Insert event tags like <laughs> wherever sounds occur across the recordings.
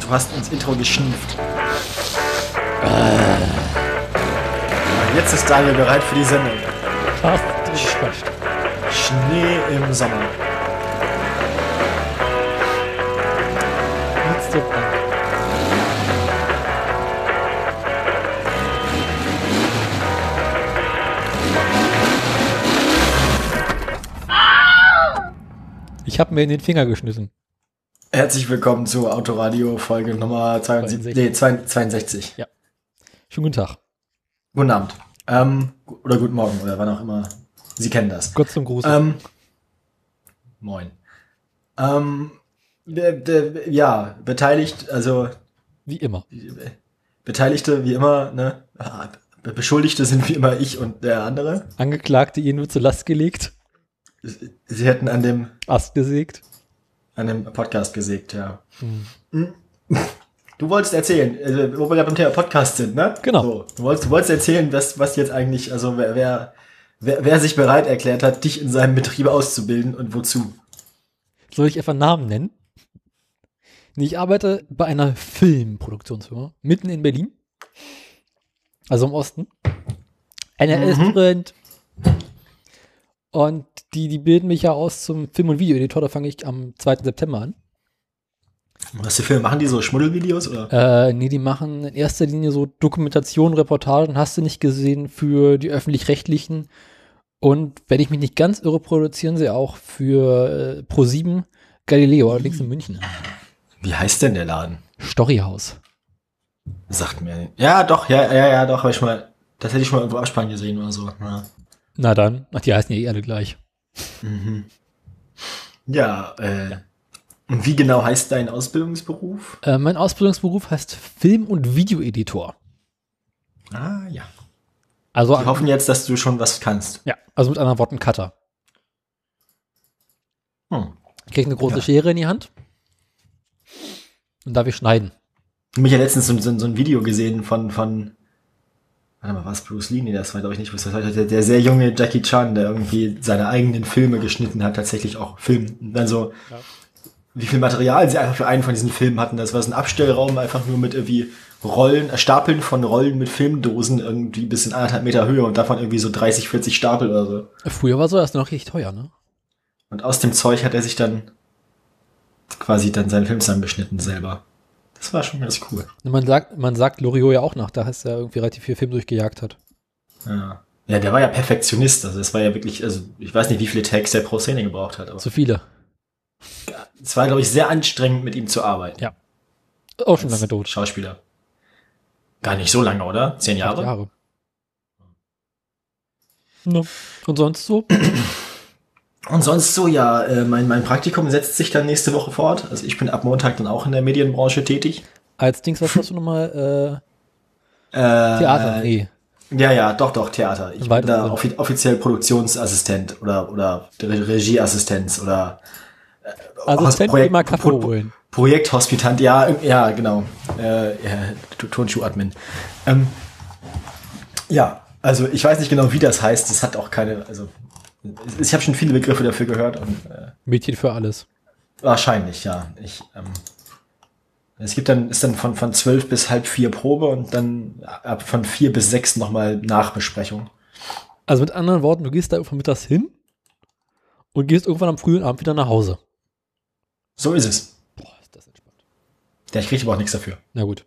Du hast ins Intro geschnieft. Ah. Jetzt ist Daniel bereit für die Sendung. Fast durchgequatscht. Schnee im Sommer. Nichts tut man. Ich habe mir in den Finger geschnitten. Herzlich willkommen zu Autoradio Folge Nummer 72, 62. nee, 62. Schönen guten Tag. Guten Abend. Ähm, gu- oder guten Morgen oder wann auch immer. Sie kennen das. Gott zum Gruß. Ähm, moin. Ähm, der- der- ja, beteiligt, also Wie immer. Beteiligte wie immer, ne? Ah, Be- Beschuldigte sind wie immer ich und der andere. Angeklagte ihr nur zur Last gelegt. Sie hätten an dem, Ast gesägt. an dem Podcast gesägt, ja. Hm? Du wolltest erzählen, äh, wo wir gerade beim Thema Podcast sind, ne? Genau. So, du, wolltest, du wolltest erzählen, was, was jetzt eigentlich, also wer, wer, wer, wer sich bereit erklärt hat, dich in seinem Betrieb auszubilden und wozu. Soll ich einfach Namen nennen? Nee, ich arbeite bei einer Filmproduktionsfirma. Mitten in Berlin. Also im Osten. NRS-Brand. Und die, die bilden mich ja aus zum Film- und Videoeditor. Da fange ich am 2. September an. Was für Filme machen die so Schmuddelvideos oder? Äh, nee, die machen in erster Linie so Dokumentationen, Reportagen, hast du nicht gesehen, für die Öffentlich-Rechtlichen. Und wenn ich mich nicht ganz irre, produzieren sie auch für äh, Pro7 Galileo, links in München. Wie heißt denn der Laden? Storyhaus. Sagt mir. Ja, doch, ja, ja, ja, doch, hab ich mal. Das hätte ich mal irgendwo abspannen gesehen oder so. ne? Ja. Na dann, ach, die heißen ja eh alle gleich. Ja, äh, und wie genau heißt dein Ausbildungsberuf? Äh, mein Ausbildungsberuf heißt Film- und Videoeditor. Ah, ja. Also, Wir hoffen jetzt, dass du schon was kannst. ja, also mit anderen Worten Cutter. Hm. Krieg eine große Ja. Schere in die Hand und darf ich schneiden. Ich habe ja letztens so, so, so ein Video gesehen von, von, warte mal, war es Bruce Lee? Nee, das war glaube ich nicht Bruce Lee. Das war Der, der sehr junge Jackie Chan, der irgendwie seine eigenen Filme geschnitten hat, tatsächlich auch Film. Also, Ja. wie viel Material sie einfach für einen von diesen Filmen hatten. Das war so ein Abstellraum einfach nur mit irgendwie Rollen, äh, Stapeln von Rollen mit Filmdosen irgendwie bis in anderthalb Meter Höhe und davon irgendwie so 30, 40 Stapel oder so. Früher war so das noch richtig teuer, ne? Und aus dem Zeug hat er sich dann quasi dann seinen Film zusammengeschnitten selber. Das war schon ganz cool. Man sagt, man sagt Loriot ja auch nach, da heißt er irgendwie relativ viel Film durchgejagt hat. Ja. ja, der war ja Perfektionist. Also das war ja wirklich, also ich weiß nicht, wie viele Tags der pro Szene gebraucht hat, aber Zu viele. es war, glaube ich, sehr anstrengend, mit ihm zu arbeiten. Ja. Auch schon Als lange tot. Schauspieler. Gar nicht so lange, oder? Zehn Jahre? Acht Jahre. Ne. Und sonst so? Und sonst so, ja, äh, mein, mein Praktikum setzt sich dann nächste Woche fort. Also ich bin ab Montag dann auch in der Medienbranche tätig. Als Dings, was hast du nochmal? Äh, Äh, Theater? nee. Ja, ja, doch, doch, Theater. Ich Im bin weitesten da Sinne. offi offiziell Produktionsassistent oder, oder Re- Regieassistenz oder Also Aus Sven Projekt- Projekt, mal Kaffee Pro- holen. Projekthospitant, ja, im- ja, genau. Äh, ja, Tu- Turnschuh-Admin. Ähm, ja, also ich weiß nicht genau, wie das heißt. Das hat auch keine, also ich habe schon viele Begriffe dafür gehört und äh, Mädchen für alles. wahrscheinlich, ja. Ich, ähm, es gibt dann, ist dann von, von zwölf bis halb vier Probe und dann ab von vier bis sechs nochmal Nachbesprechung. Also mit anderen Worten, du gehst da irgendwann mittags hin und gehst irgendwann am frühen Abend wieder nach Hause. So ist es. Boah, ist das entspannt. Ja, ich kriege aber auch nichts dafür. Na gut.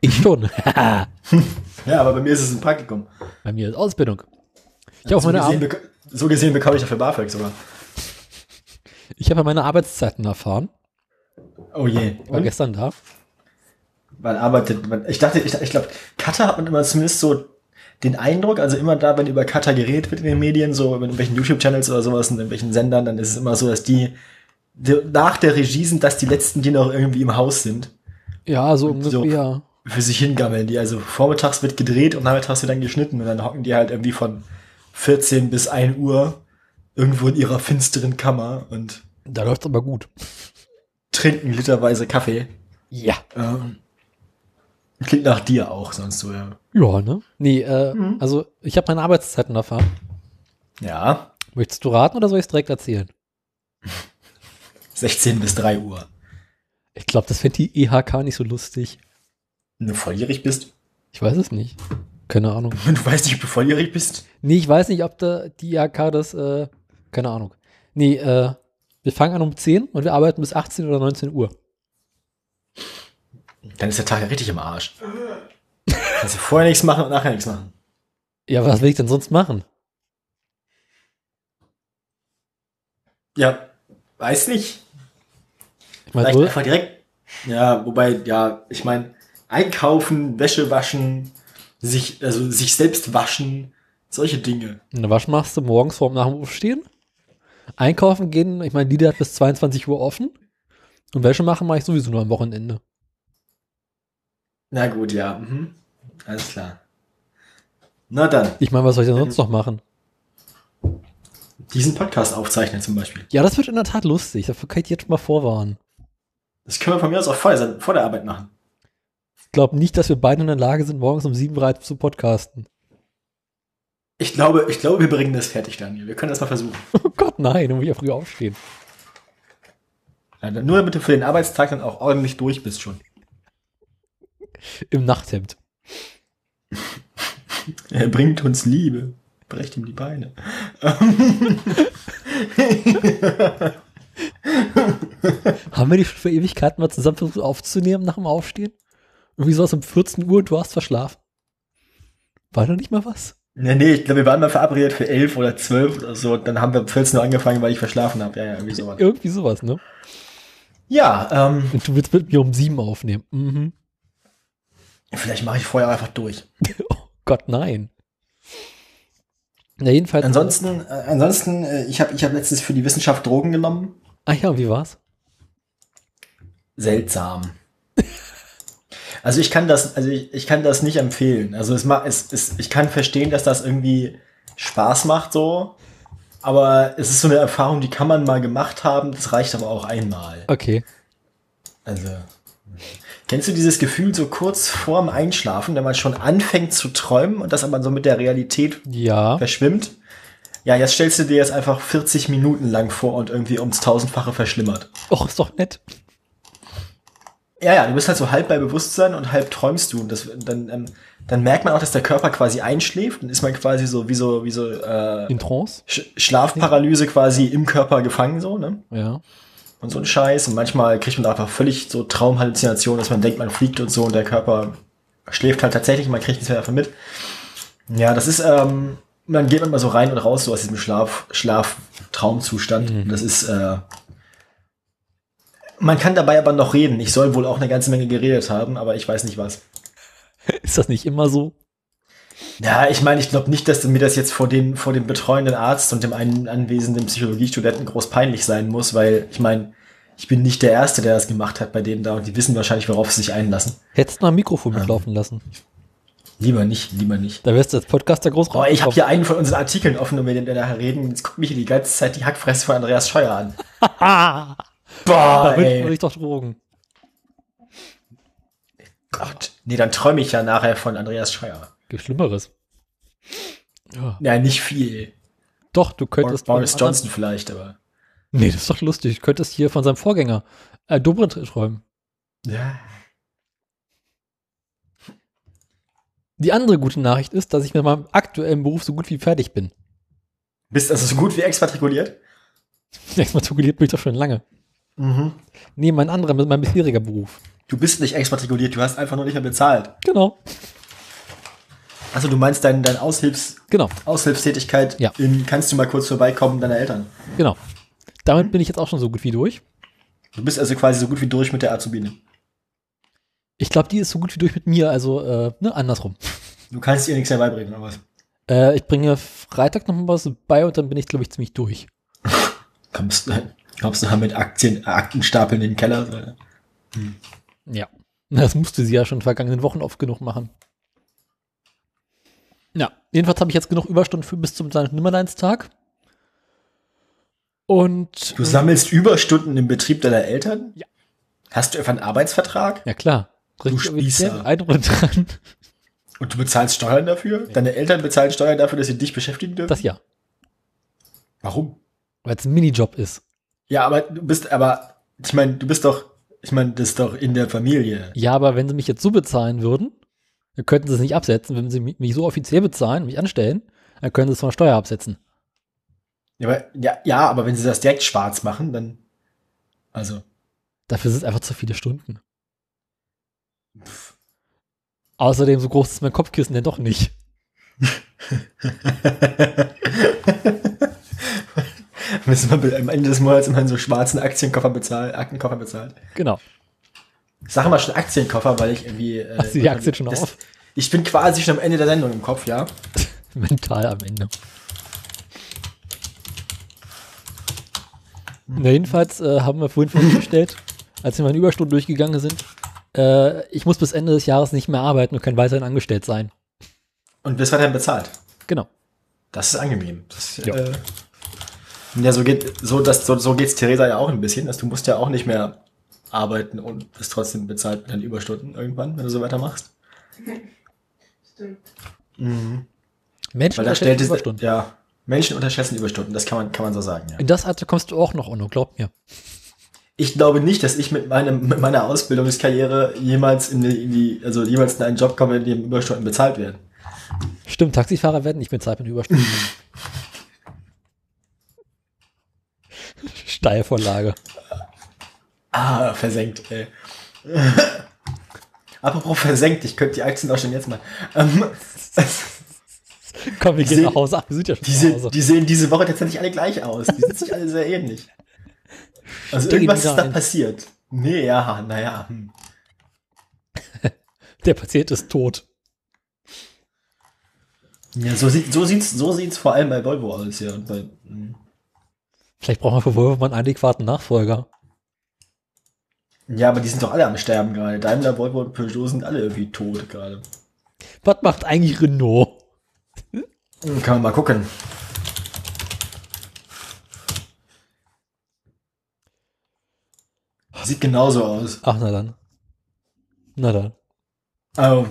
Ich schon. <laughs> Ja, aber bei mir ist es ein Praktikum. Bei mir ist Ausbildung. Ich habe auch so, meine, gesehen, Ar bek- so gesehen bekomme ich dafür BAföG sogar. ich habe ja meine Arbeitszeiten erfahren. Oh je. Ich war Und? gestern da. Man arbeitet, man, ich dachte, ich, ich glaube, Cutter hat man immer zumindest so den Eindruck, also immer da, wenn über Cutter geredet wird in den Medien, so mit irgendwelchen YouTube-Channels oder sowas, in irgendwelchen Sendern, dann ist es immer so, dass die, die nach der Regie sind das die Letzten, die noch irgendwie im Haus sind, Ja, so so. ungefähr. für sich hingammeln. Die also vormittags wird gedreht und nachmittags wird dann geschnitten und dann hocken die halt irgendwie von 14 bis 1 Uhr irgendwo in ihrer finsteren Kammer und Da läuft's aber gut. trinken literweise Kaffee. Ja. Ähm, klingt nach dir auch, sonst so, ja. Ja, ne? Nee, äh, also ich habe meine Arbeitszeiten erfahren. Ja, Möchtest du raten oder soll ich es direkt erzählen? 16 bis 3 Uhr. Ich glaube, das fände die EHK nicht so lustig. Wenn du volljährig bist, <laughs> Ich weiß es nicht. Keine Ahnung. wenn du weißt nicht, ob du volljährig bist, Nee, ich weiß nicht, ob da die IHK das, äh, keine Ahnung. Nee, äh, wir fangen an um 10 und wir arbeiten bis 18 oder 19 Uhr. dann ist der Tag ja richtig im Arsch. Kannst du vorher nichts machen und nachher nichts machen. Ja, was will ich denn sonst machen? Ja, weiß nicht. Ich meine, Vielleicht so, einfach direkt. Ja, wobei, ja, ich meine, einkaufen, Wäsche waschen, sich, also sich selbst waschen, solche Dinge. na, was machst du morgens vorm nach dem Aufstehen? Einkaufen gehen, ich meine, Lieder hat bis 22 Uhr offen. Und Wäsche machen mache ich sowieso nur am Wochenende. Na gut, ja. Mhm. Alles klar. Na dann, Ich meine, was soll ich denn sonst noch machen? diesen Podcast aufzeichnen zum Beispiel. Ja, das wird in der Tat lustig. Dafür kann ich jetzt schon mal vorwarnen. Das können wir von mir aus auch vor der, vor der Arbeit machen. Ich glaube nicht, dass wir beide in der Lage sind, morgens um 7 bereit zu podcasten. Ich glaube, ich glaube, wir bringen das fertig, Daniel. Wir können das mal versuchen. Oh Gott, nein, dann muss ich ja früh aufstehen. Ja, dann nur damit du für den Arbeitstag dann auch ordentlich durch bist schon. Im Nachthemd. Er bringt uns Liebe. Brecht ihm die Beine. Haben wir nicht schon vor Ewigkeiten mal zusammen versucht aufzunehmen nach dem Aufstehen? Irgendwie sowas um 14 Uhr und du hast verschlafen. War noch nicht mal was? Nee, nee, ich glaube, wir waren mal verabredet für elf oder zwölf oder so. Dann haben wir um 14 Uhr angefangen, weil ich verschlafen habe. Ja, ja, irgendwie sowas. Irgendwie sowas, ne? Ja, ähm, Und du willst mit mir um 7 aufnehmen. Mhm. vielleicht mache ich vorher einfach durch. <laughs> Oh Gott, nein. Na, jedenfalls. Ansonsten, äh, ansonsten, äh, ich habe ich hab letztens für die Wissenschaft Drogen genommen. Ach Ah ja, und wie war's? Seltsam. Also ich kann das, also ich, ich kann das nicht empfehlen. Also es macht, es, es, ich kann verstehen, dass das irgendwie Spaß macht so, aber es ist so eine Erfahrung, die kann man mal gemacht haben. Das reicht aber auch einmal. Okay. Also, kennst du dieses Gefühl so kurz vorm Einschlafen, wenn man schon anfängt zu träumen und das aber so mit der Realität Ja. verschwimmt? Ja, jetzt stellst du dir jetzt einfach 40 Minuten lang vor und irgendwie ums tausendfache verschlimmert. Och, Oh, ist doch nett. Ja, ja, du bist halt so halb bei Bewusstsein und halb träumst du. Und das, dann, ähm, dann merkt man auch, dass der Körper quasi einschläft und ist man quasi so wie so, wie so äh, In Trance? Sch Schlafparalyse quasi im Körper gefangen, so, ne? Ja. und so ein Scheiß. Und manchmal kriegt man da einfach völlig so Traumhalluzinationen, dass man denkt, man fliegt und so und der Körper schläft halt tatsächlich, man kriegt nichts mehr davon mit. Ja, das ist, ähm, dann geht man mal so rein und raus, so aus diesem Schlaf, Schlaf-Traumzustand. Das ist, äh, man kann dabei aber noch reden. Ich soll wohl auch eine ganze Menge geredet haben, aber ich weiß nicht was. Ist das nicht immer so? Ja, ich meine, ich glaube nicht, dass mir das jetzt vor dem, vor dem betreuenden Arzt und dem einen anwesenden Psychologiestudenten groß peinlich sein muss, weil ich meine, ich bin nicht der Erste, der das gemacht hat bei denen da und die wissen wahrscheinlich, worauf sie sich einlassen. Hättest du mal ein Mikrofon mitlaufen lassen. Lieber nicht, lieber nicht. Da wärst du als Podcaster groß Oh, ich habe rausgekommen. hier einen von unseren Artikeln offen, um wir den nachher reden. Jetzt guckt mich hier die ganze Zeit die Hackfresse von Andreas Scheuer an. Ah, Boah, da wünscht man ey. sich doch Drogen. Gott. Nee, dann träume ich ja nachher von Andreas Scheuer. Gibt Schlimmeres. Ja. Ja, nicht viel. Doch, du Boris, könntest. von Boris einem anderen- Johnson vielleicht, aber. Nee, das ist doch lustig. Du könntest hier von seinem Vorgänger äh, Dobrindt träumen. Ja. Die andere gute Nachricht ist, dass ich mit meinem aktuellen Beruf so gut wie fertig bin. <laughs> Bist also so gut wie exmatrikuliert? Exmatrikuliert bin ich doch schon lange. Mhm. Nee, mein anderer, mein bisheriger Beruf. Du bist nicht exmatrikuliert, du hast einfach nur nicht mehr bezahlt. Genau. Also du meinst dein, dein Aushilfs, Genau, Aushilfstätigkeit Ja. in kannst du mal kurz vorbeikommen deiner Eltern. genau. Damit bin ich jetzt auch schon so gut wie durch. Du bist also quasi so gut wie durch mit der Azubine. Ich glaube, die ist so gut wie durch mit mir, also äh, ne, andersrum. Du kannst ihr nichts mehr beibringen, oder was? Äh, ich bringe Freitag noch mal was bei und dann bin ich, glaube ich, ziemlich durch. Kommst, kommst du mit Aktien, Aktenstapeln in den Keller? So. Ja. Das musste sie ja schon in den vergangenen Wochen oft genug machen. Ja, jedenfalls habe ich jetzt genug Überstunden für bis zum Nimmerleinstag. Und. Du sammelst Überstunden im Betrieb deiner Eltern? Mhm. Ja. Hast du einfach einen Arbeitsvertrag? Ja, klar. Richtig Spießer. offiziell, ein Euro dran. Und du bezahlst Steuern dafür? Deine Eltern bezahlen Steuern dafür, dass sie dich beschäftigen dürfen? Das ja. Warum? Weil es ein Minijob ist. Ja, aber du bist, aber ich meine, du bist doch Ich meine, das ist doch in der Familie. Ja, aber wenn sie mich jetzt so bezahlen würden, dann könnten sie es nicht absetzen. Wenn sie mi- mich so offiziell bezahlen, mich anstellen, dann können sie es von der Steuer absetzen. Ja, aber, ja, ja, aber wenn sie das direkt schwarz machen, dann. Also. Dafür sind es einfach zu viele Stunden. Außerdem, so groß ist mein Kopfkissen denn doch nicht. <laughs> Müssen wir be- am Ende des Monats immer in so schwarzen Aktienkoffer bezahlen, Aktenkoffer bezahlt. Genau. Ich sage mal schon Aktienkoffer, weil ich irgendwie. Äh, Hast du die Aktien schon das- auf? Ich bin quasi schon am Ende der Sendung im Kopf, ja. Mental am Ende. Hm. Na, jedenfalls äh, haben wir <laughs> vorhin festgestellt, als wir meine Überstunden durchgegangen sind, äh, ich muss bis Ende des Jahres nicht mehr arbeiten und kann weiterhin angestellt sein. Und bis weiterhin bezahlt. Genau. Das ist angenehm. Das, ja. Ja. Äh, ja, so geht so das so, so geht's Theresa ja auch ein bisschen, dass du musst ja auch nicht mehr arbeiten und bist trotzdem bezahlt mit deinen Überstunden irgendwann, wenn du so weitermachst. Stimmt. Menschen Weil da stellt es Überstunden. ja Menschen unterschätzen Überstunden, das kann man kann man so sagen, ja. In das Alter kommst du auch noch, Onno, glaub mir. Ich glaube nicht, dass ich mit meinem mit meiner Ausbildungskarriere jemals in die, in die also jemals in einen Job komme, in dem Überstunden bezahlt werden. Stimmt, Taxifahrer werden nicht bezahlt <laughs> mit Überstunden. Steilvorlage. Ah, versenkt, ey. <laughs> Apropos versenkt, ich könnte die Aktien auch schon jetzt mal. Ähm, <laughs> Komm, wir gehen seh- nach Hause. Ach, wir sind ja schon Die, zu Hause. se die sehen diese Woche tatsächlich alle gleich aus. Die sind sich alle sehr ähnlich. Also Stecken irgendwas die ist da da ein? passiert. Nee, ja, naja. hm. Der Patient ist tot. Ja, so, sieht, so, sieht's, so sieht's vor allem bei Volvo aus, ja. Und bei, hm. Vielleicht brauchen wir für Wolfmann einen adäquaten Nachfolger. ja, aber die sind doch alle am Sterben gerade. Daimler, Volvo und Peugeot sind alle irgendwie tot gerade. Was macht eigentlich Renault? Hm, Kann man mal gucken. Sieht genauso aus. Ach, na dann. Na dann. <laughs> Also,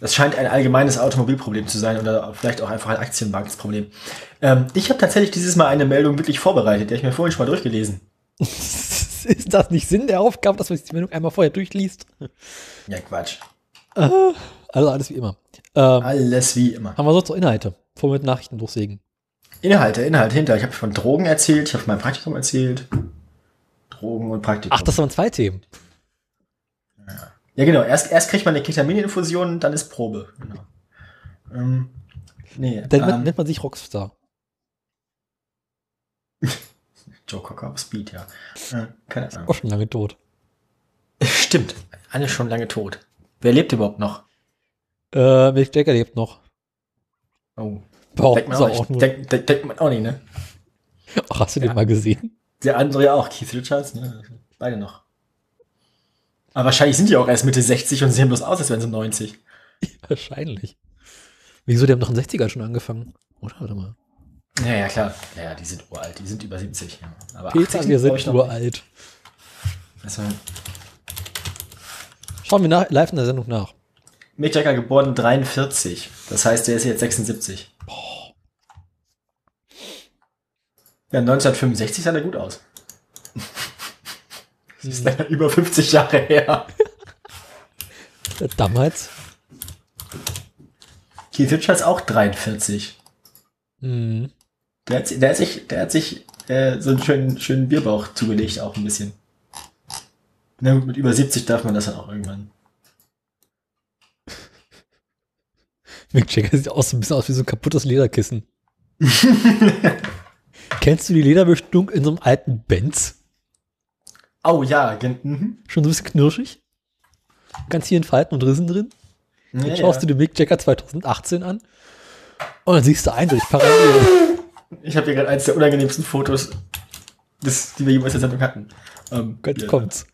das scheint ein allgemeines Automobilproblem zu sein oder vielleicht auch einfach ein Aktienmarktproblem. Ähm, ich habe tatsächlich dieses Mal eine Meldung wirklich vorbereitet, die habe ich mir vorhin schon mal durchgelesen. Ist das nicht Sinn der Aufgabe, dass man sich die Meldung einmal vorher durchliest? Ja, Quatsch. Also alles wie immer. Ähm, Alles wie immer. haben wir sonst noch Inhalte? Vor mit Nachrichten durchsägen. Inhalte, Inhalte hinter. Ich habe von Drogen erzählt, ich habe von meinem Praktikum erzählt. Drogen und Praktikum. Ach, das waren zwei Themen. ja, genau. Erst, erst kriegt man eine Ketamininfusion, dann ist Probe. Genau. Ähm, nee, Dann ähm, nennt man sich Rockstar. Joe Cocker auf Speed, ja. Äh, keine Ahnung. Auch schon lange tot. Stimmt. Alle schon lange tot. Wer lebt überhaupt noch? Äh, Mick Jagger lebt noch. Oh. Behaupten Denkt man, sie auch auch nicht. nur. Denkt, denkt, denkt man auch nicht, ne? Ach, hast du Ja. den mal gesehen? <laughs> Der andere ja auch, Keith Richards, ne? Beide noch. Aber wahrscheinlich sind die auch erst Mitte 60 und sehen bloß aus, als wären sie 90. Wahrscheinlich. Wieso? Die haben doch in den 60ern schon angefangen. Oder? Warte mal. Ja, ja, klar. Ja, ja, die sind uralt, die sind über 70. Ja. Aber Peter, wir sind uralt. Also, Schauen wir nach, live in der Sendung nach. Mick Jagger geboren 43. Das heißt, der ist jetzt 76. Ja, 1965 sah der gut aus. Das ist leider über 50 Jahre her. Äh, Damals? Keith Richards auch 43. Mhm. Der hat, si- der hat sich, der hat sich äh, so einen schönen, schönen Bierbauch zugelegt, auch ein bisschen. Na gut, mit über 70 darf man das dann auch irgendwann. Mick Jagger sieht auch so ein bisschen aus wie so ein <laughs> kaputtes Lederkissen. Kennst du die Lederbestimmung in so einem alten Benz? Oh ja, gen- mhm. Schon so ein bisschen knirschig? Ganz hier in Falten und Rissen drin? Dann ja, schaust ja. du den Mick Jagger 2018 an und dann siehst du eindeutig parallel. Ich habe hier gerade eins der unangenehmsten Fotos, das, die wir jemals in der Sendung hatten. Ähm, Gott, ja. kommt's.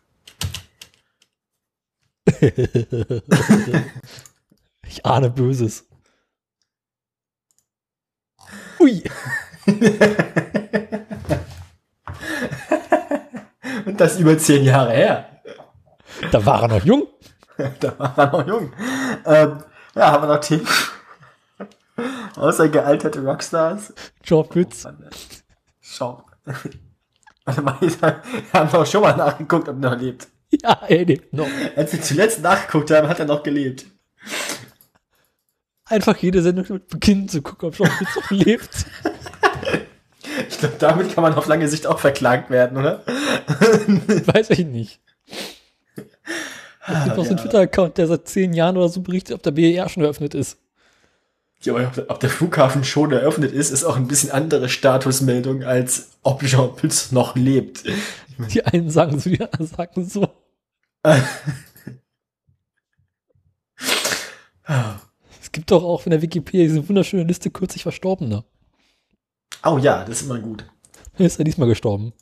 ich ahne Böses. Ui. Und das über zehn Jahre her. Da war er noch jung. <laughs> Da war er noch jung. Ähm, ja, haben wir noch Themen. <laughs> Außer gealterte Rockstars. Jobwitz. <laughs> Schau. Warte mal, ich hab- wir haben doch schon mal nachgeguckt, ob er noch lebt. ja, er lebt noch. Als wir zuletzt nachgeguckt haben, hat er noch gelebt. Einfach jede Sendung damit beginnen zu gucken, ob John Smith noch lebt. Ich glaube, damit kann man auf lange Sicht auch verklagt werden, oder? Weiß ich nicht. Ah, Es gibt noch so einen Twitter-Account, der seit zehn Jahren oder so berichtet, ob der BER schon eröffnet ist. Ja, aber ob- ob der Flughafen schon eröffnet ist, ist auch ein bisschen andere Statusmeldung, als ob Jean Pütz noch lebt. Die einen sagen so, die anderen sagen <laughs> so. Es gibt doch auch in der Wikipedia diese wunderschöne Liste kürzlich Verstorbener. Oh ja, das ist immer gut. Wer ist er diesmal gestorben?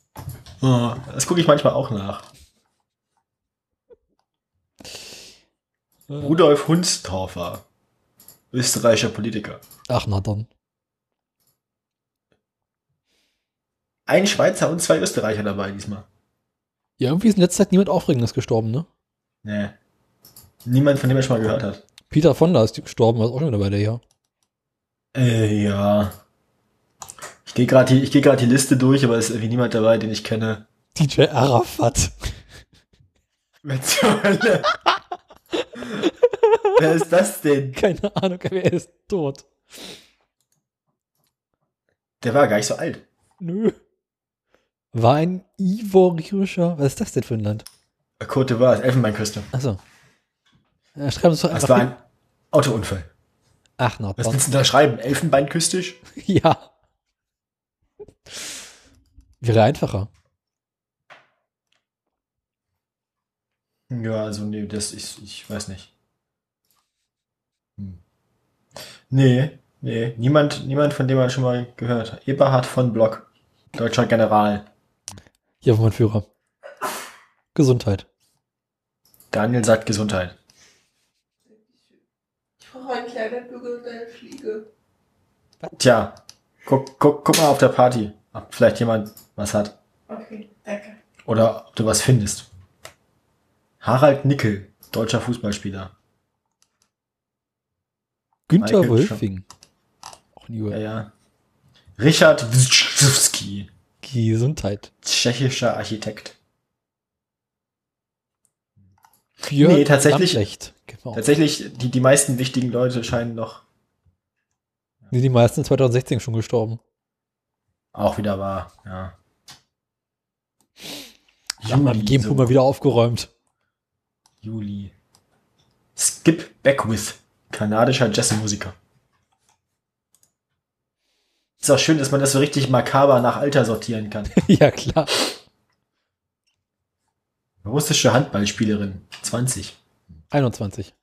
Oh, Das gucke ich manchmal auch nach. Rudolf Hunstorfer, österreichischer Politiker. Ach, na dann. Ein Schweizer und zwei Österreicher dabei diesmal. Ja, irgendwie ist in letzter Zeit niemand Aufregendes gestorben, ne? Nee. Niemand, von dem er schon mal gehört hat. Peter Fonda ist gestorben, war auch schon wieder bei der ja. Äh, ja. Ich gehe gerade die, ich geh grad die Liste durch, aber es ist irgendwie niemand dabei, den ich kenne. DJ Arafat. <laughs> Wer zur Hölle? <laughs> Wer ist das denn? Keine Ahnung, aber er ist tot. Der war gar nicht so alt. Nö. War ein ivorischer. Was ist das denn für ein Land? Côte d'Ivoire, Elfenbeinküste. Achso. Ja, Äh, schreiben Sie es doch Das einfach. war hin. ein Autounfall. Ach, na Was dann. willst du da schreiben? Elfenbeinküstisch? <laughs> Ja. Wäre einfacher. Ja, also nee, das ich, ich weiß nicht. Hm. Nee, nee, niemand, niemand, von dem man schon mal gehört hat. Eberhard von Block, deutscher General. Hier auf mein Führer. Gesundheit. Daniel sagt Gesundheit. Ich brauche einen kleinen Bügel und eine Fliege. Tja, guck, guck, guck mal auf der Party, ob vielleicht jemand was hat Okay, danke. oder ob du was findest. Harald Nickel, deutscher Fußballspieler. Günther Michael Wölfing. Auch nie Ja, gehört. ja. Richard Wzczewski, Gesundheit. tschechischer Architekt. Björn Nee, tatsächlich- Lambrecht. Genau. Tatsächlich, die, die meisten wichtigen Leute scheinen noch Nee, die meisten 2016 schon gestorben. auch wieder wahr. Ja. Ich habe meinem Gamepool mal wieder aufgeräumt. <laughs> Juli. Skip Beckwith, kanadischer Jazzmusiker. Ist auch schön, dass man das so richtig makaber nach Alter sortieren <laughs> kann. ja, klar. Russische Handballspielerin, 20. 21.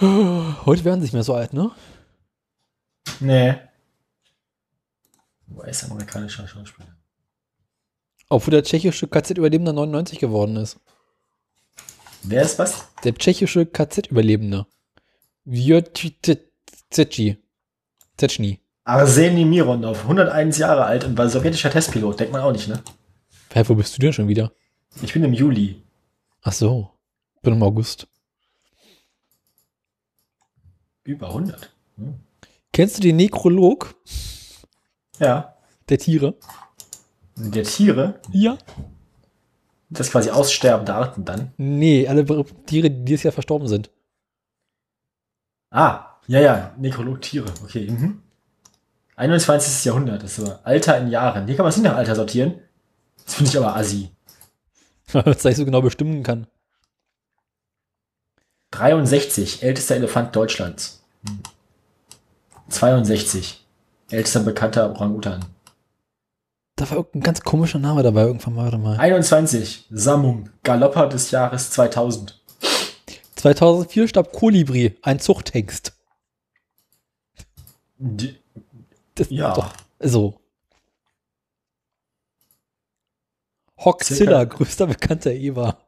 Heute werden sie nicht mehr so alt, ne? Nee. US-amerikanischer Schauspieler. Obwohl der tschechische KZ-Überlebender 99 geworden ist. Wer ist was? Der tschechische KZ-Überlebende. Vjotitzetschni. Zetschni. Arseni Mironov, 101 Jahre alt und war sowjetischer Testpilot. Denkt man auch nicht, ne? Hä, wo bist du denn schon wieder? Ich bin im Juli. Ach so. Bin im August. Über 100. Hm. Kennst du den Nekrolog Ja. der Tiere? Der Tiere, Ja. das ist quasi aussterbende Arten dann. Nee, alle Tiere, die dieses Jahr verstorben sind. <laughs> Ah, ja, ja, Nekrolog Tiere, okay. Mhm. 21. Jahrhundert, das ist aber Alter in Jahren. Hier kann man es nicht nach Alter sortieren. Das finde ich aber assi. Weil man es nicht so genau bestimmen kann. 63, ältester Elefant Deutschlands. Hm. 62, ältester bekannter Orang-Utan. Da war irgendein ganz komischer Name dabei irgendwann mal. Warte mal. 21, Samum, Galopper des Jahres 2000. 2004 starb Kolibri, ein Zuchthengst. Die, Das ja, Doch, so. Hockzilla, größter bekannter Eber.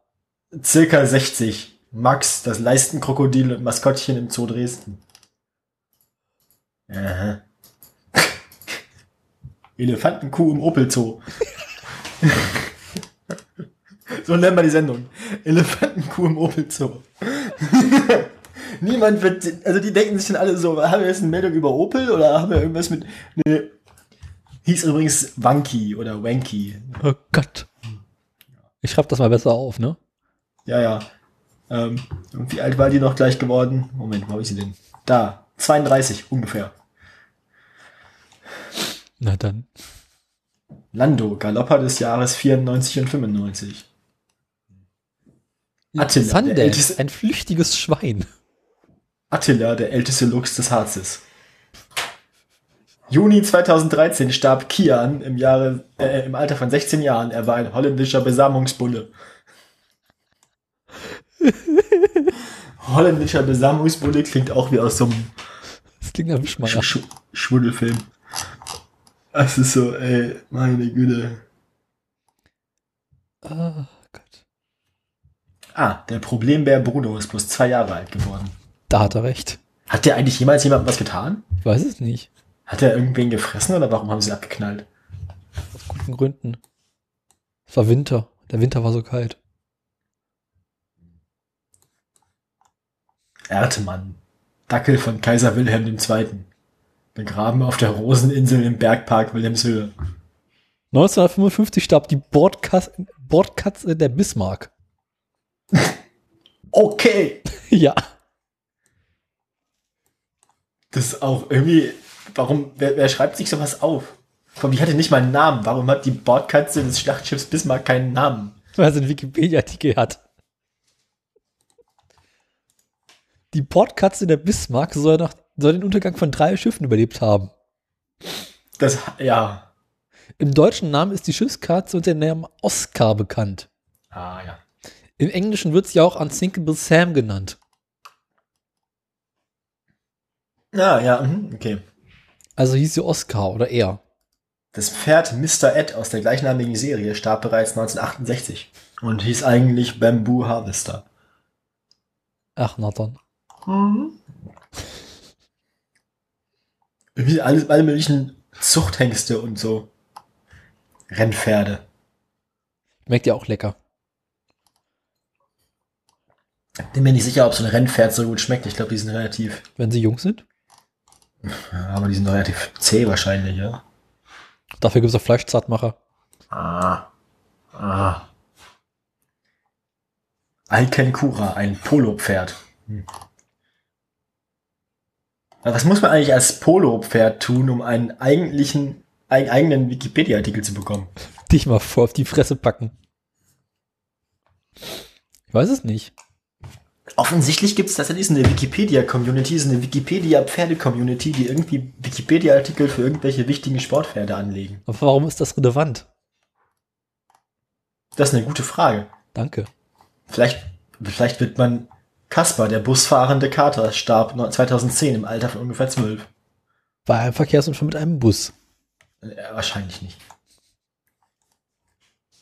circa 60. Max, das Leistenkrokodil und Maskottchen im Zoo Dresden. Aha. <laughs> Elefantenkuh im Opel Zoo. <laughs> so nennen wir die Sendung. Elefantenkuh im Opel Zoo. <laughs> Niemand wird, also die denken sich dann alle so, haben wir jetzt eine Meldung über Opel oder haben wir irgendwas mit, nee. Hieß übrigens Wanky oder Wanky. Oh Gott. Ich schreibe das mal besser auf, ne? Ja, ja. Ähm, und wie alt war die noch gleich geworden? Moment, wo habe ich sie denn? Da, 32 ungefähr. Na dann. Lando, Galopper des Jahres 94 und 95. Attila, der Sandex, älteste- ein flüchtiges Schwein. Attila, der älteste Lux des Harzes. Juni 2013 starb Kian im, Jahre, äh, im Alter von 16 Jahren. Er war ein holländischer Besamungsbulle. holländischer Besamungsbulle klingt auch wie aus so einem Das klingt nach Sch Wischmeier. Sch Schwudelfilm. Es ist so, ey, meine Güte. Ah, Gott. Ah, der Problembär Bruno ist bloß zwei Jahre alt geworden. Da hat er recht. Hat der eigentlich jemals jemandem was getan? Ich weiß es nicht. Hat er irgendwen gefressen oder warum haben sie ihn abgeknallt? Aus guten Gründen. Es war Winter. Der Winter war so kalt. Erdmann, Dackel von Kaiser Wilhelm II. Begraben auf der Roseninsel im Bergpark Wilhelmshöhe. 1955 starb die Bordkas Bordkatze der Bismarck. <laughs> Okay! ja. Das ist auch irgendwie. Warum. Wer, wer schreibt sich sowas auf? Komm, die hatte nicht mal einen Namen. Warum hat die Bordkatze des Schlachtschiffs Bismarck keinen Namen? Weil sie einen Wikipedia-Artikel hat. Die Bordkatze der Bismarck soll, nach, soll den Untergang von drei Schiffen überlebt haben. Das. Ja. Im deutschen Namen ist die Schiffskatze unter dem Namen Oscar bekannt. Ah, ja. Im Englischen wird sie auch Unsinkable Sam genannt. Ah, ja, mhm, okay. Also hieß sie Oscar oder er. Das Pferd Mr. Ed aus der gleichnamigen Serie starb bereits 1968 und hieß eigentlich Bamboo Harvester. Ach, na dann. Irgendwie alles, alle möglichen Zuchthengste und so. Rennpferde. Merkt ja auch lecker. Bin mir nicht sicher, ob so ein Rennpferd so gut schmeckt. Ich glaube, die sind relativ. Wenn sie jung sind. Ja, aber die sind relativ zäh wahrscheinlich, ja. Dafür gibt es auch Fleischzartmacher. Ah. Ah. Alkenkura, ein Polopferd. Hm. Aber Was muss man eigentlich als Polopferd tun, um einen eigentlichen, einen eigenen Wikipedia-Artikel zu bekommen? Dich mal vor auf die Fresse packen. Ich weiß es nicht. Offensichtlich gibt es tatsächlich eine Wikipedia-Community, so eine Wikipedia-Pferde-Community, die irgendwie Wikipedia-Artikel für irgendwelche wichtigen Sportpferde anlegen. Aber warum ist das relevant? Das ist eine gute Frage. Danke. Vielleicht, vielleicht wird man Kaspar, der busfahrende Kater, starb 2010 im Alter von ungefähr 12. Bei einem Verkehrsunfall mit einem Bus. Äh, wahrscheinlich nicht.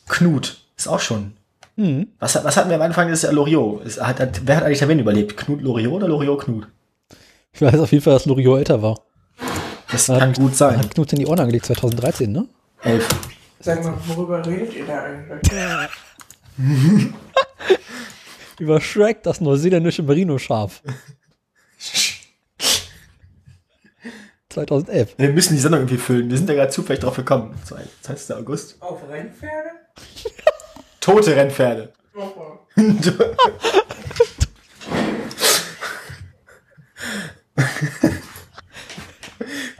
Knut ist auch schon. Hm. Was, hat- was hatten wir am Anfang des Jahr? Loriot? Es Hat, hat, wer hat eigentlich da wen überlebt? Knut Loriot oder Loriot Knut? Ich weiß auf jeden Fall, dass Loriot älter war. Das Hat- kann gut sein. Hat Knut in die Ohren angelegt 2013, ne? Elf. Sag mal, worüber redet ihr da eigentlich? <laughs> Über Shrek, das neuseeländische Merino-Schaf. 2011. Wir müssen die Sendung irgendwie füllen. Wir sind da gerade zufällig drauf gekommen. 20. August. Auf Rennpferde? Tote Rennpferde. Nochmal.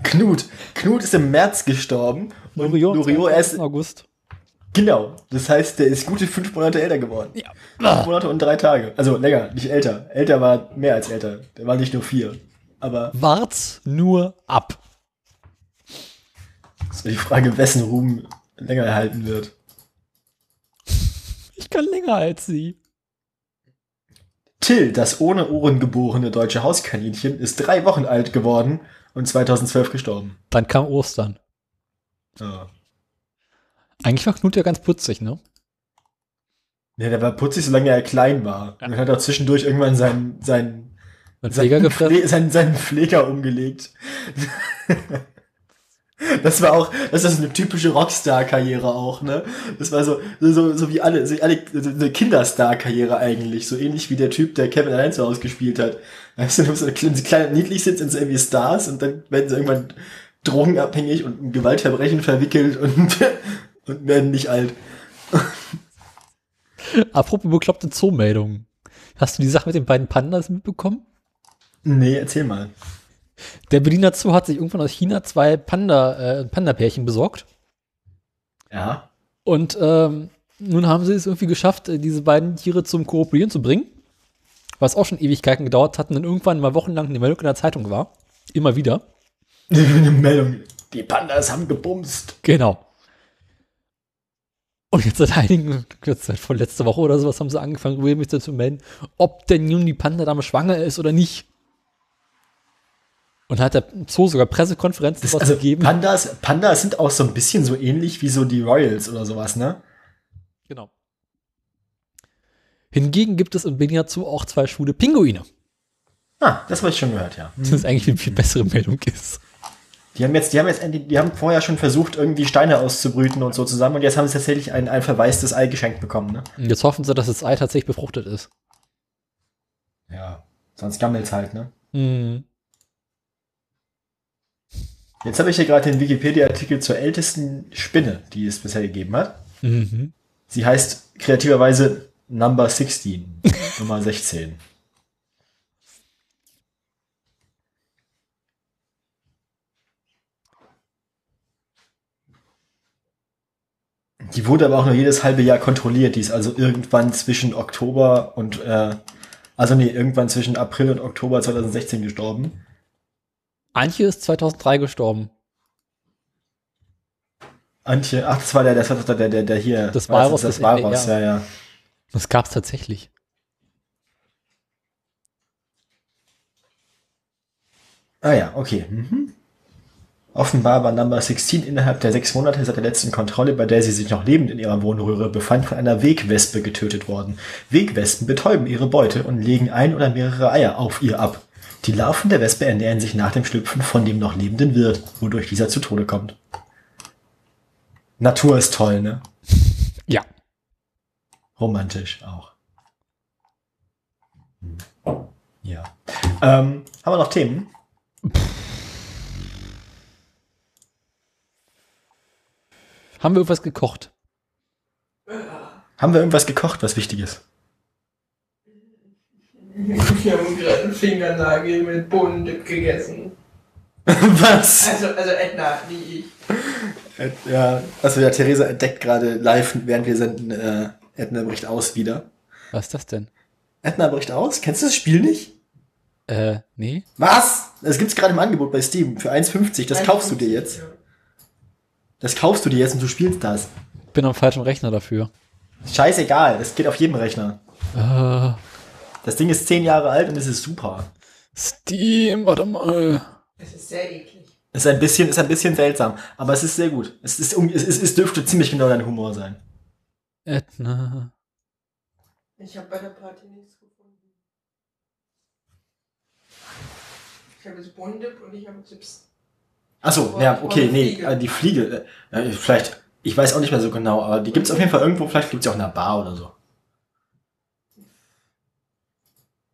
Knut. Knut ist im März gestorben. Und Loriot, erst. August. Genau. Das heißt, der ist gute fünf Monate älter geworden. Ja. Fünf Monate und drei Tage. Also länger, nicht älter. Älter war mehr als älter. Der war nicht nur vier. Aber Wart's nur ab. es ist die Frage, wessen Ruhm länger erhalten wird. Ich kann länger als sie. Till, das ohne Ohren geborene deutsche Hauskaninchen, ist drei Wochen alt geworden und 2012 gestorben. Dann kam Ostern. Ja. Eigentlich war Knut ja ganz putzig, ne? Ja, der war putzig, solange er klein war. Und hat auch zwischendurch irgendwann seinen, seinen, Mit Pfleger seinen, gefressen. Pfle seinen, seinen Pfleger umgelegt. Das war auch, das ist eine typische Rockstar-Karriere auch, ne? Das war so, so, so wie alle, so wie alle, so eine Kinderstar-Karriere eigentlich. So ähnlich wie der Typ, der Kevin allein zu Hause gespielt hat. Weißt du, wenn sie klein und niedlich sind, sind sie irgendwie Stars und dann werden sie irgendwann drogenabhängig und in Gewaltverbrechen verwickelt und, <laughs> und werden nicht alt. Apropos bekloppte Zoomeldungen. Hast du die Sache mit den beiden Pandas mitbekommen? Nee, erzähl mal. Der Berliner Zoo hat sich irgendwann aus China zwei Panda, äh, Panda-Pärchen besorgt. Ja. Und ähm, nun haben sie es irgendwie geschafft, äh, diese beiden Tiere zum Kooperieren zu bringen. Was auch schon Ewigkeiten gedauert hat und dann irgendwann mal wochenlang eine Meldung in der Zeitung war. Immer wieder. Eine Meldung. Die Pandas haben gebumst. Genau. Und jetzt seit einigen, jetzt seit vor letzter Woche oder sowas, haben sie angefangen, regelmäßig zu melden, ob denn nun die Panda-Dame schwanger ist oder nicht. Und hat der Zoo sogar Pressekonferenzen Das, dazu also gegeben. Pandas, Pandas sind auch so ein bisschen so ähnlich wie so die Royals oder sowas, ne? Genau. Hingegen gibt es im Berliner Zoo auch zwei schwule Pinguine. Ah, das habe ich schon gehört, ja. Das ist eigentlich eine viel bessere Meldung ist. Die haben jetzt, die haben jetzt, endlich- die haben vorher schon versucht, irgendwie Steine auszubrüten und so zusammen und jetzt haben sie tatsächlich ein, ein verwaistes Ei geschenkt bekommen, ne? Und Mhm. jetzt hoffen sie, dass das Ei tatsächlich befruchtet ist. Ja. Sonst gammelt's halt, ne? Hm. Jetzt habe ich hier gerade den Wikipedia-Artikel zur ältesten Spinne, die es bisher gegeben hat. Mhm. Sie heißt kreativerweise Number <laughs> 16, Nummer 16. Die wurde aber auch nur jedes halbe Jahr kontrolliert. Die ist also irgendwann zwischen Oktober und, äh, also nee, irgendwann zwischen April und Oktober 2016 gestorben. Antje ist 2003 gestorben. Antje, ach, das war der, das war der, der, der hier. Das war Walross, das, das das Walross, NDR. ja, ja. Das gab es tatsächlich. Ah ja, okay. Mhm. Offenbar war Number 16 innerhalb der sechs Monate seit der letzten Kontrolle, bei der sie sich noch lebend in ihrer Wohnröhre befand, von einer Wegwespe getötet worden. Wegwespen betäuben ihre Beute und legen ein oder mehrere Eier auf ihr ab. Die Larven der Wespe ernähren sich nach dem Schlüpfen von dem noch lebenden Wirt, wodurch dieser zu Tode kommt. Natur ist toll, ne? Ja. Romantisch auch. Hm. Ja. Ähm, haben wir noch Themen? Haben wir irgendwas gekocht? Haben wir irgendwas gekocht, was wichtig ist? <laughs> Wir haben gerade einen Fingernagel mit Bohnen gegessen. Was? Also, also Edna, nie ich. Ja, also ja, Theresa entdeckt gerade live, während wir senden, äh, Edna bricht aus wieder. Was ist das denn? Edna bricht aus? Kennst du das Spiel nicht? Äh, nee. Was? Das gibt's gerade im Angebot bei Steam für 1,50. Das kaufst du dir jetzt. Das kaufst du dir jetzt und du spielst das. Bin am falschen Rechner dafür. Scheißegal, das geht auf jedem Rechner. Äh, Das Ding ist 10 Jahre alt und es ist super. Steam, warte mal. Es ist sehr eklig. Ist ein bisschen, ist ein bisschen seltsam, aber es ist sehr gut. Es ist, um- es, es, es dürfte ziemlich genau dein Humor sein. Edna. Ich habe bei der Party nichts gefunden. Ich habe jetzt Bohnendip und ich habe Chips. Achso, Boah, ja, ich okay, brauche nee, Fliege. äh, die Fliege, äh, äh, vielleicht, ich weiß auch nicht mehr so genau, aber die gibt's auf jeden Fall irgendwo, vielleicht gibt's sie auch in einer Bar oder so.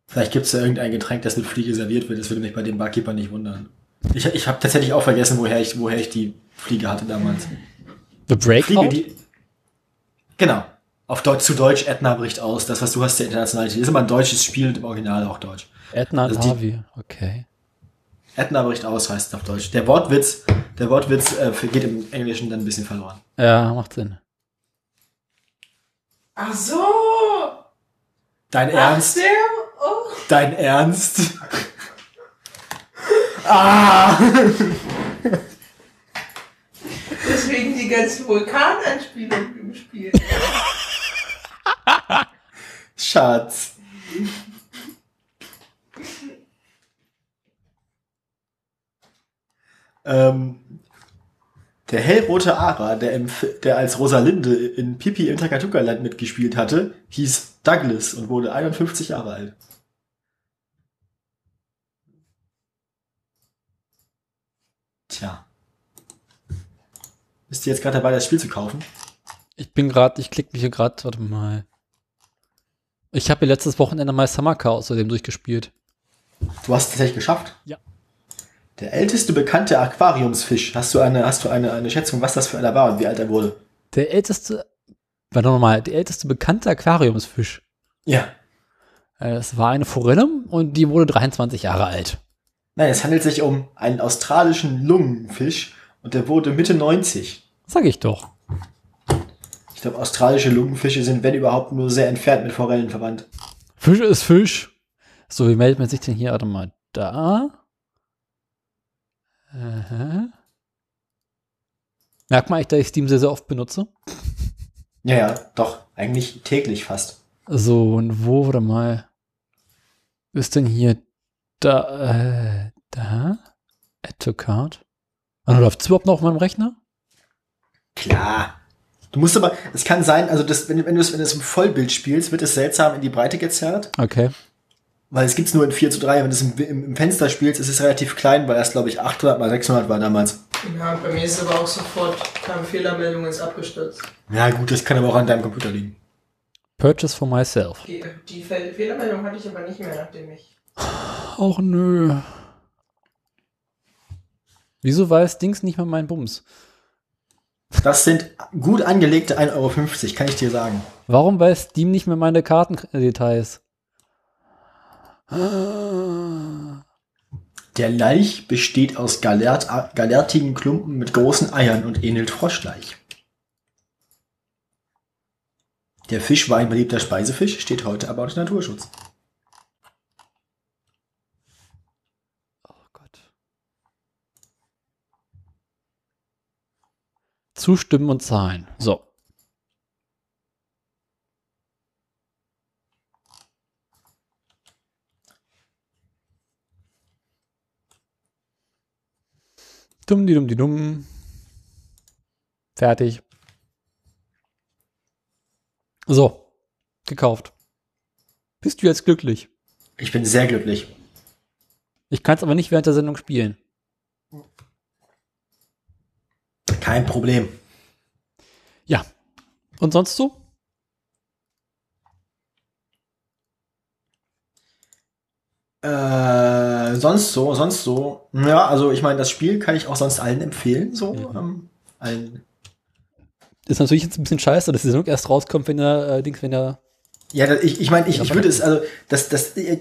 Vielleicht gibt's da irgendein Getränk, das mit Fliege serviert wird, das würde mich bei dem Barkeeper nicht wundern. Ich, ich habe tatsächlich auch vergessen, woher ich, woher ich die Fliege hatte damals. The Fliege, Breakout? die. Genau. Auf Deutsch, zu Deutsch, Edna bricht aus. Das, was du hast, der internationale Titel. Ist immer ein deutsches Spiel und im Original auch Deutsch. Edna und Also die- Harvey. Okay. Edna bricht aus heißt es auf Deutsch. Der Wortwitz, der Wortwitz äh, geht im Englischen dann ein bisschen verloren. Ja, macht Sinn. Ach so! Dein Ach, Ernst? sehr? Oh. Dein Ernst? ah! Deswegen die ganzen Vulkananspielungen im Spiel. Schatz. ähm, der hellrote Ara, der, im, Fi- der als Rosalinde in Pipi im Takatuka-Land mitgespielt hatte, hieß Douglas und wurde 51 Jahre alt. Tja. Bist du jetzt gerade dabei, das Spiel zu kaufen? Ich bin gerade, ich klicke mich hier gerade, warte mal. Ich habe letztes Wochenende mal Summer Car außerdem durchgespielt. Du hast es tatsächlich geschafft? Ja. Der älteste bekannte Aquariumsfisch. Hast du eine, hast du eine, eine Schätzung, was das für einer war und wie alt er wurde? Der älteste, warte nochmal, der älteste bekannte Aquariumsfisch. Ja. Äh, Es war eine Forelle und die wurde 23 Jahre alt. Nein, es handelt sich um einen australischen Lungenfisch und der wurde Mitte 90. Sag ich doch. Ich glaube, australische Lungenfische sind, wenn überhaupt, nur sehr entfernt mit Forellen verwandt. Fisch ist Fisch. So, wie meldet man sich denn hier? Warte mal, da. Aha. Merkt man eigentlich, dass ich Steam sehr, sehr oft benutze? Ja, ja, doch. Eigentlich täglich fast. So, und wo, warte mal. Ist denn hier da, äh, da? Add to card? Und läuft es überhaupt noch auf meinem Rechner? Klar. Du musst aber, es kann sein, also das, wenn, wenn du es wenn du es im Vollbild spielst, wird es seltsam in die Breite gezerrt, Okay. weil es gibt's nur in 4 zu 3. Wenn du es im, im, im Fenster spielst, ist es relativ klein, weil das, glaube ich, 800 mal 600 war damals. Ja, bei mir ist aber auch sofort, kam Fehlermeldung, ist abgestürzt. Ja gut, das kann aber auch an deinem Computer liegen. Purchase for myself. Die, die Fe- Fehlermeldung hatte ich aber nicht mehr, nachdem ich. Auch nö. Wieso weiß Dings nicht mehr meinen Bums? Das sind gut angelegte 1,50 Euro, kann ich dir sagen. Warum weiß Steam nicht mehr meine äh, Kartendetails? Ah. Der Laich besteht aus galert, galertigen Klumpen mit großen Eiern und ähnelt Froschlaich. Der Fisch war ein beliebter Speisefisch, steht heute aber unter Naturschutz. Oh Gott. Zustimmen und zahlen. So. Dumm, die dumm, die dumm. Fertig. So. Gekauft. Bist du jetzt glücklich? Ich bin sehr glücklich. Ich kann es aber nicht während der Sendung spielen. Kein Problem. Ja. Und sonst so? Äh, sonst so, sonst so. Ja, also ich meine, das Spiel kann ich auch sonst allen empfehlen. So, Mhm. ähm, allen. Ist natürlich jetzt ein bisschen scheiße, dass die Sendung erst rauskommt, wenn der äh, Dings, wenn der. Ja, da- ich, ich meine, ich, Ja, ich würde es, also das, das, äh,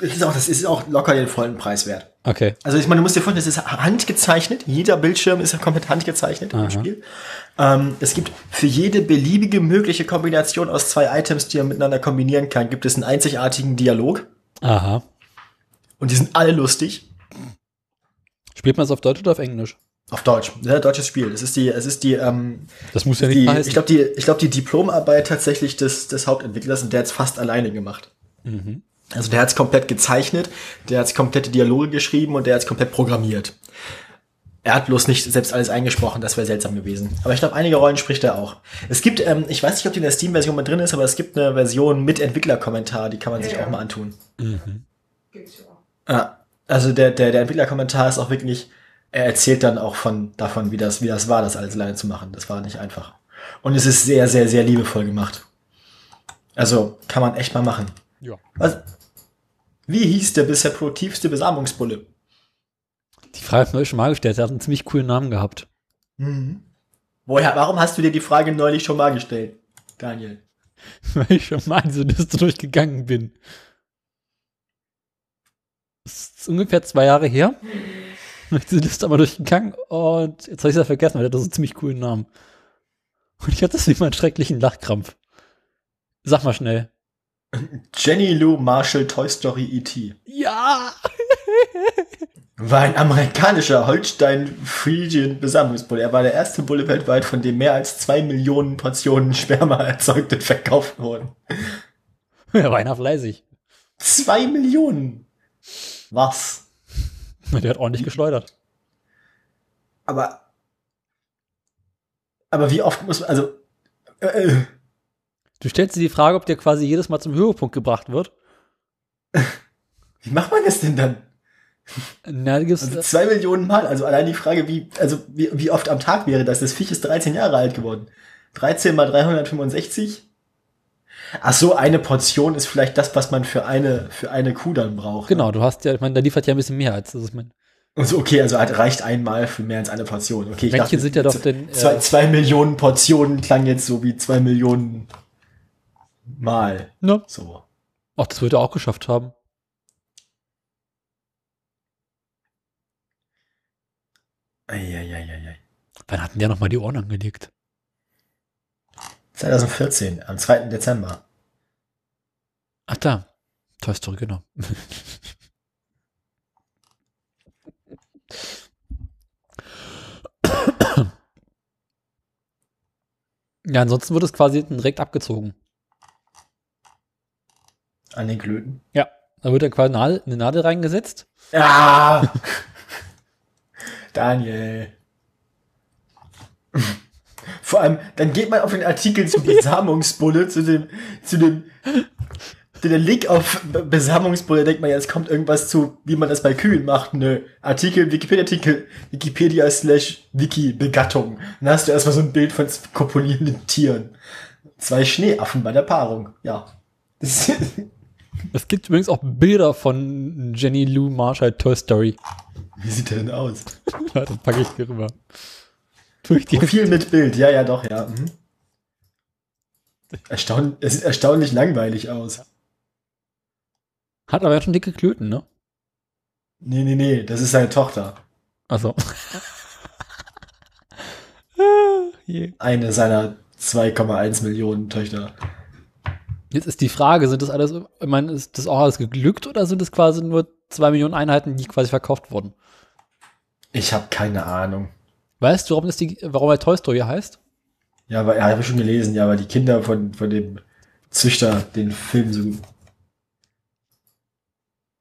das ist auch, das ist auch locker den vollen Preis wert. Okay. Also ich meine, du musst dir vorstellen, das ist handgezeichnet. Jeder Bildschirm ist ja komplett handgezeichnet Aha. im Spiel. Ähm, es gibt für jede beliebige mögliche Kombination aus zwei Items, die man miteinander kombinieren kann, gibt es einen einzigartigen Dialog. Aha. Und die sind alle lustig. Spielt man es auf Deutsch oder auf Englisch? Auf Deutsch. Ja, deutsches Spiel. Es ist die, es ist die, ähm, Das muss ja die heißen. ich glaube, die, ich glaube, die Diplomarbeit tatsächlich des, des Hauptentwicklers und der hat es fast alleine gemacht. mhm. Also der hat es komplett gezeichnet, der hat komplette Dialoge geschrieben und der hat es komplett programmiert. Er hat bloß nicht selbst alles eingesprochen, das wäre seltsam gewesen. Aber ich glaube, einige Rollen spricht er auch. Es gibt, ähm, ich weiß nicht, ob die in der Steam-Version mit drin ist, aber es gibt eine Version mit Entwicklerkommentar, die kann man sich Ja. auch mal antun. Mhm. Gibt's ja auch. Ja, also der, der, der Entwicklerkommentar ist auch wirklich, er erzählt dann auch von, davon, wie das, wie das war, das alles alleine zu machen. Das war nicht einfach. Und es ist sehr, sehr, sehr liebevoll gemacht. Also kann man echt mal machen. Ja. Was? Wie hieß der bisher produktivste Besamungsbulle? Die Frage habe ich mir schon mal gestellt. Der hat einen ziemlich coolen Namen gehabt. <laughs> Mhm. Woher, warum hast du dir die Frage neulich schon mal gestellt, Daniel? Weil ich schon mal diese Liste durchgegangen bin. Das ist ungefähr zwei <laughs> Jahre her. Bin ich diese Liste einmal durchgegangen und jetzt habe ich es ja vergessen, weil der hat so einen ziemlich coolen Namen. Und ich hatte deswegen mal einen schrecklichen Lachkrampf. Sag mal schnell. Jenny Lou Marshall Toy Story E E.T. <laughs> Ja! war ein amerikanischer Holstein-Friesian Besammlungsbulle. Er war der erste Bulle weltweit, von dem mehr als zwei Millionen Portionen Sperma <laughs> erzeugt und verkauft wurden. Er war einer fleißig. Zwei Millionen! Was? Der hat ordentlich geschleudert. Aber. Aber wie oft muss man. Also. Äh, äh, Du stellst dir die Frage, ob der quasi jedes Mal zum Höhepunkt gebracht wird. wie macht man das denn dann? Na, da gibt's, Also äh, zwei Millionen Mal. Also allein die Frage, wie, also wie, wie oft am Tag wäre das? Das Viech ist 13 Jahre alt geworden. 13 mal 365? Ach so, eine Portion ist vielleicht das, was man für eine, für eine Kuh dann braucht. ne? genau, du hast ja, ich meine, der liefert ja ein bisschen mehr als das. Ich meine, Also okay, also halt reicht einmal für mehr als eine Portion. Okay, ich Männchen sind ja doch z- den, äh, zwei, zwei Millionen Portionen klang jetzt so wie zwei Millionen Mal. Ne? So. Ach, das wird er auch geschafft haben. Eieieiei. Wann hatten der nochmal die Ohren angelegt? 2014, am 2. Dezember. Ach da. Toy Story, genau. ja, ansonsten wird es quasi hinten direkt abgezogen. An den Klöten. Da wird dann quasi Nadel- eine Nadel reingesetzt. Ah! <laughs> Daniel. Vor allem, dann geht man auf den Artikel <laughs> zu Besamungsbulle, zu dem, zu dem, zu der Link auf Be- Besamungsbulle, denkt man, jetzt kommt irgendwas zu, wie man das bei Kühen macht. Nö. Artikel, Wikipedia-Artikel, Wikipedia slash Wiki-Begattung. Dann hast du erstmal so ein Bild von z- kopulierenden Tieren. Zwei Schneeaffen bei der Paarung. Ja. <laughs> Das ist, Es gibt übrigens auch Bilder von Jenny Lou Marshall Toy Story. <laughs> wie sieht der denn aus? Ja, das packe ich hier rüber. Durch die Profil mit Bild, ja, ja, doch, ja. Mhm. Erstaun es sieht erstaunlich langweilig aus. Hat aber ja schon dicke Klöten, ne? Nee, nee, nee, das ist seine Tochter. <laughs> Also. Jetzt Eine seiner 2,1 Millionen Töchter. ist die Frage, sind das alles, ich meine, ist das auch alles geglückt oder sind das quasi nur zwei Millionen Einheiten, die quasi verkauft wurden? Ich habe keine Ahnung. Weißt du, warum, das die, warum er Toy Story heißt? Ja, aber ja, habe ich schon gelesen, ja, weil die Kinder von, von dem Züchter den Film so.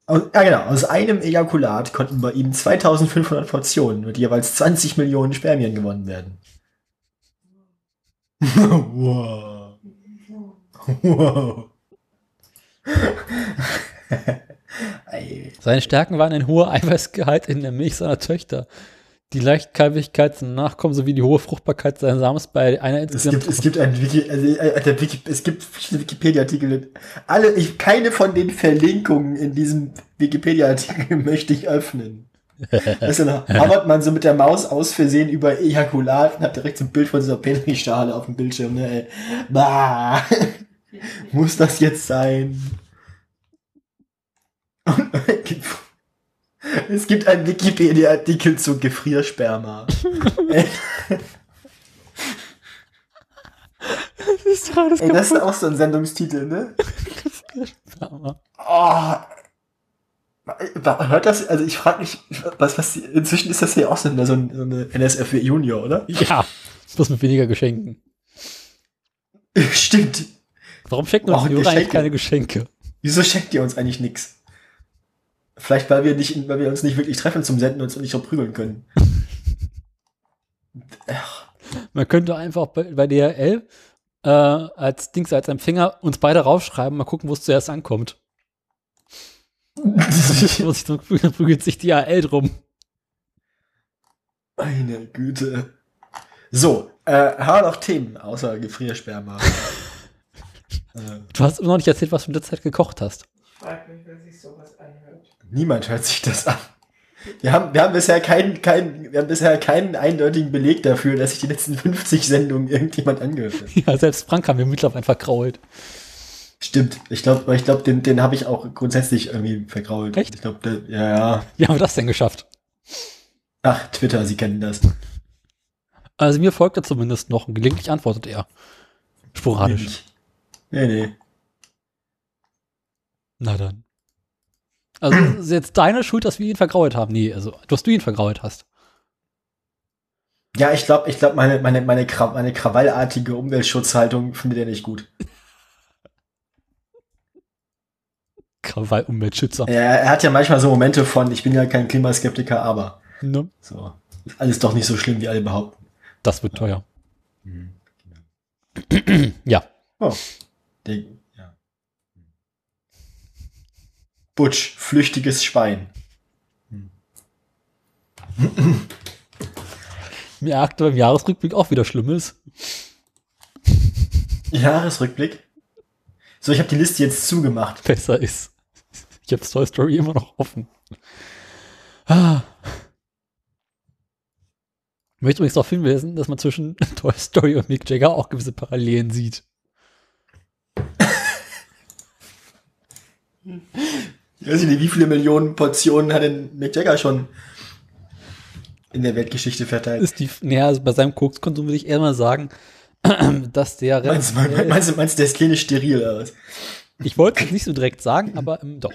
Aus, ja, genau, aus einem Ejakulat konnten bei ihm 2500 Portionen mit jeweils 20 Millionen Spermien gewonnen werden. <laughs> wow. <laughs> Wow. <laughs> Ey, Seine Stärken waren ein hoher Eiweißgehalt in der Milch seiner Töchter, die Leichtkalbigkeit seiner Nachkommen sowie die hohe Fruchtbarkeit seines Samens bei einer es, insgesamt gibt, es gibt einen Wiki, also, äh, der Wiki, es gibt viele Wikipedia-Artikel. mit- Alle, ich, keine von den Verlinkungen in diesem Wikipedia-Artikel <laughs> möchte ich öffnen. Weißt du, da hammert man so mit der Maus aus Versehen über Ejakulat und hat direkt so ein Bild von dieser Penny-Schale auf dem Bildschirm. Ne, ey. Bah. <laughs> Muss das jetzt sein? <laughs> Und es gibt einen Wikipedia-Artikel zu Gefriersperma. ist alles Ey, <laughs> das ist auch so ein Sendungstitel, ne? kaputt. Oh. Hört das, also ich frage mich, was, was, die- inzwischen ist das hier auch so eine, so ein- so eine NSFW Junior, <laughs> oder? Ja, bloß mit weniger Geschenken. <laughs> Stimmt. Warum schenken uns Oh, die Hörer eigentlich Geschenke. keine Geschenke? Wieso schenkt ihr uns eigentlich nix? Vielleicht, weil wir nicht, weil wir uns nicht wirklich treffen zum Senden und uns nicht so prügeln können. Man könnte einfach bei, bei DHL äh, als Dings, als Empfänger uns beide raufschreiben, mal gucken, wo es zuerst <laughs> ankommt. Dann muss ich dann prü- dann prügelt sich DHL drum. Meine Güte. So, äh, haben wir noch Themen außer Gefriersperma. äh, Du hast immer noch nicht erzählt, was du in letzter Zeit gekocht hast. Frag mich, wer sich sowas anhört. Niemand hört sich das an. Wir haben, wir haben bisher keinen, keinen, wir haben bisher keinen eindeutigen Beleg dafür, dass sich die letzten 50 Sendungen irgendjemand angehört hat. Ja, selbst Frank haben wir mittlerweile verkrault. Stimmt. Ich glaube, ich glaube, den, den habe ich auch grundsätzlich irgendwie vergrault. Echt? Ich glaube, ja, ja. Wie haben wir das denn geschafft? Ach, Twitter, Sie kennen das. Also mir folgt er zumindest noch und gelegentlich antwortet er. Sporadisch. Nee, nee. Na dann. Also <clears throat> es ist jetzt deine Schuld, dass wir ihn vergrault haben. Nee, also dass du ihn vergrault hast. Ja, ich glaube, ich glaube, meine, meine, meine, Kra meine krawallartige Umweltschutzhaltung findet er nicht gut. Krawall-Umweltschützer. Er, er hat ja manchmal so Momente von, ich bin ja kein Klimaskeptiker, aber. Ne? So. Ist alles doch nicht so schlimm, wie alle behaupten. Das wird teuer. Mhm. Ja. Der, Hm. ja. Butch, flüchtiges Schwein. Mir akte beim Jahresrückblick auch wieder <laughs> Schlimmes. Jahresrückblick. So, ich habe die Liste jetzt zugemacht. Besser ist. Ich habe Toy Story immer noch offen. Ah. Ich möchte übrigens darauf hinweisen, dass man zwischen <laughs> Toy Story und Mick Jagger auch gewisse Parallelen sieht. Ich weiß nicht, wie viele Millionen Portionen hat denn Mick Jagger schon in der Weltgeschichte verteilt? Ist die, naja, also bei seinem Kokskonsum würde ich eher mal sagen, <clears throat> dass der. Meinst, du, mein- meinst, du, meinst du, der ist klinisch steril oder was? <laughs> ich wollte es nicht so direkt sagen, aber ähm, doch.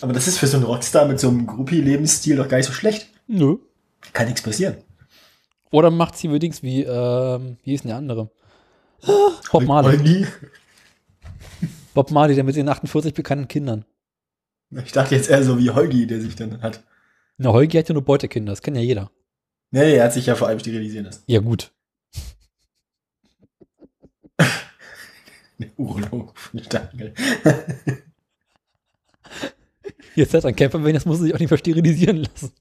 Aber das ist für so einen Rockstar mit so einem Groupie-Lebensstil doch gar nicht so schlecht. Nö. Kann nichts passieren. Oder macht sie übrigens wie, ähm, wie ist denn der andere? Ah, Bob Marley. Irgendwie- Bob Marley, der mit den 48 bekannten Kindern. Ich dachte jetzt eher so wie Holgi, der sich dann hat. Na, Holgi hat ja nur Beutekinder, das kennt ja jeder. Nee, er hat sich ja vor allem sterilisieren lassen. Ja, gut. Der Urologe von Stangl. Jetzt hat er einen Kämpfer, wenn das muss er sich auch nicht versterilisieren lassen.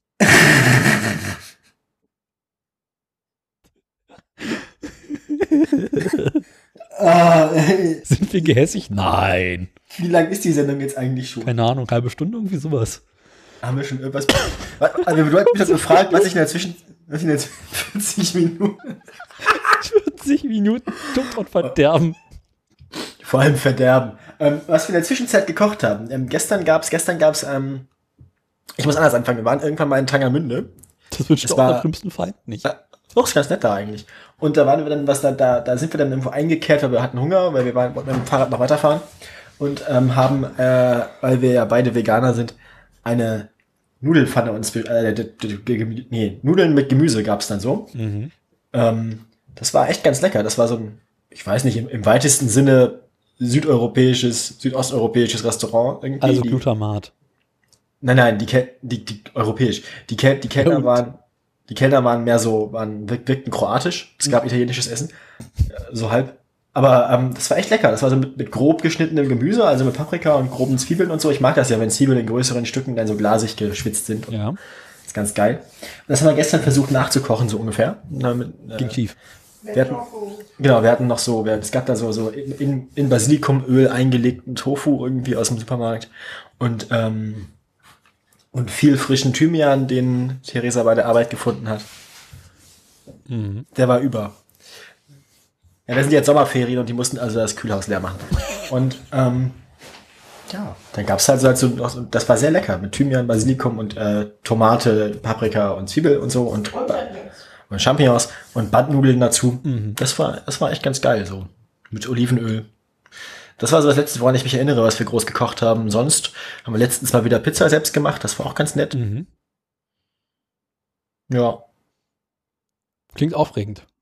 Ah, ey. <laughs> Sind wir gehässig? Nein. wie lang ist die Sendung jetzt eigentlich schon? Keine Ahnung, halbe Stunde, irgendwie sowas. <laughs> Haben wir schon irgendwas. Was- Also, du hast mich das gefragt, was ich in der Zwischen. <laughs> Was ich in der Zw- 40 Minuten. 40 Minuten dumm und verderben. Vor allem Verderben. Ähm, was wir in der Zwischenzeit gekocht haben. Ähm, gestern gab's, gestern gab's, ähm, ich muss anders anfangen. Wir waren irgendwann mal in Tangermünde. Das wünscht Es auch der war- schlimmsten Feind nicht. Ja, Auch ganz nett da eigentlich. Und da waren wir dann, was da, da, da sind wir dann irgendwo eingekehrt, weil wir hatten Hunger, weil wir waren, wollten mit dem Fahrrad noch weiterfahren. Und ähm, haben, äh, weil wir ja beide Veganer sind, eine Nudelfanne uns, be- äh, d- d- d- Gemü- nee, Nudeln mit Gemüse gab's dann so. Mhm. Ähm, das war echt ganz lecker. Das war so ein, ich weiß nicht, im, im weitesten Sinne südeuropäisches, südosteuropäisches Restaurant. Irgendwie. Also Die- Glutamat. Nein, nein, die, Kel die, die europäisch. Die, Kel die Kellner Ja, und? waren, die Kellner waren mehr so, waren, wirk- wirkten kroatisch. Es gab italienisches Essen. Äh, So halb. Aber ähm, das war echt lecker. Das war so mit, mit grob geschnittenem Gemüse, also mit Paprika und groben Zwiebeln und so. Ich mag das ja, wenn Zwiebeln in größeren Stücken dann so glasig geschwitzt sind. Und Ja, Das ist ganz geil. Und das haben wir gestern versucht nachzukochen, so ungefähr. Und dann mit, äh, ging schief. wir hatten, genau, wir hatten noch so, wir, es gab da so, so in, in, in Basilikumöl eingelegten Tofu irgendwie aus dem Supermarkt und, ähm, und viel frischen Thymian, den Theresa bei der Arbeit gefunden hat. Mhm. Der war über. Ja, das sind jetzt Sommerferien und die mussten also das Kühlhaus leer machen. Und ähm, ja, dann gab's halt so, halt so, noch so- das war sehr lecker mit Thymian, Basilikum und äh, Tomate, Paprika und Zwiebel und so und, Und Champignons. und Champignons und Bandnudeln dazu. Mhm. Das war, das war echt ganz geil, so. Mit Olivenöl. Das war so das letzte, woran ich mich erinnere, was wir groß gekocht haben. Sonst haben wir letztens mal wieder Pizza selbst gemacht. Das war auch ganz nett. Mhm. Ja. Klingt aufregend. <laughs>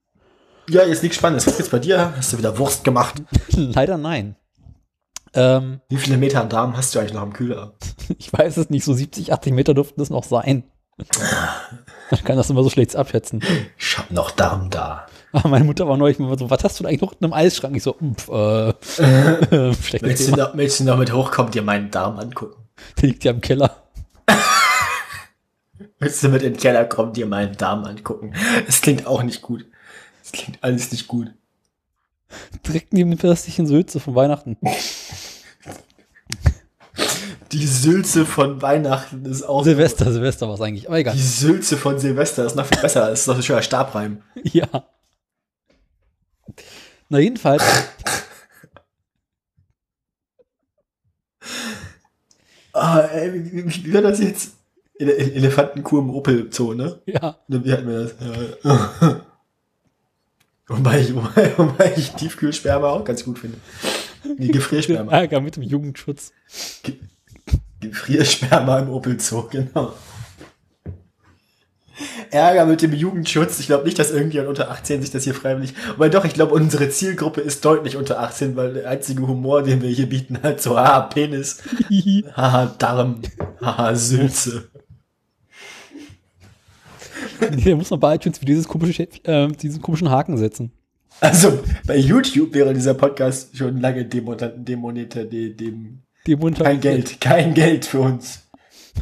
Ja, jetzt nichts Spannendes. Was gibt's bei dir? Hast du wieder Wurst gemacht? Leider nein. Ähm, <laughs> Wie viele Meter an Darm hast du eigentlich noch im Kühler? ich weiß es nicht, so 70, 80 Meter dürften es noch sein. <laughs> Man kann das immer so schlecht abschätzen. Ich hab noch Darm da. <laughs> Aber meine Mutter war neulich immer so, was hast du da eigentlich noch in einem Eisschrank? Ich so, "Mm, pf, <laughs> äh, schlechtes Willst du, Thema. noch, willst du noch mit hochkommen, dir meinen Darm angucken? Der liegt ja im Keller. Willst du mit in den Keller kommen, dir meinen Darm angucken? Das klingt auch nicht gut. Das klingt alles nicht gut. Direkt neben dem Pfirsichen Sülze von Weihnachten. Die Sülze von Weihnachten ist auch. Silvester, Silvester war es eigentlich. <laughs> Aber egal. Die Sülze von Silvester ist noch viel besser. Das ist noch ein schöner Stabreim. Ja. <laughs> Na, jedenfalls. Ah, ey, wie, wie, wie war das jetzt? Ele Ele- Elefantenkuh im Opel-Zoo, ne? Ja. Ne, Wie hatten wir das? Ja. <laughs> wobei, ich, wobei, wobei ich Tiefkühlsperma auch ganz gut finde. Nee, <laughs> Gefriersperma. Ärger mit dem Jugendschutz. <laughs> Gefriersperma im Opel-Zoo, genau. Ärger mit dem Jugendschutz. Ich glaube nicht, dass irgendjemand unter 18 sich das hier freiwillig. Weil doch, ich glaube, unsere Zielgruppe ist deutlich unter 18, weil der einzige Humor, den wir hier bieten, halt so, haha, Penis, haha, Darm, haha, Sülze. Der muss man bei iTunes für dieses komische, äh, diesen komischen Haken setzen. Also bei YouTube wäre dieser Podcast schon lange demonetiert, demonetiert dem, dem Die Mutter, kein Geld, kein Geld für uns.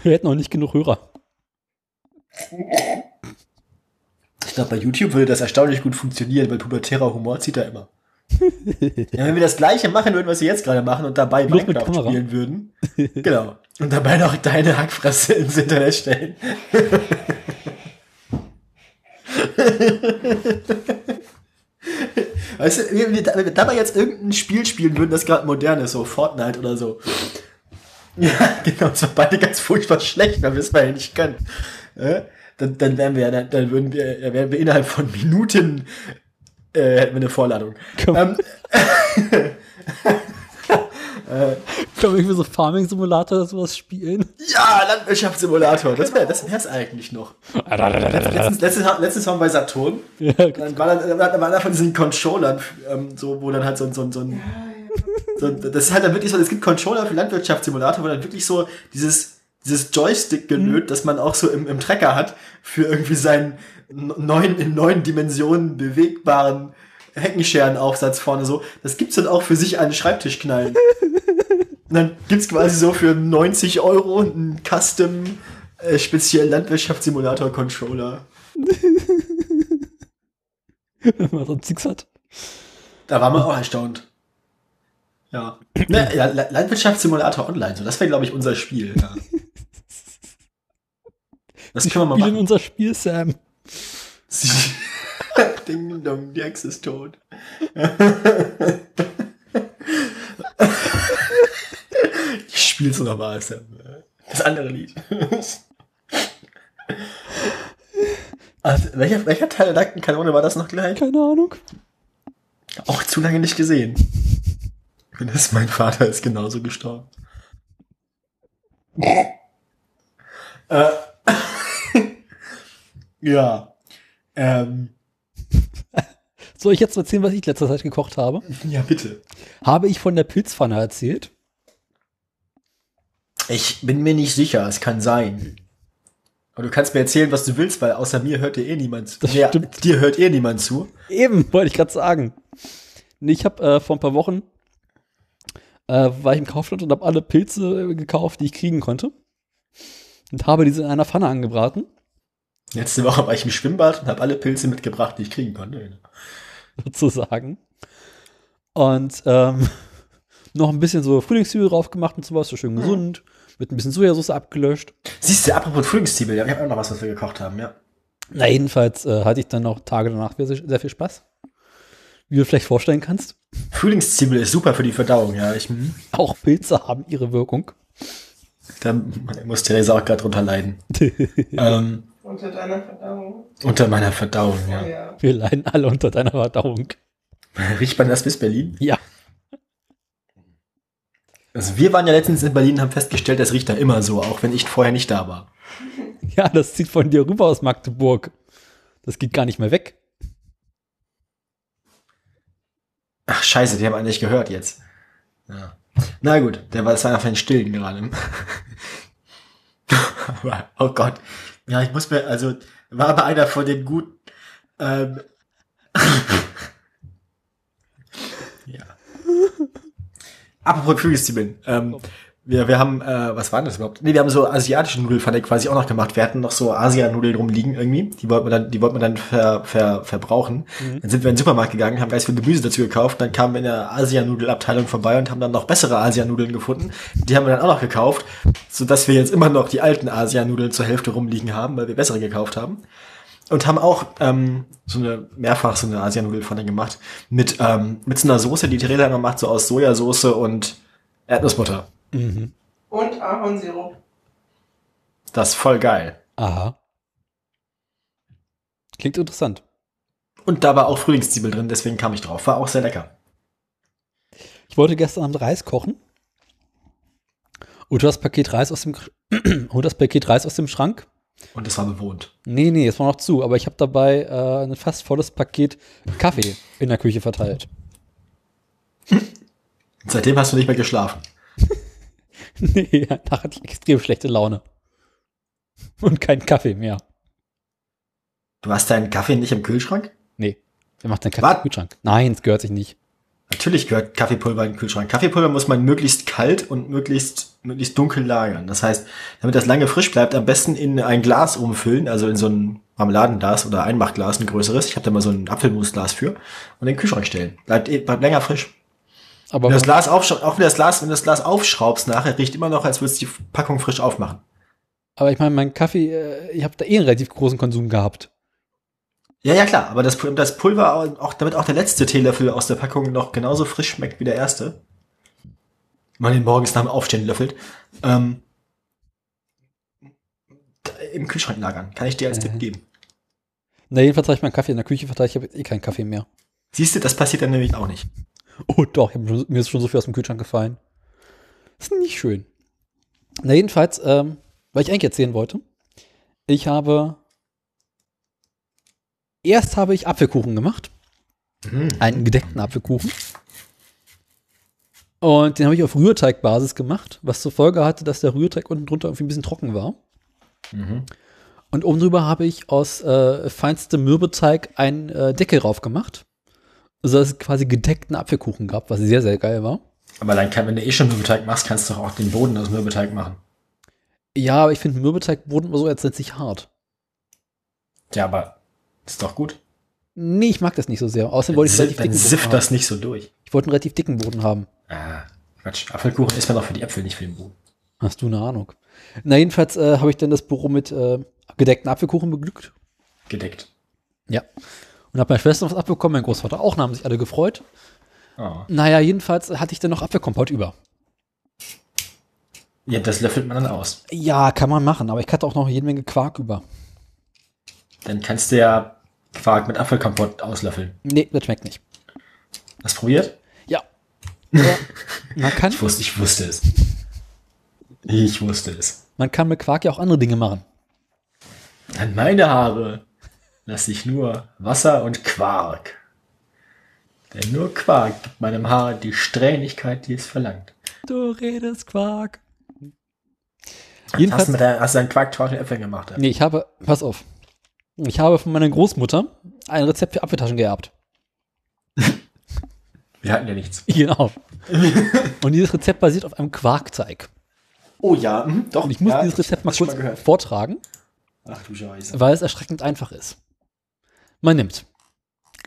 Wir hätten auch nicht genug Hörer. Ich glaube, bei YouTube würde das erstaunlich gut funktionieren, weil pubertärer Humor zieht da <laughs> immer. ja, wenn wir das gleiche machen würden, was wir jetzt gerade machen und dabei Bloß mit Minecraft Kamera. <laughs> spielen würden. Genau. Und dabei noch deine Hackfresse ins Internet stellen. <laughs> weißt du, wenn wir, da- wenn wir dabei jetzt irgendein Spiel spielen würden, das gerade modern ist, so Fortnite oder so. <laughs> Ja, genau, das war beide ganz furchtbar schlecht, weil wir es beide nicht können. Äh, Dann, dann wären wir ja- dann, dann würden wir, ja, wären wir innerhalb von Minuten äh, hätten wir eine Vorladung. Komm. Ähm, Kann man irgendwie so Farming-Simulator oder sowas spielen? <laughs> ja, Landwirtschaftssimulator, das wäre das wär's eigentlich noch. Letztens, letztes, letztes Mal bei Saturn. Ja, Dann war, dann, dann war einer von diesen Controllern, ähm, so, wo dann halt so, ein- so, ein- so ein. So, ein- das ist halt dann wirklich so, es gibt Controller für Landwirtschaftssimulator, wo dann wirklich so dieses, dieses Joystick-Genöt, das man auch so im, im Trecker hat, für irgendwie seinen n- neuen, in neuen Dimensionen bewegbaren Heckenscherenaufsatz vorne so, das gibt's dann auch für sich an den Schreibtisch knallen. Und dann gibt's quasi so für 90 Euro einen Custom äh, speziellen Landwirtschaftssimulator-Controller. <laughs> wenn man so einen Zix hat. Da war man auch erstaunt. Ja. Ne, ja La- Landwirtschaftssimulator online, so das wäre, glaube ich, unser Spiel. Ja. Das können wir mal Spielen machen. unser Spiel, Sam. <laughs> Ding dong, die Ex ist tot. <laughs> ich spiel's nochmal, Sam. äh, Das andere Lied. <laughs> Also, welcher, welcher Teil der nackten Kanone war das noch gleich? Keine Ahnung. auch zu lange nicht gesehen. Das, mein Vater ist genauso gestorben. äh, <laughs> ja. Ähm, Soll ich jetzt mal erzählen, was ich letzter Zeit gekocht habe? ja, bitte. Habe ich von der Pilzpfanne erzählt? Ich bin mir nicht sicher, es kann sein. Aber du kannst mir erzählen, was du willst, weil außer mir hört dir eh niemand zu. Das Ja, stimmt. Dir hört eh niemand zu. Eben, wollte ich gerade sagen. Nee, ich habe äh, vor ein paar Wochen äh, war ich im Kaufland und habe alle Pilze äh, gekauft, die ich kriegen konnte. Und habe diese in einer Pfanne angebraten. <laughs> Letzte Woche war ich im Schwimmbad und habe alle Pilze mitgebracht, die ich kriegen konnte. sozusagen. Und ähm, <laughs> noch ein bisschen so Frühlingszwiebel drauf gemacht und sowas, so schön gesund, mit ein bisschen Sojasauce abgelöscht. Siehst du, apropos Frühlingszwiebel, ja, wir haben auch noch was, was wir gekocht haben, ja. Na, jedenfalls äh, hatte ich dann noch Tage danach sehr, sehr viel Spaß. Wie du vielleicht vorstellen kannst, Frühlingszwiebel ist super für die Verdauung, ja. Ich, Mhm. hm. auch Pilze haben ihre Wirkung. Da muss Theresa auch gerade drunter leiden. ähm, Unter deiner Verdauung. unter meiner Verdauung, Ja. ja. ja. Wir leiden alle unter deiner Verdauung. Riecht man das bis Berlin? Ja. Also wir waren ja letztens in Berlin und haben festgestellt, das riecht da immer so, auch wenn ich vorher nicht da war. Ja, das zieht von dir rüber aus Magdeburg. Das geht gar nicht mehr weg. Ach scheiße, die haben eigentlich gehört jetzt. Ja. Na gut, der war das war auf den Stillen gerade. <laughs> aber, oh Gott. Ja, ich muss mir, also, war aber einer von den guten. Ähm, <laughs> ja. Apropos Frühlingszwiebeln. Ähm, wir, wir haben, äh, was waren das überhaupt? Nee, wir haben so asiatische Nudelpfanne quasi auch noch gemacht. Wir hatten noch so Asianudeln rumliegen irgendwie. Die wollten wir dann, die wollten wir dann ver, ver, verbrauchen. Dann sind wir in den Supermarkt gegangen, haben ganz viel Gemüse dazu gekauft. Dann kamen wir in der Asianudelabteilung vorbei und haben dann noch bessere Asianudeln gefunden. Die haben wir dann auch noch gekauft, sodass wir jetzt immer noch die alten Asianudeln zur Hälfte rumliegen haben, weil wir bessere gekauft haben und haben auch ähm, so eine mehrfach so eine Asianudelpfanne gemacht mit ähm, mit so einer Soße, die Theresa immer macht, so aus Sojasauce und Erdnussbutter. Mhm. Und Ahornsirup. Das ist voll geil. Aha. Klingt interessant. Und da war auch Frühlingszwiebel drin, deswegen kam ich drauf. War auch sehr lecker. Ich wollte gestern Abend Reis kochen. Und das Paket Reis aus dem Kr- <clears throat> und das Paket Reis aus dem Schrank. Und es war bewohnt. Nee, nee, es war noch zu, aber ich habe dabei äh, ein fast volles Paket Kaffee in der Küche verteilt. <laughs> Und seitdem hast du nicht mehr geschlafen. nee, <laughs> danach hatte ich extrem schlechte Laune. Und keinen Kaffee mehr. Du hast deinen Kaffee nicht im Kühlschrank? Nee. Wer macht denn Kaffee Was? im Kühlschrank? Nein, es gehört sich nicht. Natürlich gehört Kaffeepulver in den Kühlschrank. Kaffeepulver muss man möglichst kalt und möglichst, möglichst dunkel lagern. Das heißt, damit das lange frisch bleibt, am besten in ein Glas umfüllen, also in so ein Marmeladenglas oder Einmachglas, ein größeres. Ich habe da mal so ein Apfelmusglas für. Und in den Kühlschrank stellen. Bleibt, eh- bleibt länger frisch. Aber Wenn du das man- Glas aufschraubst, auch wenn du das Glas, wenn du das Glas aufschraubst nachher, riecht immer noch, als würdest du die Packung frisch aufmachen. Aber ich meine, mein Kaffee, äh, ich habe da eh einen relativ großen Konsum gehabt. Ja, ja, klar, aber das, Pul- das Pulver, au- auch, damit auch der letzte Teelöffel aus der Packung noch genauso frisch schmeckt wie der erste. Wenn Man den morgens nach dem Aufstehen löffelt. Ähm, da- Im Kühlschrank lagern, kann ich dir als Mhm. Tipp geben. Na, jedenfalls habe ich meinen Kaffee in der Küche verteilt, ich habe eh keinen Kaffee mehr. Siehst du, das passiert dann nämlich auch nicht. Oh doch, ich hab schon, mir ist schon so viel aus dem Kühlschrank gefallen. Ist nicht schön. Na, jedenfalls, ähm, weil ich eigentlich erzählen wollte, ich habe. Erst habe ich Apfelkuchen gemacht. Mhm. einen gedeckten Apfelkuchen. Und den habe ich auf Rührteigbasis gemacht, was zur Folge hatte, dass der Rührteig unten drunter irgendwie ein bisschen trocken war. Mhm. Und oben drüber habe ich aus äh, feinstem Mürbeteig einen äh, Deckel drauf gemacht, sodass Also, es quasi gedeckten Apfelkuchen gab, was sehr, sehr geil war. Aber dann kann, wenn du eh schon Mürbeteig machst, kannst du doch auch den Boden aus Mürbeteig machen. Ja, aber ich finde Mürbeteigboden immer so letztendlich hart. Ja, aber ist doch gut. Nee, ich mag das nicht so sehr. Außerdem Dann wollte ich einen siff- relativ dann dicken Boden sifft haben. das nicht so durch. Ich wollte einen relativ dicken Boden haben. Ah, Quatsch. Apfelkuchen isst man auch für die Äpfel, nicht für den Boden. Hast du eine Ahnung? Na, jedenfalls äh, habe ich dann das Büro mit äh, gedeckten Apfelkuchen beglückt. Gedeckt. Und habe meine Schwester was abbekommen, mein Großvater auch, und haben sich alle gefreut. Oh. Naja, jedenfalls hatte ich dann noch Apfelkompott über. Ja, das löffelt man dann aus. Ja, kann man machen, aber ich hatte auch noch jede Menge Quark über. Dann kannst du ja Quark mit Apfelkompott auslöffeln. Nee, das schmeckt nicht. Hast du probiert? Ja. ja. <laughs> Man, kann, Ich wusste, ich wusste es. Ich wusste es. man kann mit Quark ja auch andere Dinge machen. An meine Haare lasse ich nur Wasser und Quark. Denn nur Quark gibt meinem Haar die Strähnigkeit, die es verlangt. Du redest Quark. Hast du, Jedenfalls, mit der, hast du einen Quark Torte Äpfel gemacht? Ja? nee, ich habe, pass auf. Ich habe von meiner Großmutter ein Rezept für Apfeltaschen geerbt. <laughs> Wir hatten ja nichts. <laughs> Genau. Und dieses Rezept basiert auf einem Quarkteig. Oh ja, mhm, doch. Und ich muss ja, dieses Rezept mal hab schon kurz gehört. vortragen. Ach du Scheiße. weil es erschreckend einfach ist. Man nimmt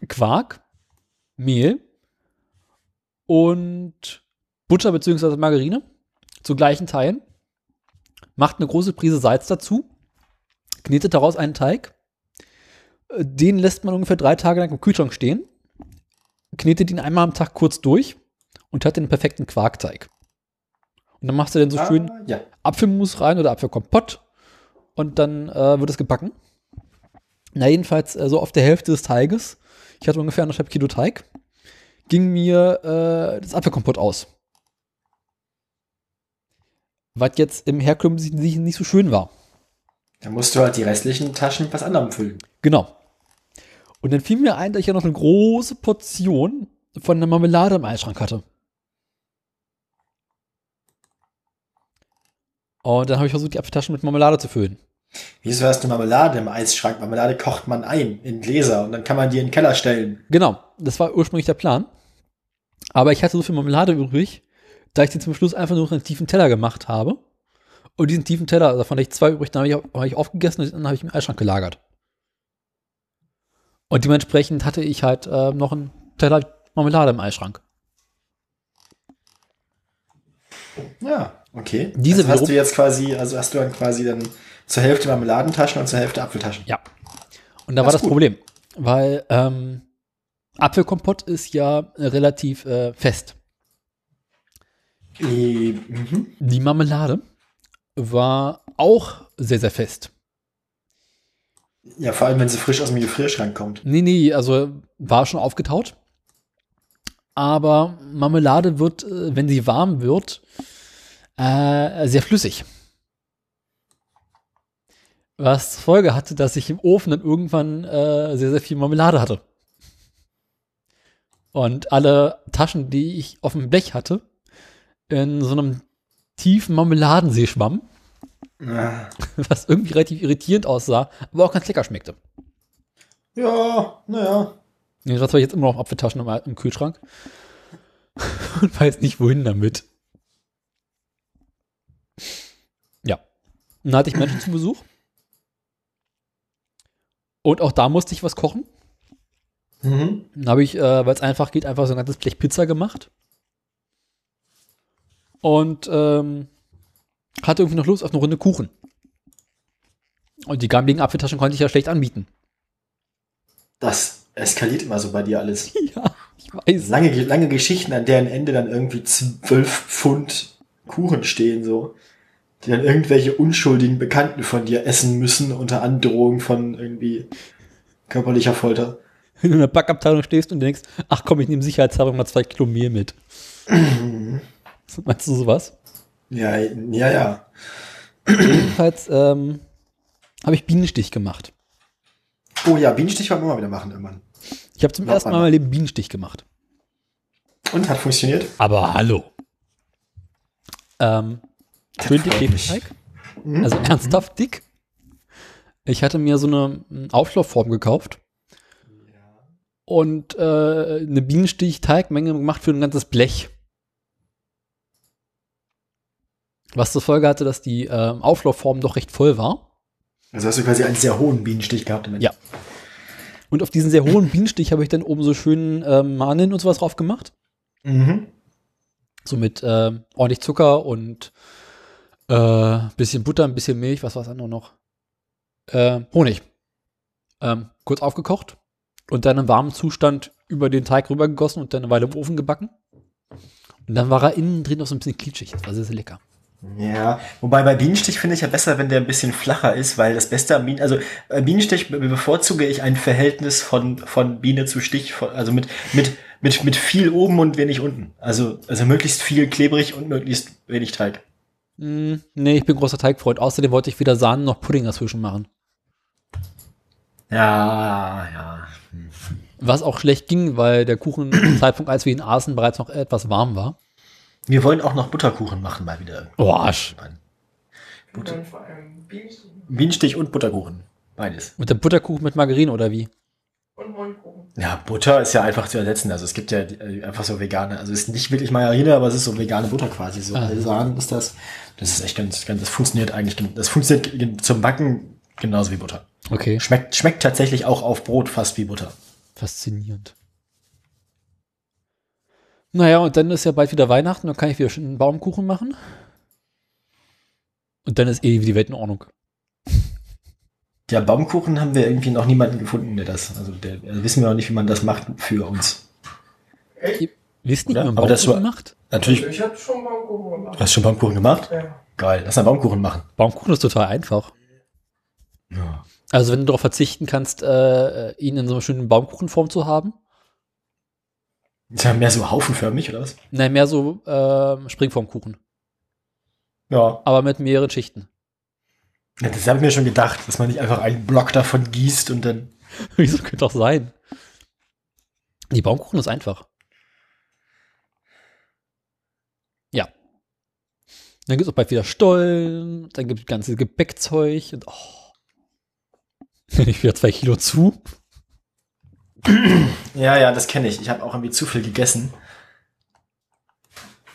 Quark, Mehl und Butter bzw. Margarine zu gleichen Teilen, macht eine große Prise Salz dazu, knetet daraus einen Teig, äh, den lässt man ungefähr drei Tage lang im Kühlschrank stehen, knetet ihn einmal am Tag kurz durch und hat den perfekten Quarkteig. Und dann machst du den so schön Ah, ja. Apfelmus rein oder Apfelkompott und dann äh, wird es gebacken. Na, jedenfalls äh, so auf der Hälfte des Teiges, ich hatte ungefähr anderthalb Kilo Teig, ging mir äh, das Apfelkompott aus. Was jetzt im herkömmlichen Siechen nicht so schön war. Dann musst du halt die restlichen Taschen mit was anderem füllen. Genau. Und dann fiel mir ein, dass ich ja noch eine große Portion von der Marmelade im Eisschrank hatte. Und dann habe ich versucht, die Apfeltaschen mit Marmelade zu füllen. Wieso hast du Marmelade im Eisschrank? Marmelade kocht man ein in Gläser und dann kann man die in den Keller stellen. Genau, das war ursprünglich der Plan. Aber ich hatte so viel Marmelade übrig, da ich den zum Schluss einfach nur noch einen tiefen Teller gemacht habe. Und diesen tiefen Teller, also davon hatte ich zwei übrig, dann habe ich, au- habe ich aufgegessen und den habe ich im Eisschrank gelagert. Und dementsprechend hatte ich halt äh, noch einen Teller Marmelade im Eisschrank. Ja, okay. Diese also hast wiederum- du jetzt quasi, also hast du dann quasi dann zur Hälfte Marmeladentaschen und zur Hälfte Apfeltaschen. Ja. Und da Das ist war das gut. Problem, weil ähm, Apfelkompott ist ja äh, relativ äh, fest. Äh, mhm. Die Marmelade war auch sehr, sehr fest. Ja, vor allem, wenn sie frisch aus dem Gefrierschrank kommt. Nee, nee, also war schon aufgetaut. Aber Marmelade wird, äh, wenn sie warm wird, äh, sehr flüssig. Was zur Folge hatte, dass ich im Ofen dann irgendwann äh, sehr, sehr viel Marmelade hatte. Und alle Taschen, die ich auf dem Blech hatte, in so einem tiefen Marmeladensee schwammen, Ah. <laughs> was irgendwie relativ irritierend aussah, aber auch ganz lecker schmeckte. Ja, naja. Nee, das habe ich jetzt immer noch Apfeltaschen im, im Kühlschrank. <laughs> Und weiß nicht, wohin damit. Ja. Dann hatte ich Menschen zu Besuch. Und auch da musste ich was kochen. Mhm. Dann habe ich, äh, weil es einfach geht, einfach so ein ganzes Blech Pizza gemacht. und ähm, hatte irgendwie noch Lust auf eine Runde Kuchen. Und die gammeligen Apfeltaschen konnte ich ja schlecht anbieten. <laughs> Das eskaliert immer so bei dir alles. Ja, ich weiß. Lange, lange Geschichten, an deren Ende dann irgendwie zwölf Pfund Kuchen stehen, so. Die dann irgendwelche unschuldigen Bekannten von dir essen müssen unter Androhung von irgendwie körperlicher Folter. Wenn du in der Backabteilung stehst und denkst, ach komm, ich nehme sicherheitshalber mal zwei Kilo Mehl mit. Meinst du sowas? Ja, ja, ja. Jedenfalls ähm, habe ich Bienenstich gemacht. Oh ja, Bienenstich wollen wir mal wieder machen irgendwann. Ich habe zum Noch ersten Mal in meinem Leben Bienenstich gemacht. Und hat funktioniert? Aber hallo. Ähm, schön dick freut mich. Hefeteig. Also ernsthaft dick. Ich hatte mir so eine mm, Auflaufform gekauft und äh, eine Bienenstichteigmenge gemacht für ein ganzes Blech. Was zur Folge hatte, dass die ähm, Auflaufform doch recht voll war. Also hast du quasi einen sehr hohen Bienenstich gehabt. im Endeffekt. Und auf diesen sehr hohen Bienenstich habe ich dann oben so schön ähm, Mandeln und sowas drauf gemacht. Mhm. So mit äh, ordentlich Zucker und äh, bisschen Butter, ein bisschen Milch, was war das andere noch? Äh, Honig. Ähm, kurz aufgekocht und dann im warmen Zustand über den Teig rübergegossen und dann eine Weile im Ofen gebacken. Und dann war er innen drin noch so ein bisschen klitschig. Das war sehr, sehr lecker. Ja, wobei bei Bienenstich finde ich ja besser, wenn der ein bisschen flacher ist, weil das Beste am Bienen, also äh, Bienenstich be- bevorzuge ich ein Verhältnis von, von Biene zu Stich, von, also mit, mit, mit, mit viel oben und wenig unten. Also, also möglichst viel klebrig und möglichst wenig Teig. Mm, nee, ich bin großer Teigfreund. Außerdem wollte ich weder Sahne noch Pudding dazwischen machen. Ja, ja. Was auch schlecht ging, weil der Kuchen <coughs> zum Zeitpunkt, als wir ihn aßen, bereits noch etwas warm war. Wir wollen auch noch Butterkuchen machen, mal wieder. Oh, Arsch. Und dann vor allem Bienchen Bienenstich und Butterkuchen. Beides. Mit dem Butterkuchen mit Margarine oder wie? und Mondkuchen. Ja, Butter ist ja einfach zu ersetzen. Also es gibt ja äh, einfach so vegane, also es ist nicht wirklich Margarine, aber es ist so vegane Butter quasi. So Ah. Alsan ist das. Das ist echt ganz, ganz, das funktioniert eigentlich, gen- das funktioniert gen- zum Backen genauso wie Butter. Okay. Schmeckt, schmeckt tatsächlich auch auf Brot fast wie Butter. Faszinierend. Naja, und dann ist ja bald wieder Weihnachten, dann kann ich wieder schön einen Baumkuchen machen. Und dann ist eh die Welt in Ordnung. Der Baumkuchen haben wir irgendwie noch niemanden gefunden, der das, also der, also wissen wir noch nicht, wie man das macht für uns. Echt? Wisst nicht, wie Oder? man Aber das Baumkuchen war- macht? Natürlich, Ich hab schon Mondkuchen du gemacht. hast schon Baumkuchen gemacht? Ja. Geil, lass mal Baumkuchen machen. Baumkuchen ist total einfach. Ja. Also wenn du darauf verzichten kannst, äh, ihn in so einer schönen Baumkuchenform zu haben. Ist ja mehr so haufenförmig, oder was? Nein, mehr so äh, Springformkuchen, Ja. aber mit mehreren Schichten. ja das habe ich mir schon gedacht, dass man nicht einfach einen Block davon gießt und dann <laughs> Wieso könnte auch sein? Die Baumkuchen ist einfach. Ja. Dann gibt es auch bald wieder Stollen, dann gibt es ganze Gebäckzeug und oh. Nehme ich wieder zwei Kilo zu. Ja, ja, das kenne ich. Ich habe auch irgendwie zu viel gegessen.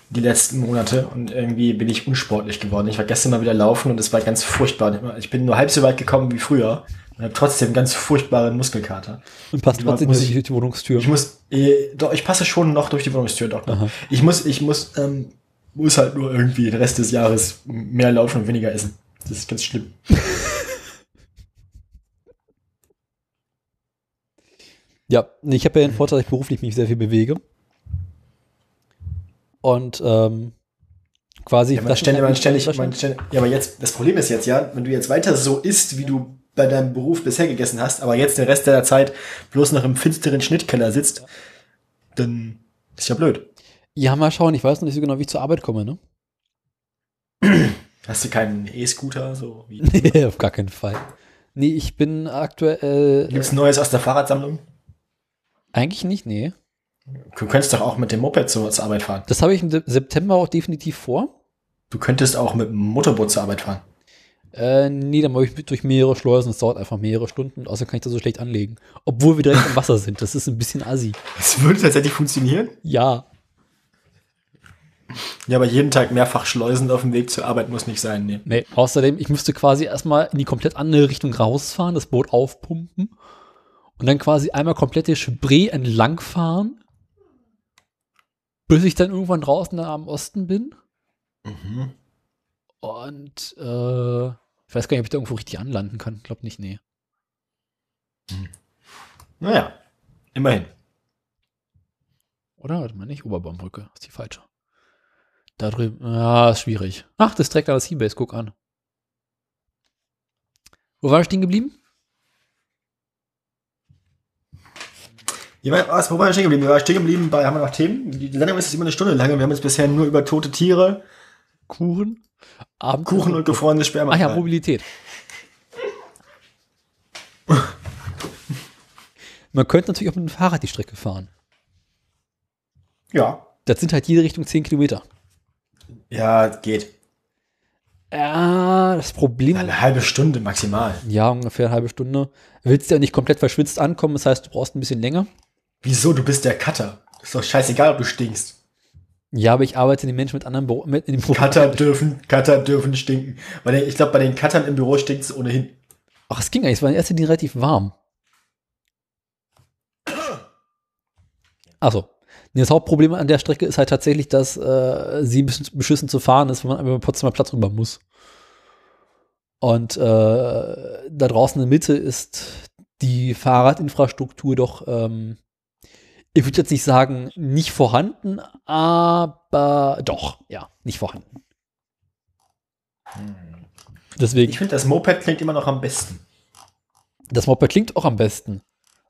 Die letzten Monate und irgendwie bin ich unsportlich geworden. Ich war gestern mal wieder laufen und es war ganz furchtbar. Ich bin nur halb so weit gekommen wie früher und habe trotzdem ganz furchtbaren Muskelkater. Und passt Ja, trotzdem muss durch ich- die Wohnungstür. Ich muss, äh, doch, ich passe schon noch durch die Wohnungstür, doch. Aha. Ich muss, ich muss, ähm, muss halt nur irgendwie den Rest des Jahres mehr laufen und weniger essen. Das ist ganz schlimm. Ja, nee, ich habe ja den Vorteil, dass ich beruflich mich sehr viel bewege. Und ähm, quasi. Ja, man halt das ständig, man ist ein- ständig, man ständig, ja, aber jetzt, das Problem ist jetzt ja, wenn du jetzt weiter so isst, wie du bei deinem Beruf bisher gegessen hast, aber jetzt den Rest deiner Zeit bloß noch im finsteren Schnittkeller sitzt, dann ist ja blöd. ja, mal schauen. Ich weiß noch nicht so genau, wie ich zur Arbeit komme, ne? Hast du keinen E-Scooter, so <laughs> wie. <laughs> Nee, auf gar keinen Fall. Nee, ich bin aktuell. Äh, Gibt's Neues aus der Fahrradsammlung? eigentlich nicht, nee. Du könntest doch auch mit dem Moped so zur Arbeit fahren. Das habe ich im Se- September auch definitiv vor. Du könntest auch mit dem Motorboot zur Arbeit fahren. Äh, nee, dann muss ich durch mehrere Schleusen. Das dauert einfach mehrere Stunden. Außerdem kann ich das so schlecht anlegen. Obwohl wir direkt am Wasser sind. Das ist ein bisschen assi. Das würde tatsächlich funktionieren. Ja. Ja, aber jeden Tag mehrfach schleusend auf dem Weg zur Arbeit muss nicht sein, nee. Nee, außerdem, ich müsste quasi erstmal in die komplett andere Richtung rausfahren, das Boot aufpumpen und dann quasi einmal komplett die Spree entlangfahren, bis ich dann irgendwann draußen am Osten bin Mhm. Und äh, ich weiß gar nicht, ob ich da irgendwo richtig anlanden kann. Glaub nicht, nee. Naja, immerhin. Oder? Warte mal, nicht Oberbaumbrücke. Ist die falsche. Da drüben. Ja, ist schwierig. Ach, das trägt alles Seabase. Guck an. Wo war ich stehen geblieben? Ja, wa- was, wo waren wir stehen geblieben? Wir waren stehen geblieben bei, haben wir noch Themen? Die Sendung ist jetzt immer eine Stunde lang und wir haben jetzt bisher nur über tote Tiere, Kuchen? Abend Kuchen und gefrorenes Sperma. Ach ja, Mobilität. <laughs> Man könnte natürlich auch mit dem Fahrrad die Strecke fahren. ja. Das sind halt jede Richtung 10 Kilometer. Ja, geht. Ja, das Problem. Eine halbe Stunde maximal. Ja, ungefähr eine halbe Stunde. Willst ja nicht komplett verschwitzt ankommen, das heißt, du brauchst ein bisschen länger. Wieso? Du bist der Cutter. Ist doch scheißegal, ob du stinkst. Ja, aber ich arbeite den Menschen mit anderen Büro, mit in dem Büro. <laughs> Cutter dürfen, Cutter dürfen stinken. Bei den, ich glaube, bei den Cuttern im Büro stinkt es ohnehin. Ach, es ging eigentlich. Es war in erster Linie relativ warm. Also, das Hauptproblem an der Strecke ist halt tatsächlich, dass äh, sie ein bisschen beschissen zu fahren ist, wenn man über den Potsdamer Platz rüber muss. Und äh, da draußen in der Mitte ist die Fahrradinfrastruktur doch, ähm, ich würde jetzt nicht sagen, nicht vorhanden, aber doch, ja, nicht vorhanden. Deswegen Ich finde, das Moped klingt immer noch am besten. Das Moped klingt auch am besten.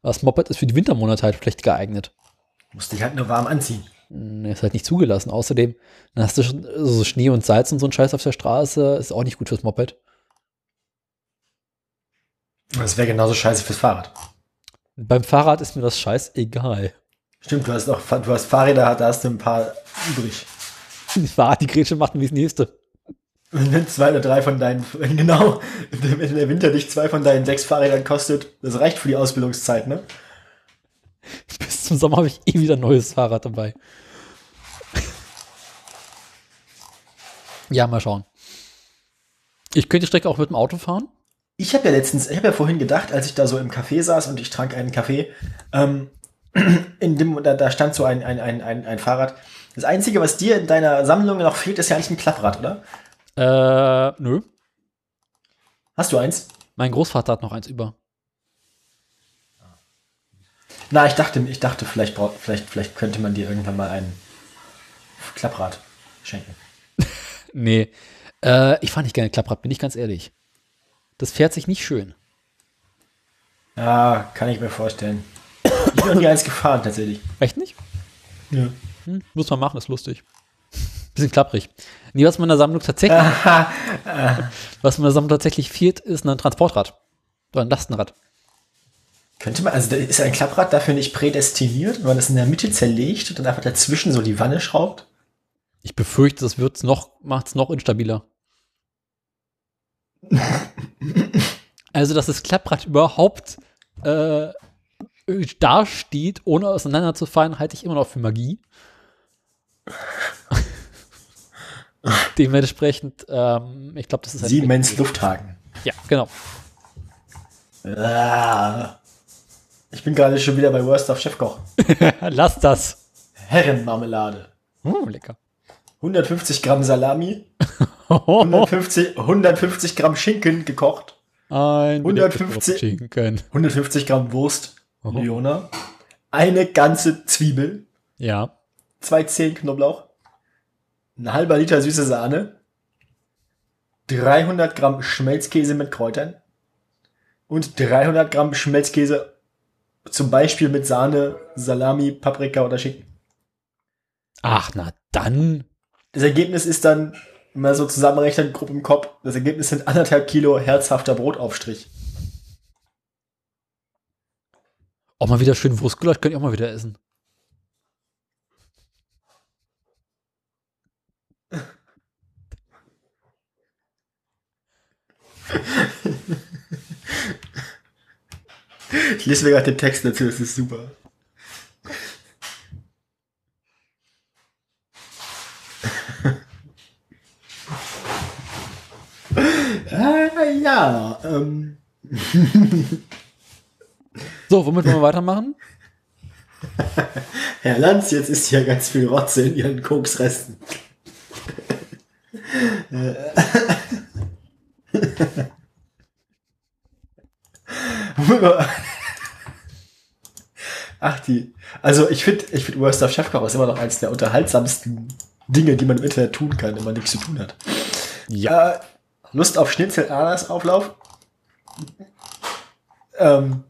Das Moped ist für die Wintermonate halt schlecht geeignet. Musst dich halt nur warm anziehen. Hm, Ist halt nicht zugelassen. Außerdem, dann hast du schon so Schnee und Salz und so ein Scheiß auf der Straße. Ist auch nicht gut fürs Moped. Das wäre genauso scheiße fürs Fahrrad. Beim Fahrrad ist mir das Scheiß egal. Stimmt, du hast noch, du hast Fahrräder, da hast du ein paar übrig. Die <laughs> Fahrrad, die Grätsche macht wie das nächste. Wenn zwei oder drei von deinen, <laughs> genau, wenn der Winter dich zwei von deinen sechs Fahrrädern kostet, das reicht für die Ausbildungszeit, ne? Bis zum Sommer habe ich eh wieder ein neues Fahrrad dabei. Ja, mal schauen. Ich könnte die Strecke auch mit dem Auto fahren. Ich habe ja letztens, ich habe ja vorhin gedacht, als ich da so im Café saß und ich trank einen Kaffee, ähm, <clears throat> in dem, da, da stand so ein, ein, ein, ein, ein Fahrrad. Das Einzige, was dir in deiner Sammlung noch fehlt, ist ja eigentlich ein Klapprad, oder? Äh, nö. Hast du eins? Mein Großvater hat noch eins über. Na, ich dachte, ich dachte, vielleicht, brauch, vielleicht, vielleicht könnte man dir irgendwann mal ein Klapprad schenken. Nee. Äh, ich fahre nicht gerne Klapprad, bin ich ganz ehrlich. Das fährt sich nicht schön. Ja, kann ich mir vorstellen. Ich bin noch nie eins gefahren, tatsächlich. Echt nicht? Ja. Hm, muss man machen, ist lustig. Bisschen klapprig. Nee, was meiner Sammlung tatsächlich, was meiner Sammlung tatsächlich fehlt, ist ein Transportrad. Oder ein Lastenrad. Könnte man, also da ist ein Klapprad dafür nicht prädestiniert, wenn man das in der Mitte zerlegt und dann einfach dazwischen so die Wanne schraubt? Ich befürchte, das wird's noch, macht's noch instabiler. also, dass das Klapprad überhaupt äh, dasteht, ohne auseinanderzufallen, halte ich immer noch für Magie. Dementsprechend, ähm, ich glaube, das ist Siemens Lufthaken. Ja, genau. <laughs> Ah. Ich bin gerade schon wieder bei Worst of Chefkoch. Lass das. Herrenmarmelade. Hm, lecker. 150 Gramm <laughs> Salami, 150, 150 Gramm Schinken gekocht, Ein 150 Schinken. 150 Gramm Wurst, Leona, eine ganze Zwiebel, Ja. zwei Zehen Knoblauch, ein halber Liter süße Sahne, 300 Gramm Schmelzkäse mit Kräutern und 300 Gramm Schmelzkäse zum Beispiel mit Sahne, Salami, Paprika oder Schinken. Ach, na dann. Das Ergebnis ist dann, wenn man so zusammenrechnet, grob im Kopf, das Ergebnis sind anderthalb Kilo herzhafter Brotaufstrich. Auch mal wieder schön Wurstgulasch, könnt ihr auch mal wieder essen. Ich lese mir gerade den Text dazu, das ist super. <laughs> ah, ja, ähm, So, womit wollen wir weitermachen? Herr Lanz, jetzt ist hier ganz viel Rotze in Ihren Koksresten. Äh. Ach, die. Also ich finde, ich finde Worst of Chefkoch ist immer noch eines der unterhaltsamsten Dinge, die man im Internet tun kann, wenn man nichts zu tun hat. Ja. Äh, Lust auf Schnitzel Anas Auflauf. Ähm,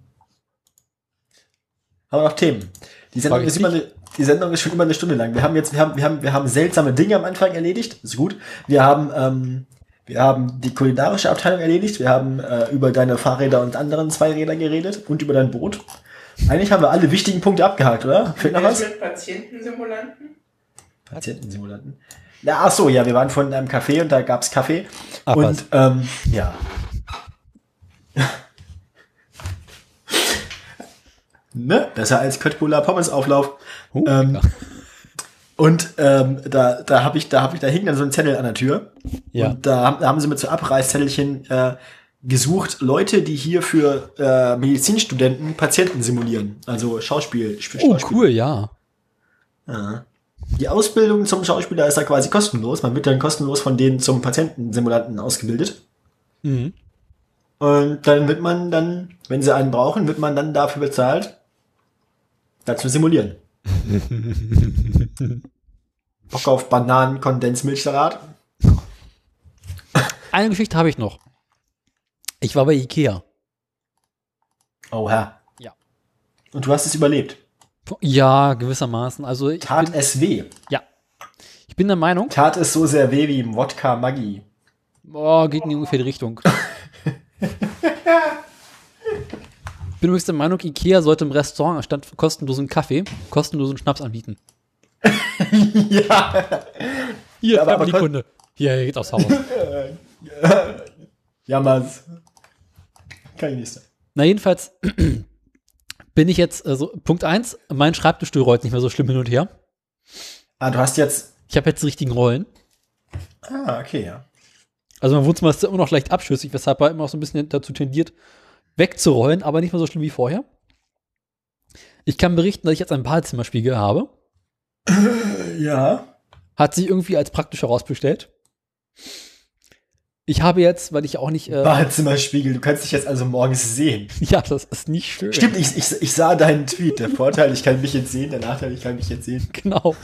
haben wir noch Themen. Die Sendung, Frag ich ist immer dich. eine, die Sendung ist schon immer eine Stunde lang. Wir haben jetzt, wir haben, wir haben, wir haben seltsame Dinge am Anfang erledigt, ist gut. Wir haben, ähm, wir haben die kulinarische Abteilung erledigt, wir haben äh, über deine Fahrräder und anderen Zweiräder geredet und über dein Boot. Eigentlich haben wir alle wichtigen Punkte abgehakt, oder? Fehlt noch Was was? mit Patientensimulanten? Patientensimulanten. Na, ach so, ja, wir waren vorhin in einem Café und da gab's Kaffee. Ach was. und ähm, ja. <laughs> ne? Besser als Köttbullar Pommes Auflauf. Huh, genau. ähm, ja. und ähm, da, da habe ich, da habe ich, da hing dann so ein Zettel an der Tür. Ja. Und da haben, da haben sie mit so Abreißzettelchen äh, gesucht, Leute, die hier für äh, Medizinstudenten Patienten simulieren. Also Schauspiel, Sp- Oh, Schauspiel- cool, ja. ja. Die Ausbildung zum Schauspieler ist da quasi kostenlos. Man wird dann kostenlos von denen zum Patientensimulanten ausgebildet. Mhm. Und dann wird man dann, wenn sie einen brauchen, wird man dann dafür bezahlt, dazu <laughs> simulieren. Bock auf Bananen, Kondensmilchsalat. Eine Geschichte habe ich noch. Ich war bei Ikea. Oha. Ja. Und du hast es überlebt. Ja, gewissermaßen. Also ich, Tat es weh. ich bin der Meinung, Tat es so sehr weh wie im Wodka Maggi. Oh, geht in die ungefähr <laughs> die Richtung. Ich bin übrigens der Meinung, Ikea sollte im Restaurant anstatt kostenlosen Kaffee kostenlosen Schnaps anbieten. <laughs> ja. Hier, Ja, ja, aber- aber die kon- Kunde. Hier, hier geht aufs Haus. Jammers. Kann ich nicht sagen. Na, jedenfalls <clears throat> bin ich jetzt, also Punkt 1, mein Schreibtischstuhl rollt nicht mehr so schlimm hin und her. Ah, du hast jetzt. Ich habe jetzt die richtigen Rollen. Ah, okay, ja. Also mein Wohnzimmer ist immer noch leicht abschüssig, weshalb er immer noch so ein bisschen dazu tendiert, wegzurollen, aber nicht mehr so schlimm wie vorher. Ich kann berichten, dass ich jetzt einen Badezimmerspiegel habe. Ja. Hat sich irgendwie als praktisch herausbestellt. Ich habe jetzt, weil ich auch nicht. Äh, Badezimmerspiegel, du kannst dich jetzt also morgens sehen. <laughs> ja, das ist nicht schön. Stimmt, ich, ich, ich sah deinen Tweet. Der Vorteil, ich kann mich jetzt sehen, der Nachteil, ich kann mich jetzt sehen. <laughs> Genau.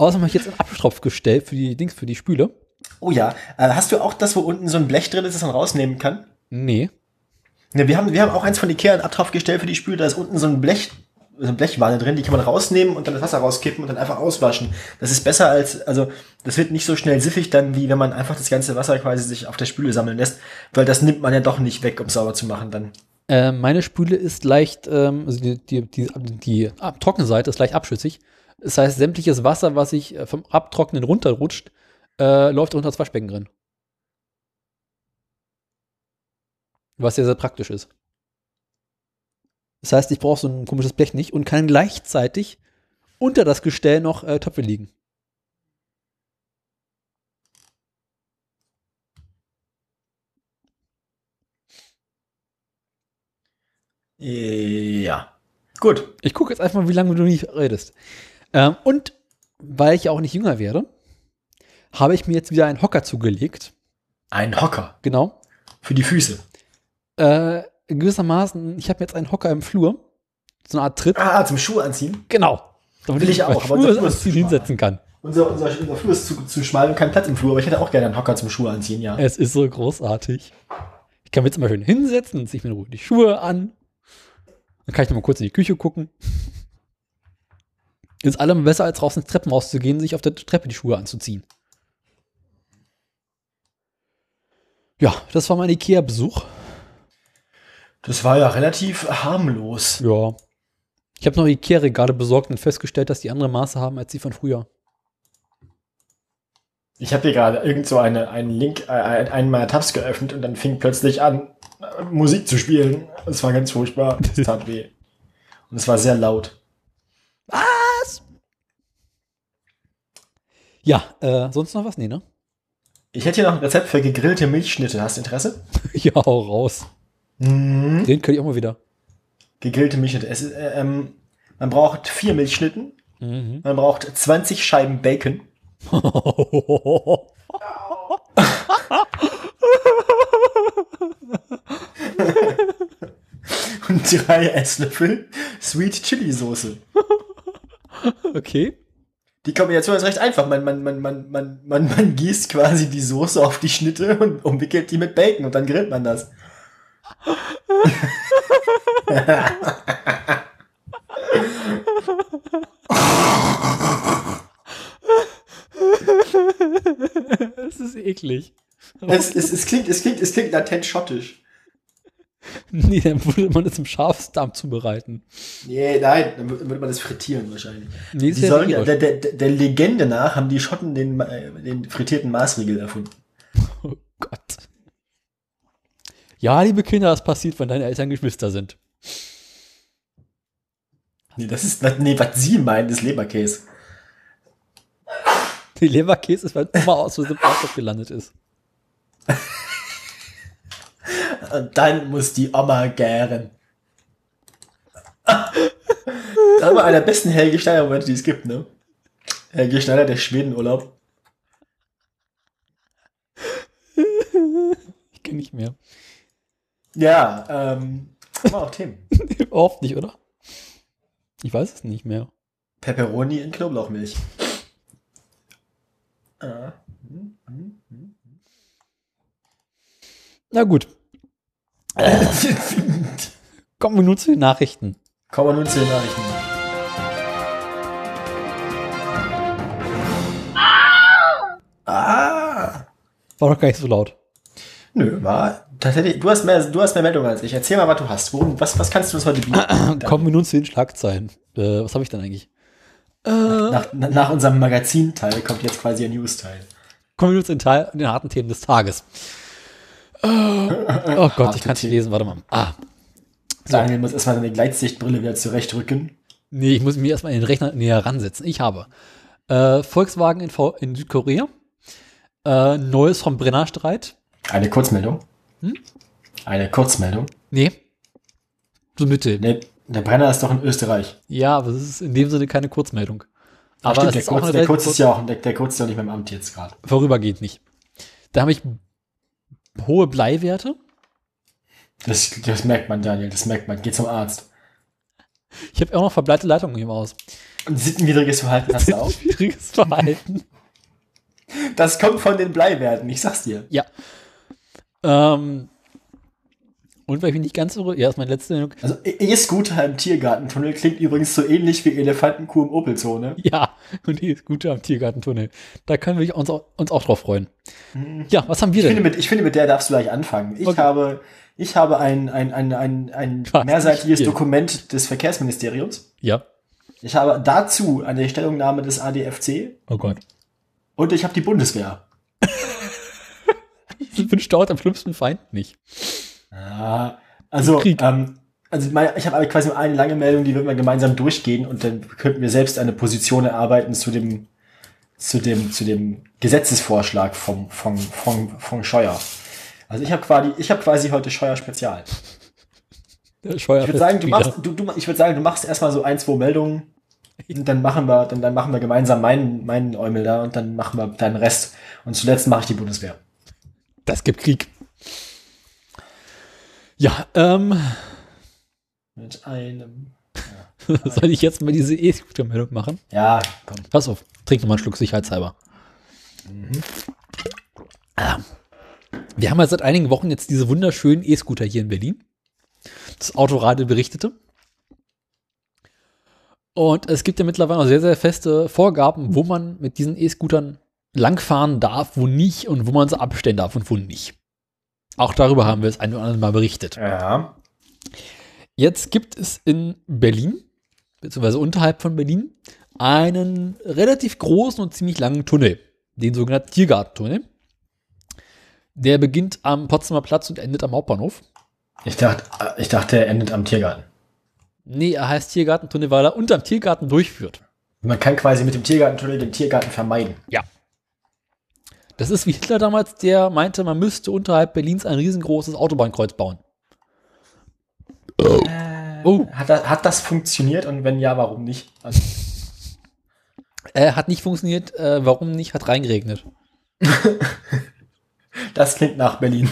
Außerdem habe ich jetzt einen Abstropf gestellt für die Dings, für die Spüle. Oh ja, äh, hast du auch das, wo unten so ein Blech drin ist, das man rausnehmen kann? Nee. Ne, wir haben, wir haben auch eins von Ikea in Abtrag gestellt für die Spüle, da ist unten so ein Blech, so eine Blechwanne drin, die kann man rausnehmen und dann das Wasser rauskippen und dann einfach auswaschen. Das ist besser als, also, das wird nicht so schnell siffig dann, wie wenn man einfach das ganze Wasser quasi sich auf der Spüle sammeln lässt, weil das nimmt man ja doch nicht weg, um sauber zu machen dann. Äh, meine Spüle ist leicht, ähm, also die, die, die, die Ab- Trockenseite ist leicht abschüssig. Das heißt, sämtliches Wasser, was sich äh, vom Abtrocknen runterrutscht, äh, läuft unter das Waschbecken drin. Was ja sehr praktisch ist. Das heißt, ich brauche so ein komisches Blech nicht und kann gleichzeitig unter das Gestell noch äh, Töpfe liegen. Ja. Gut. Ich gucke jetzt einfach mal, wie lange du nicht redest. Ähm, und weil ich auch nicht jünger werde, habe ich mir jetzt wieder einen Hocker zugelegt. Ein Hocker. Genau. Für die Füße. Äh, gewissermaßen, ich habe jetzt einen Hocker im Flur. So eine Art Tritt. Ah, zum Schuh anziehen. Genau. Damit Will ich auch, aber Flur das muss ausziehen ich machen. hinsetzen kann. Unser, unser, unser Flur ist zu, zu schmal und kein Platz im Flur, aber ich hätte auch gerne einen Hocker zum Schuhe anziehen, ja. Es ist so großartig. Ich kann mir jetzt immer schön hinsetzen, ziehe ich mir in Ruhe die Schuhe an. Dann kann ich noch mal kurz in die Küche gucken. Ist allem besser, als raus ins Treppenhaus zu gehen, sich auf der Treppe die Schuhe anzuziehen. Ja, das war mein Ikea-Besuch. Das war ja relativ harmlos. Ja. Ich habe noch Ikea-Regale besorgt und festgestellt, dass die andere Maße haben als die von früher. Ich habe hier gerade irgend so eine, einen Link, äh, ein- einen meiner Tabs geöffnet und dann fing plötzlich an, äh, Musik zu spielen. Es war ganz furchtbar. Es tat weh. Und es war sehr laut. Ja, äh, sonst noch was? Nee, ne? Ich hätte hier noch ein Rezept für gegrillte Milchschnitte. Hast du Interesse? <laughs> ja, hau raus. Mhm. Den könnte ich auch mal wieder. Gegrillte Milchschnitte. Es, ist, äh, ähm, man braucht vier Milchschnitten. <laughs> Mhm. Man braucht 20 Scheiben Bacon. <laughs> Und drei Esslöffel Sweet Chili Soße. okay. Die Kombination ist recht einfach. Man, man, man, man, man, man, man gießt quasi die Soße auf die Schnitte und umwickelt die mit Bacon und dann grillt man das. <laughs> Das ist eklig. Es, es, es, klingt, es, klingt, es klingt latent schottisch. Nee, dann würde man es im Schafsdarm zubereiten. Nee, nein, dann wür- würde man das frittieren wahrscheinlich. Nee, Die sollen, irisch. der, der, der Legende nach haben die Schotten den, äh, den frittierten Maßriegel erfunden. Oh Gott. Ja, liebe Kinder, das passiert, wenn deine Eltern Geschwister sind. Nee, das ist, was- nee, was sie meinen, ist Leberkäse. Die Leberkäse ist, weil Oma aus dem Ausdruck gelandet ist. Und dann muss die Oma gären. <laughs> das war einer der besten Helge Schneider-Momente, die es gibt, ne? Helge Schneider, der Schwedenurlaub. Ich kenne nicht mehr. <laughs> Ja, ähm, war auch Themen. Oft nicht, oder? Ich weiß es nicht mehr. Pepperoni in Knoblauchmilch. Ah. Hm, hm, hm. Na gut, <laughs> kommen wir nun zu den Nachrichten. Kommen wir nun zu den Nachrichten. Ah! War doch gar nicht so laut. Nö, war tatsächlich. Du hast mehr, du hast mehr Meldungen als ich. Erzähl mal, was du hast. Worum, was, was kannst du uns heute <coughs> bieten? Kommen wir nun zu den Schlagzeilen. Äh, was habe ich denn eigentlich? Äh, Nach, nach unserem Magazinteil kommt jetzt quasi ein News-Teil. kommen wir nun zu den, Teil, den harten Themen <laughs> des Tages. Äh, oh Gott, ich kann es nicht Themen. lesen. Warte mal. Ah, Daniel muss erstmal seine Gleitsichtbrille wieder zurechtrücken. Nee, ich muss mir erstmal den Rechner näher ransetzen. Ich habe äh, Volkswagen in, v in Südkorea, äh, Neues vom Brennerstreit. Eine Kurzmeldung. Hm? Eine Kurzmeldung. Nee. So Mitte. Der, der Brenner ist doch in Österreich. Ja, aber es ist in dem Sinne keine Kurzmeldung. Ach, Aber stimmt, es der, ist auch Kurz, eine der relativ Kurz ist kurz- ja auch der, der Kurz ist ja auch nicht mehr im Amt jetzt gerade. vorübergehend nicht. Da habe ich hohe Bleiwerte. Das, das merkt man, Daniel, das merkt man. Geh zum Arzt. Ich habe auch noch verbleite Leitungen <laughs> im Haus. Und sittenwidriges Verhalten <laughs> hast du auch. Schwieriges Verhalten. Das kommt von den Bleiwerten, ich sag's dir. ja. Ähm, und weil ich mich nicht ganz irre, ja, ist meine letzte Sendung. <laughs> Also E- E-Scooter im Tiergartentunnel klingt übrigens so ähnlich wie Elefantenkuh im Opelzone. Ja, und die ist gut am Tiergartentunnel. Da können wir uns auch, uns auch drauf freuen. Ja, was haben wir Mhm. Ich finde, denn? mit, ich finde, mit der darfst du gleich anfangen. Ich Okay. habe, ich habe ein, ein, ein, ein, ein Du hast mehrseitiges nicht viel. Dokument des Verkehrsministeriums. Ja. Ich habe dazu eine Stellungnahme des ADFC Oh Gott. und ich habe die Bundeswehr. Wünscht dauert am schlimmsten Feind nicht. Ah, also, Krieg. ähm, also mein, ich habe quasi nur eine lange Meldung, die wird man gemeinsam durchgehen und dann könnten wir selbst eine Position erarbeiten zu dem, zu dem, zu dem Gesetzesvorschlag vom, vom, vom, vom Scheuer. Also ich habe quasi, ich habe quasi heute Scheuer Spezial. Der Scheuer Ich würde sagen, du machst, du, du, ich würde sagen, du machst erstmal so ein, zwei Meldungen und dann machen wir, dann, dann machen wir gemeinsam meinen, meinen Eumel da und dann machen wir deinen Rest. Und zuletzt mache ich die Bundeswehr. Das gibt Krieg. Ja, ähm, <laughs> Mit einem. soll ich jetzt mal diese E-Scooter-Meldung machen? Ja, komm. Pass auf, trink nochmal einen Schluck sicherheitshalber. Ah. Wir haben ja seit einigen Wochen jetzt diese wunderschönen E-Scooter hier in Berlin. Das Autoradio berichtete. Und es gibt ja mittlerweile auch sehr, sehr feste Vorgaben, wo man mit diesen E-Scootern langfahren darf, wo nicht und wo man sie abstellen darf und wo nicht. Auch darüber haben wir es ein oder andere Mal berichtet. Ja. Jetzt gibt es in Berlin, beziehungsweise unterhalb von Berlin, einen relativ großen und ziemlich langen Tunnel, den sogenannten Tiergartentunnel. Der beginnt am Potsdamer Platz und endet am Hauptbahnhof. Ich dachte, ich dachte, er endet am Tiergarten. Nee, er heißt Tiergartentunnel, weil er unterm Tiergarten durchführt. Man kann quasi mit dem Tiergartentunnel den Tiergarten vermeiden. Ja. Das ist wie Hitler damals, der meinte, man müsste unterhalb Berlins ein riesengroßes Autobahnkreuz bauen. Oh. Hat, da- hat das funktioniert und wenn ja, warum nicht? Also, Äh, hat nicht funktioniert. Äh, warum nicht? Hat reingeregnet. Das klingt nach Berlin.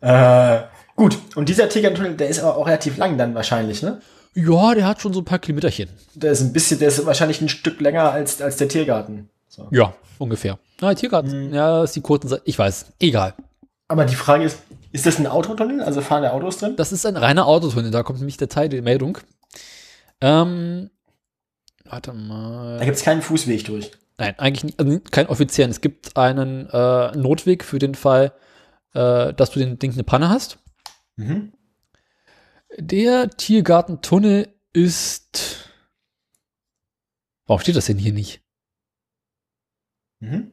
äh, gut, und dieser Tigerntunnel, der ist aber auch relativ lang dann wahrscheinlich, ne? Ja, der hat schon so ein paar Kilometerchen. Der ist ein bisschen, der ist wahrscheinlich ein Stück länger als, als der Tiergarten. So. Ja, ungefähr. Na, Tiergarten. Ja, ist die kurzen Seite. Ich weiß. Egal. Aber die Frage ist, ist das ein Autotunnel? Also fahren da Autos drin? Das ist ein reiner Autotunnel. Da kommt nämlich der Teil der Meldung. Ähm, warte mal. Da gibt es keinen Fußweg durch. Nein, eigentlich nicht, also kein offiziellen. Es gibt einen äh, Notweg für den Fall, äh, dass du den Ding eine Panne hast. Mhm. Der Tiergartentunnel ist. Warum steht das denn hier nicht? Mhm.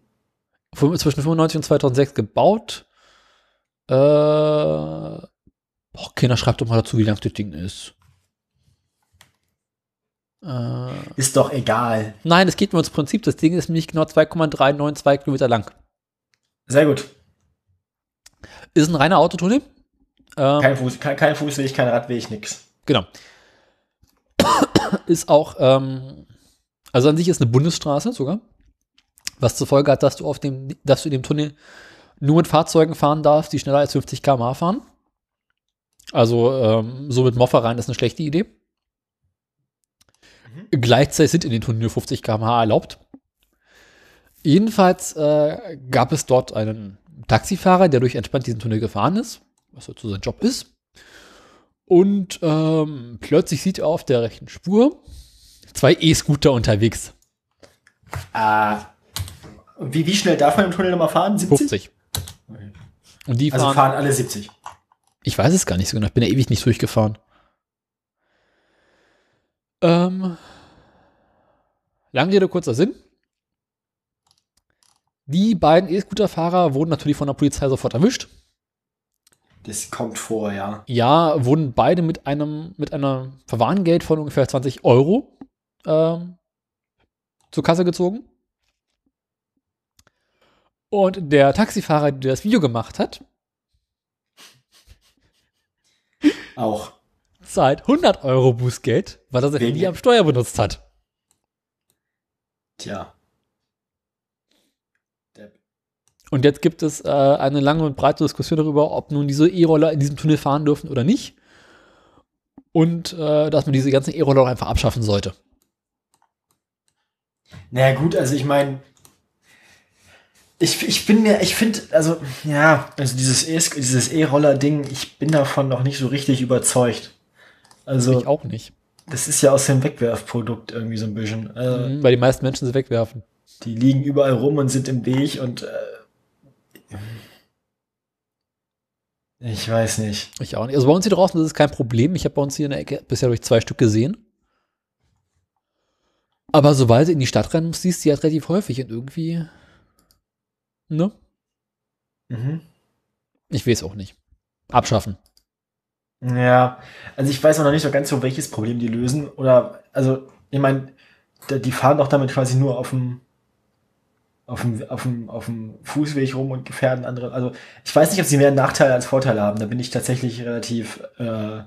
Fün- Zwischen 95 und 2006 gebaut. Äh, boah, Kinder, schreibt doch mal dazu, wie lang das Ding ist. Äh, Ist doch egal. nein, es geht nur ums Prinzip. Das Ding ist nämlich genau 2,392 Kilometer lang. Sehr gut. Ist ein reiner Autotunnel. Ähm, Kein, Fuß, kein, kein Fußweg, kein Radweg, nix. Genau. Ist auch, ähm, also an sich ist eine Bundesstraße sogar, was zur Folge hat, dass du auf dem, dass du in dem Tunnel nur mit Fahrzeugen fahren darfst, die schneller als 50 km/h fahren. Also ähm, so mit Moffa rein ist eine schlechte Idee. Gleichzeitig sind in den Tunnel nur 50 km/h erlaubt. Jedenfalls äh, gab es dort einen Taxifahrer, der durch entspannt diesen Tunnel gefahren ist, was dazu sein Job ist. Und ähm, plötzlich sieht er auf der rechten Spur zwei E-Scooter unterwegs. Äh, wie, wie schnell darf man im Tunnel nochmal fahren? 70? 50. Und die fahren, Also fahren alle 70. Ich weiß es gar nicht so genau. Ich bin ja ewig nicht durchgefahren. Ähm, Langrede, kurzer Sinn. Die beiden E-Scooter-Fahrer wurden natürlich von der Polizei sofort erwischt. Das kommt vor, ja. Ja, wurden beide mit einem, mit einem Verwarngeld von ungefähr 20 Euro ähm, zur Kasse gezogen. Und der Taxifahrer, der das Video gemacht hat, Auch. zahlt 100 Euro Bußgeld, weil er sein Wegen- Handy am Steuer benutzt hat. Tja. Der, Und jetzt gibt es äh, eine lange und breite Diskussion darüber, ob nun diese E-Roller in diesem Tunnel fahren dürfen oder nicht. Und äh, dass man diese ganzen E-Roller auch einfach abschaffen sollte. naja, gut, also ich meine. Ich, ich bin mir, ich finde, also, ja, also dieses E- dieses E-Roller-Ding, ich bin davon noch nicht so richtig überzeugt. Also, Ich auch nicht. das ist ja aus dem Wegwerfprodukt irgendwie so ein bisschen. Äh, Mhm, weil die meisten Menschen sie wegwerfen. Die liegen überall rum und sind im Weg und äh, ich weiß nicht. Ich auch nicht. Also bei uns hier draußen ist es kein Problem. Ich habe bei uns hier in der Ecke bisher durch zwei Stück gesehen. Aber sobald du in die Stadt rein musst, siehst du die halt relativ häufig und irgendwie. Ne? Mhm. Ich weiß auch nicht. Abschaffen. Ja, also ich weiß auch noch nicht so ganz so, welches Problem die lösen. Oder, also, ich meine, da- die fahren doch damit quasi nur auf dem, auf dem, auf dem, auf dem Fußweg rum und gefährden andere. Also, ich weiß nicht, ob sie mehr Nachteile als Vorteile haben. Da bin ich tatsächlich relativ, äh,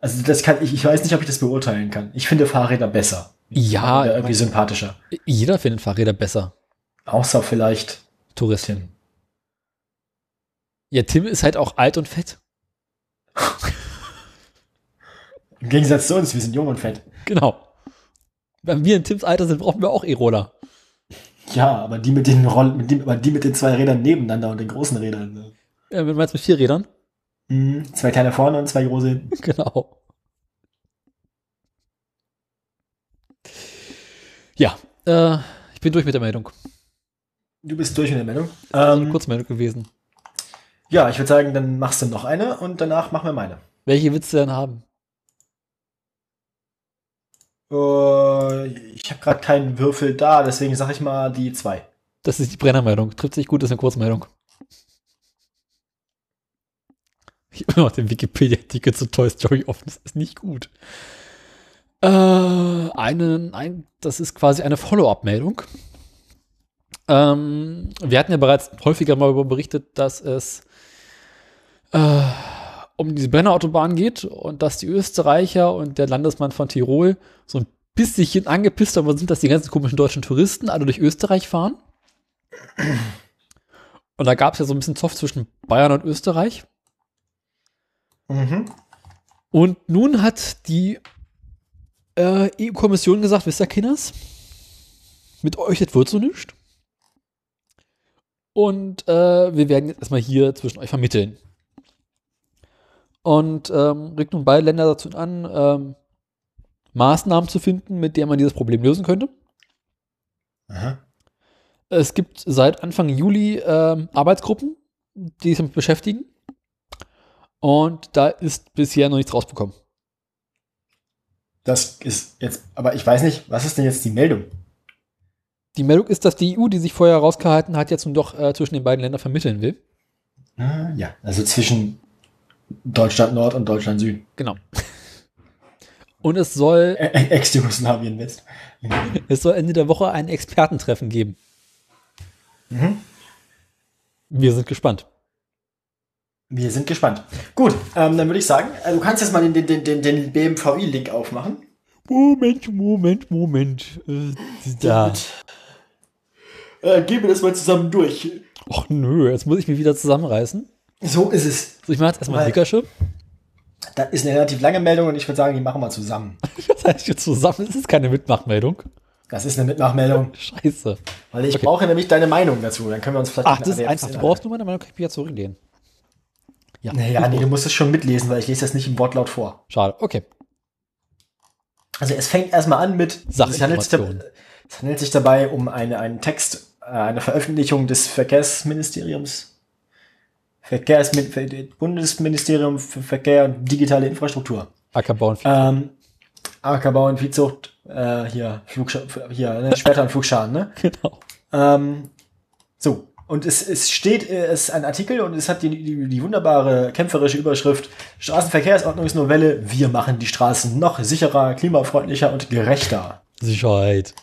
also das kann ich, ich weiß nicht, ob ich das beurteilen kann. Ich finde Fahrräder besser. Ja, Oder ich irgendwie mein- sympathischer. Jeder findet Fahrräder besser. Außer vielleicht Touristin. Tim. Ja, Tim ist halt auch alt und fett. Im Gegensatz zu uns, wir sind jung und fett. Genau. Wenn wir in Tims Alter sind, brauchen wir auch E-Roller. Ja, aber die mit den Roll mit die, aber die mit den zwei Rädern nebeneinander und den großen Rädern. Ne? Äh, wenn man jetzt mit vier Rädern. Mhm. Zwei kleine vorne und zwei große hinten. <laughs> Genau. Ja, äh, ich bin durch mit der Meldung. Du bist durch mit der Meldung. Ähm, Ähm, Kurzmeldung gewesen. ja, ich würde sagen, dann machst du noch eine und danach machen wir meine. Welche Witze denn haben? Äh, ich habe gerade keinen Würfel da, deswegen sage ich mal die zwei. Das ist die Brennermeldung. Trifft sich gut, ist eine Kurzmeldung. Ich habe noch den Wikipedia-Artikel zu Toy Story offen. Das ist nicht gut. Äh, einen, ein, das ist quasi eine Follow-up-Meldung. Ähm, wir hatten ja bereits häufiger mal darüber berichtet, dass es äh, um diese Brennerautobahn geht und dass die Österreicher und der Landesmann von Tirol so ein bisschen angepisst, aber sind das die ganzen komischen deutschen Touristen, alle durch Österreich fahren. Und da gab es ja so ein bisschen Zoff zwischen Bayern und Österreich. Mhm. Und nun hat die äh, EU-Kommission gesagt, wisst ihr, Kinders, mit euch das wird so nicht. Und äh, wir werden jetzt erstmal hier zwischen euch vermitteln. Und ähm, regt nun beide Länder dazu an, ähm, Maßnahmen zu finden, mit denen man dieses Problem lösen könnte. Aha. Es gibt seit Anfang Juli ähm, Arbeitsgruppen, die sich damit beschäftigen. Und da ist bisher noch nichts rausbekommen. Das ist jetzt, aber ich weiß nicht, was ist denn jetzt die Meldung? Die Meldung ist, dass die EU, die sich vorher rausgehalten hat, jetzt nun doch äh, zwischen den beiden Ländern vermitteln will. Ah, ja, also zwischen Deutschland Nord und Deutschland Süd. <laughs> Genau. <laughs> Und es soll, Ä- Ä- Ex-Jugoslawien West. es soll Ende der Woche ein Expertentreffen geben. Mhm. Wir sind gespannt. Wir sind gespannt. Gut, ähm, dann würde ich sagen, äh, du kannst jetzt mal den, den, den, den, den BMVI-Link aufmachen. Moment, Moment, Moment. Äh, da. Äh, gehen wir das mal zusammen durch. Och nö, jetzt muss ich mich wieder zusammenreißen. So ist es. So, ich mache jetzt erstmal Weil- ein Nickerschirm. Das ist eine relativ lange Meldung und ich würde sagen, die machen wir zusammen. Das heißt jetzt zusammen, es ist keine Mitmachmeldung. Das ist eine Mitmachmeldung, Scheiße. weil ich Okay. brauche nämlich deine Meinung dazu. Dann können wir uns vielleicht. Ach, das ist einfach. Du Inhalte- brauchst nur meine Meinung, kann ich mich jetzt zurücklehnen. Ja, Naja, nee, du musst es schon mitlesen, weil ich lese das nicht im Wortlaut vor. schade. Okay. Also es fängt erstmal an mit, es handelt, sich, da- Sachinformation. es handelt sich dabei um eine, einen Text, äh, eine Veröffentlichung des Verkehrsministeriums, Verkehrsmin Bundesministerium für Verkehr und digitale Infrastruktur. Ackerbau und Vieh. Ähm, Ackerbau und Viehzucht, äh, hier, Flugscha- hier ne? später ein Flugschaden, ne? Genau. Ähm, so, und es, es steht, äh, es ist ein Artikel und es hat die, die, die wunderbare kämpferische Überschrift Straßenverkehrsordnungsnovelle, wir machen die Straßen noch sicherer, klimafreundlicher und gerechter. Sicherheit.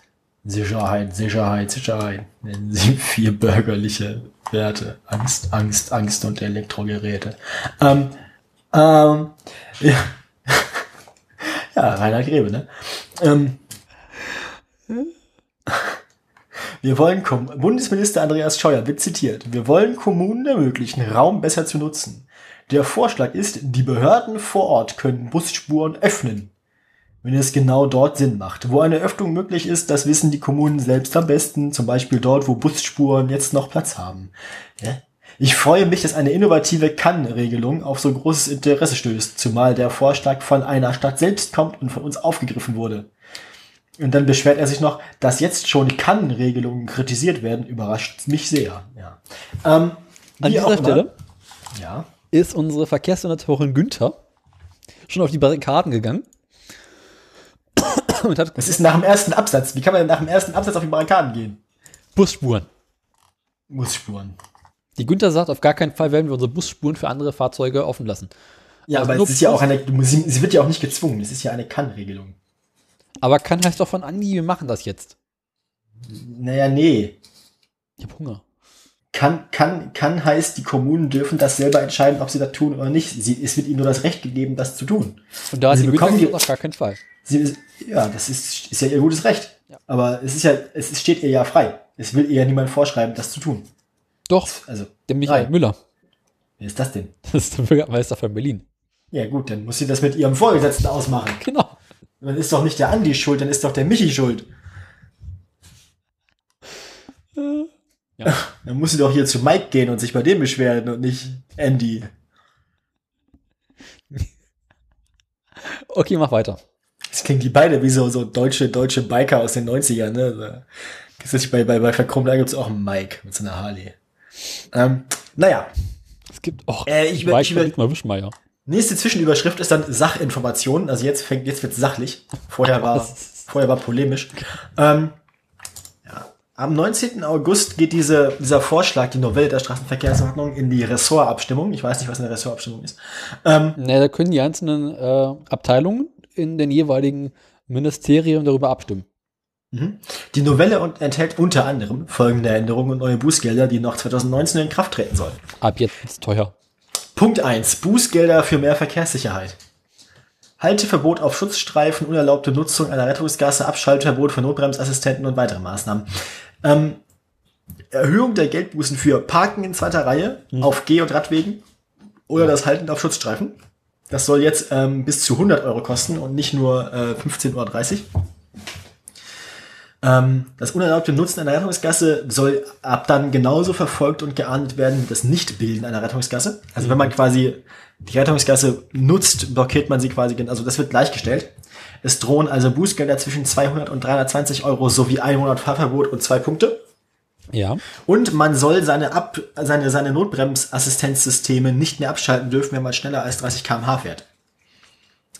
Sicherheit, Sicherheit, Sicherheit. Nennen Sie vier bürgerliche Werte. Angst, Angst, Angst und Elektrogeräte. Ähm, ähm, ja. <laughs> ja, Rainer Grebe, ne? Ähm, wir wollen, Kom Bundesminister Andreas Scheuer wird zitiert, wir wollen Kommunen ermöglichen, Raum besser zu nutzen. Der Vorschlag ist, die Behörden vor Ort können Busspuren öffnen wenn es genau dort Sinn macht. Wo eine Öffnung möglich ist, das wissen die Kommunen selbst am besten, zum Beispiel dort, wo Busspuren jetzt noch Platz haben. Ja? Ich freue mich, dass eine innovative Kann-Regelung auf so großes Interesse stößt, zumal der Vorschlag von einer Stadt selbst kommt und von uns aufgegriffen wurde. Und dann beschwert er sich noch, dass jetzt schon Kann-Regelungen kritisiert werden, überrascht mich sehr. Ja. Ähm, An wie auch dieser immer- Stelle Ja. ist unsere Verkehrssenatorin Günther schon auf die Barrikaden gegangen. Und hat Das ist nach dem ersten Absatz. Wie kann man denn nach dem ersten Absatz auf die Barrikaden gehen? Busspuren. Busspuren. Die Günther sagt, auf gar keinen Fall werden wir unsere Busspuren für andere Fahrzeuge offen lassen. Ja, Also aber nur es ist ja Plus- auch eine, du- sie, sie wird ja auch nicht gezwungen, es ist ja eine Kann-Regelung. Aber kann heißt doch von Andi, wir machen das jetzt. Naja, nee. Ich habe Hunger. Kann, kann, kann heißt, die Kommunen dürfen das selber entscheiden, ob sie das tun oder nicht. Sie, es wird ihnen nur das Recht gegeben, das zu tun. Und da hat Sie die Günther bekommen die- gesagt, auf gar keinen Fall. Sie, ja, das ist, ist ja ihr gutes Recht. Ja. Aber es ist ja, es ist- steht ihr ja frei. Es will ihr ja niemand vorschreiben, das zu tun. Doch, Also, der Michael Nein. Müller. <laughs> wer ist das denn? Das ist der Bürgermeister von Berlin. Ja, gut, dann muss sie das mit ihrem Vorgesetzten ausmachen. Genau. Dann ist doch nicht der Andi schuld, dann ist doch der Michi schuld. Äh, Dann muss sie doch hier zu Mike gehen und sich bei dem beschweren und nicht Andy. Okay, mach weiter. Das klingt die beide wie so, so deutsche, deutsche Biker aus den 90ern, ne? So. Gibt's nicht bei, bei, bei Verkrummler gibt's auch einen Mike mit so einer Harley. Ähm, naja, Es gibt oh, auch. Äh, ich über- ich über- mal Wischmeier. nächste Zwischenüberschrift ist dann Sachinformationen. Also jetzt fängt, jetzt wird's sachlich. Vorher war, vorher war polemisch. Ähm, ja. Am 19. August geht diese, dieser Vorschlag, die Novelle der Straßenverkehrsordnung, in die Ressortabstimmung. Ich weiß nicht, was eine Ressortabstimmung ist. Ähm, Ne, da können die einzelnen äh, Abteilungen in den jeweiligen Ministerien darüber abstimmen. Mhm. Die Novelle und enthält unter anderem folgende Änderungen und neue Bußgelder, die noch 2019 in Kraft treten sollen. Ab jetzt ist teuer. Punkt 1. Bußgelder für mehr Verkehrssicherheit. Halteverbot auf Schutzstreifen, unerlaubte Nutzung einer Rettungsgasse, Abschaltverbot für Notbremsassistenten und weitere Maßnahmen. Ähm, Erhöhung der Geldbußen für Parken in zweiter Reihe auf Geh- und Radwegen oder das Halten auf Schutzstreifen. Das soll jetzt ähm, bis zu 100 Euro kosten und nicht nur äh, 15,30 Uhr. Ähm, das unerlaubte Nutzen einer Rettungsgasse soll ab dann genauso verfolgt und geahndet werden wie das Nichtbilden einer Rettungsgasse. Also wenn man quasi die Rettungsgasse nutzt, blockiert man sie quasi, gen- also das wird gleichgestellt. Es drohen also Bußgelder zwischen 200 und 320 Euro sowie 100 Fahrverbot und zwei Punkte. Ja. Und man soll seine, Ab seine, seine Notbremsassistenzsysteme nicht mehr abschalten dürfen, wenn man schneller als 30 km/h fährt.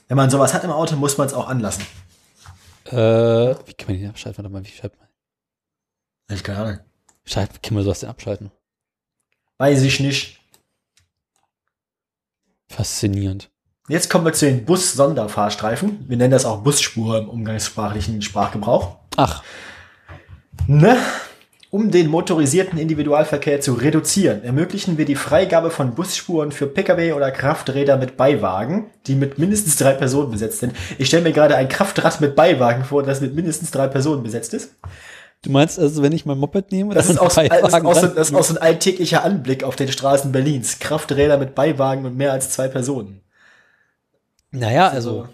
Wenn man sowas hat im Auto, muss man es auch anlassen. Äh, wie kann man den abschalten? Warte mal, wie schaltet man? Ich keine Ahnung. Schalt, kann man sowas denn abschalten? Weiß ich nicht. Faszinierend. Jetzt kommen wir zu den Bus-Sonderfahrstreifen. Wir nennen das auch Busspur im umgangssprachlichen Sprachgebrauch. Ach, Ne? Um den motorisierten Individualverkehr zu reduzieren, ermöglichen wir die Freigabe von Busspuren für Pkw oder Krafträder mit Beiwagen, die mit mindestens drei Personen besetzt sind. Ich stelle mir gerade ein Kraftrad mit Beiwagen vor, das mit mindestens drei Personen besetzt ist. du meinst also, wenn ich mein Moped nehme, Das dann ist auch, so- drei das ist Wagen auch, so, ran? das ist auch so ein alltäglicher Anblick auf den Straßen Berlins. Krafträder mit Beiwagen und mehr als zwei Personen. Naja, also,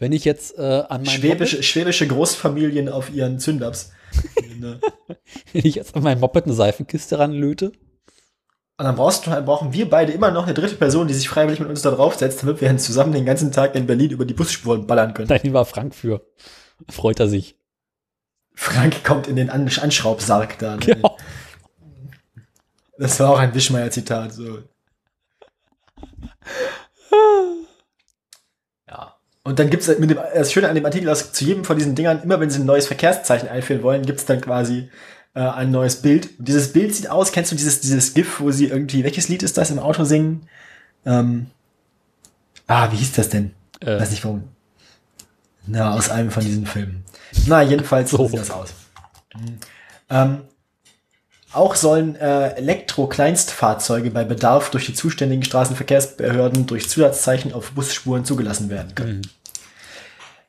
wenn ich jetzt äh, an meinem Schwäbische, schwäbische Großfamilien auf ihren Zündaps. Ne? Moped, <laughs> wenn ich jetzt an meinem Moped eine Seifenkiste ranlöte, Und dann brauchst du, halt, brauchen wir beide immer noch eine dritte Person, die sich freiwillig mit uns da draufsetzt, damit wir zusammen den ganzen Tag in Berlin über die Busspuren ballern können. dann war Frank für. Freut er sich. Frank kommt in den An Anschraubsarg da. ne? Genau. Das war auch ein Wischmeier-Zitat. So. ja. Und dann gibt's mit dem, das Schöne an dem Artikel, dass zu jedem von diesen Dingern, immer wenn sie ein neues Verkehrszeichen einführen wollen, gibt's dann quasi äh, ein neues Bild. Und dieses Bild sieht aus, kennst du dieses, dieses GIF, wo sie irgendwie, welches Lied ist das im Auto singen? Ähm, ah, wie hieß das denn? Äh. Weiß nicht warum. Na, aus einem von diesen Filmen. Na, jedenfalls so So. sieht das aus. Mhm. Ähm, auch sollen äh, Elektro-Kleinstfahrzeuge bei Bedarf durch die zuständigen Straßenverkehrsbehörden durch Zusatzzeichen auf Busspuren zugelassen werden können.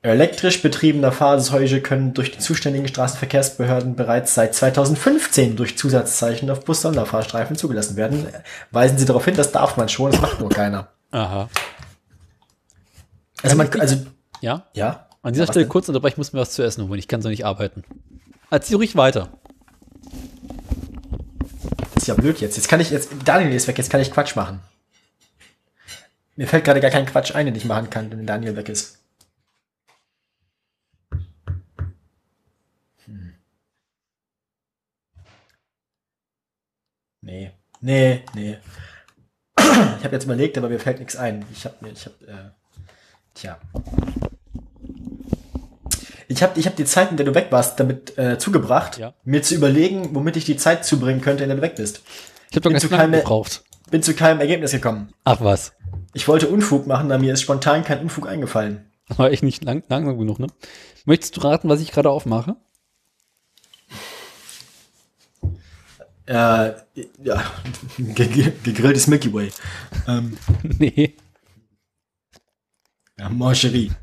Elektrisch betriebener Fahrzeuge können durch die zuständigen Straßenverkehrsbehörden bereits seit 2015 durch Zusatzzeichen auf Bussonderfahrstreifen zugelassen werden. Weisen Sie darauf hin, das darf man schon, das macht nur keiner. <laughs> Aha. Also man, also Ja? ja. An dieser Was Stelle denn? kurz unterbrechen, ich muss mir was zu essen holen. Ich kann so nicht arbeiten. Erzähl ruhig weiter. Das ist ja blöd jetzt. Jetzt kann ich jetzt Daniel ist weg. Jetzt kann ich Quatsch machen. Mir fällt gerade gar kein Quatsch ein, den ich machen kann, wenn Daniel weg ist. Hm. Nee. Nee, nee. Ich habe jetzt überlegt, aber mir fällt nichts ein. Ich habe mir, ich habe, äh, tja. Ich habe ich hab die Zeit, in der du weg warst, damit äh, zugebracht, Ja. mir zu überlegen, womit ich die Zeit zubringen könnte, in der du weg bist. Ich habe doch ganz Willst du lange keine- gebraucht. Bin zu keinem Ergebnis gekommen. Ach was. Ich wollte Unfug machen, aber mir ist spontan kein Unfug eingefallen. Das war echt nicht lang, langsam genug, ne? Möchtest du raten, was ich gerade aufmache? <laughs> Äh, ja, <laughs> ge ge gegrilltes Milky Way. Ähm, nee. ja, Mancherie.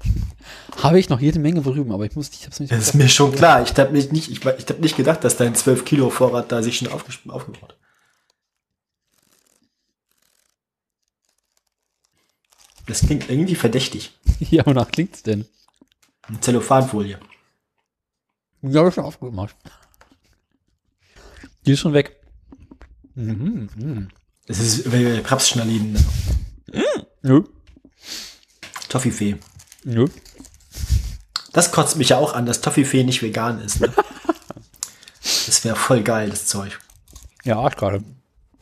Habe ich noch jede Menge berüben, aber ich muss, ich hab's nicht. Das ist mir schon klar. Ich habe nicht, nicht, ich, ich hab nicht gedacht, dass dein 12 Kilo Vorrat da sich schon aufges- aufgebaut hat. Das klingt irgendwie verdächtig. <laughs> Ja, wonach klingt's denn? Eine Zellophanfolie. Ja, habe ich schon aufgemacht. Die ist schon weg. Mhm, mhm. Das ist äh, Rapsschnaliden. Nö, Toffifee. nö. Das kotzt mich ja auch an, dass Toffifee nicht vegan ist. <laughs> Ne? das wäre voll geil, das Zeug. Ja, Arsch gerade.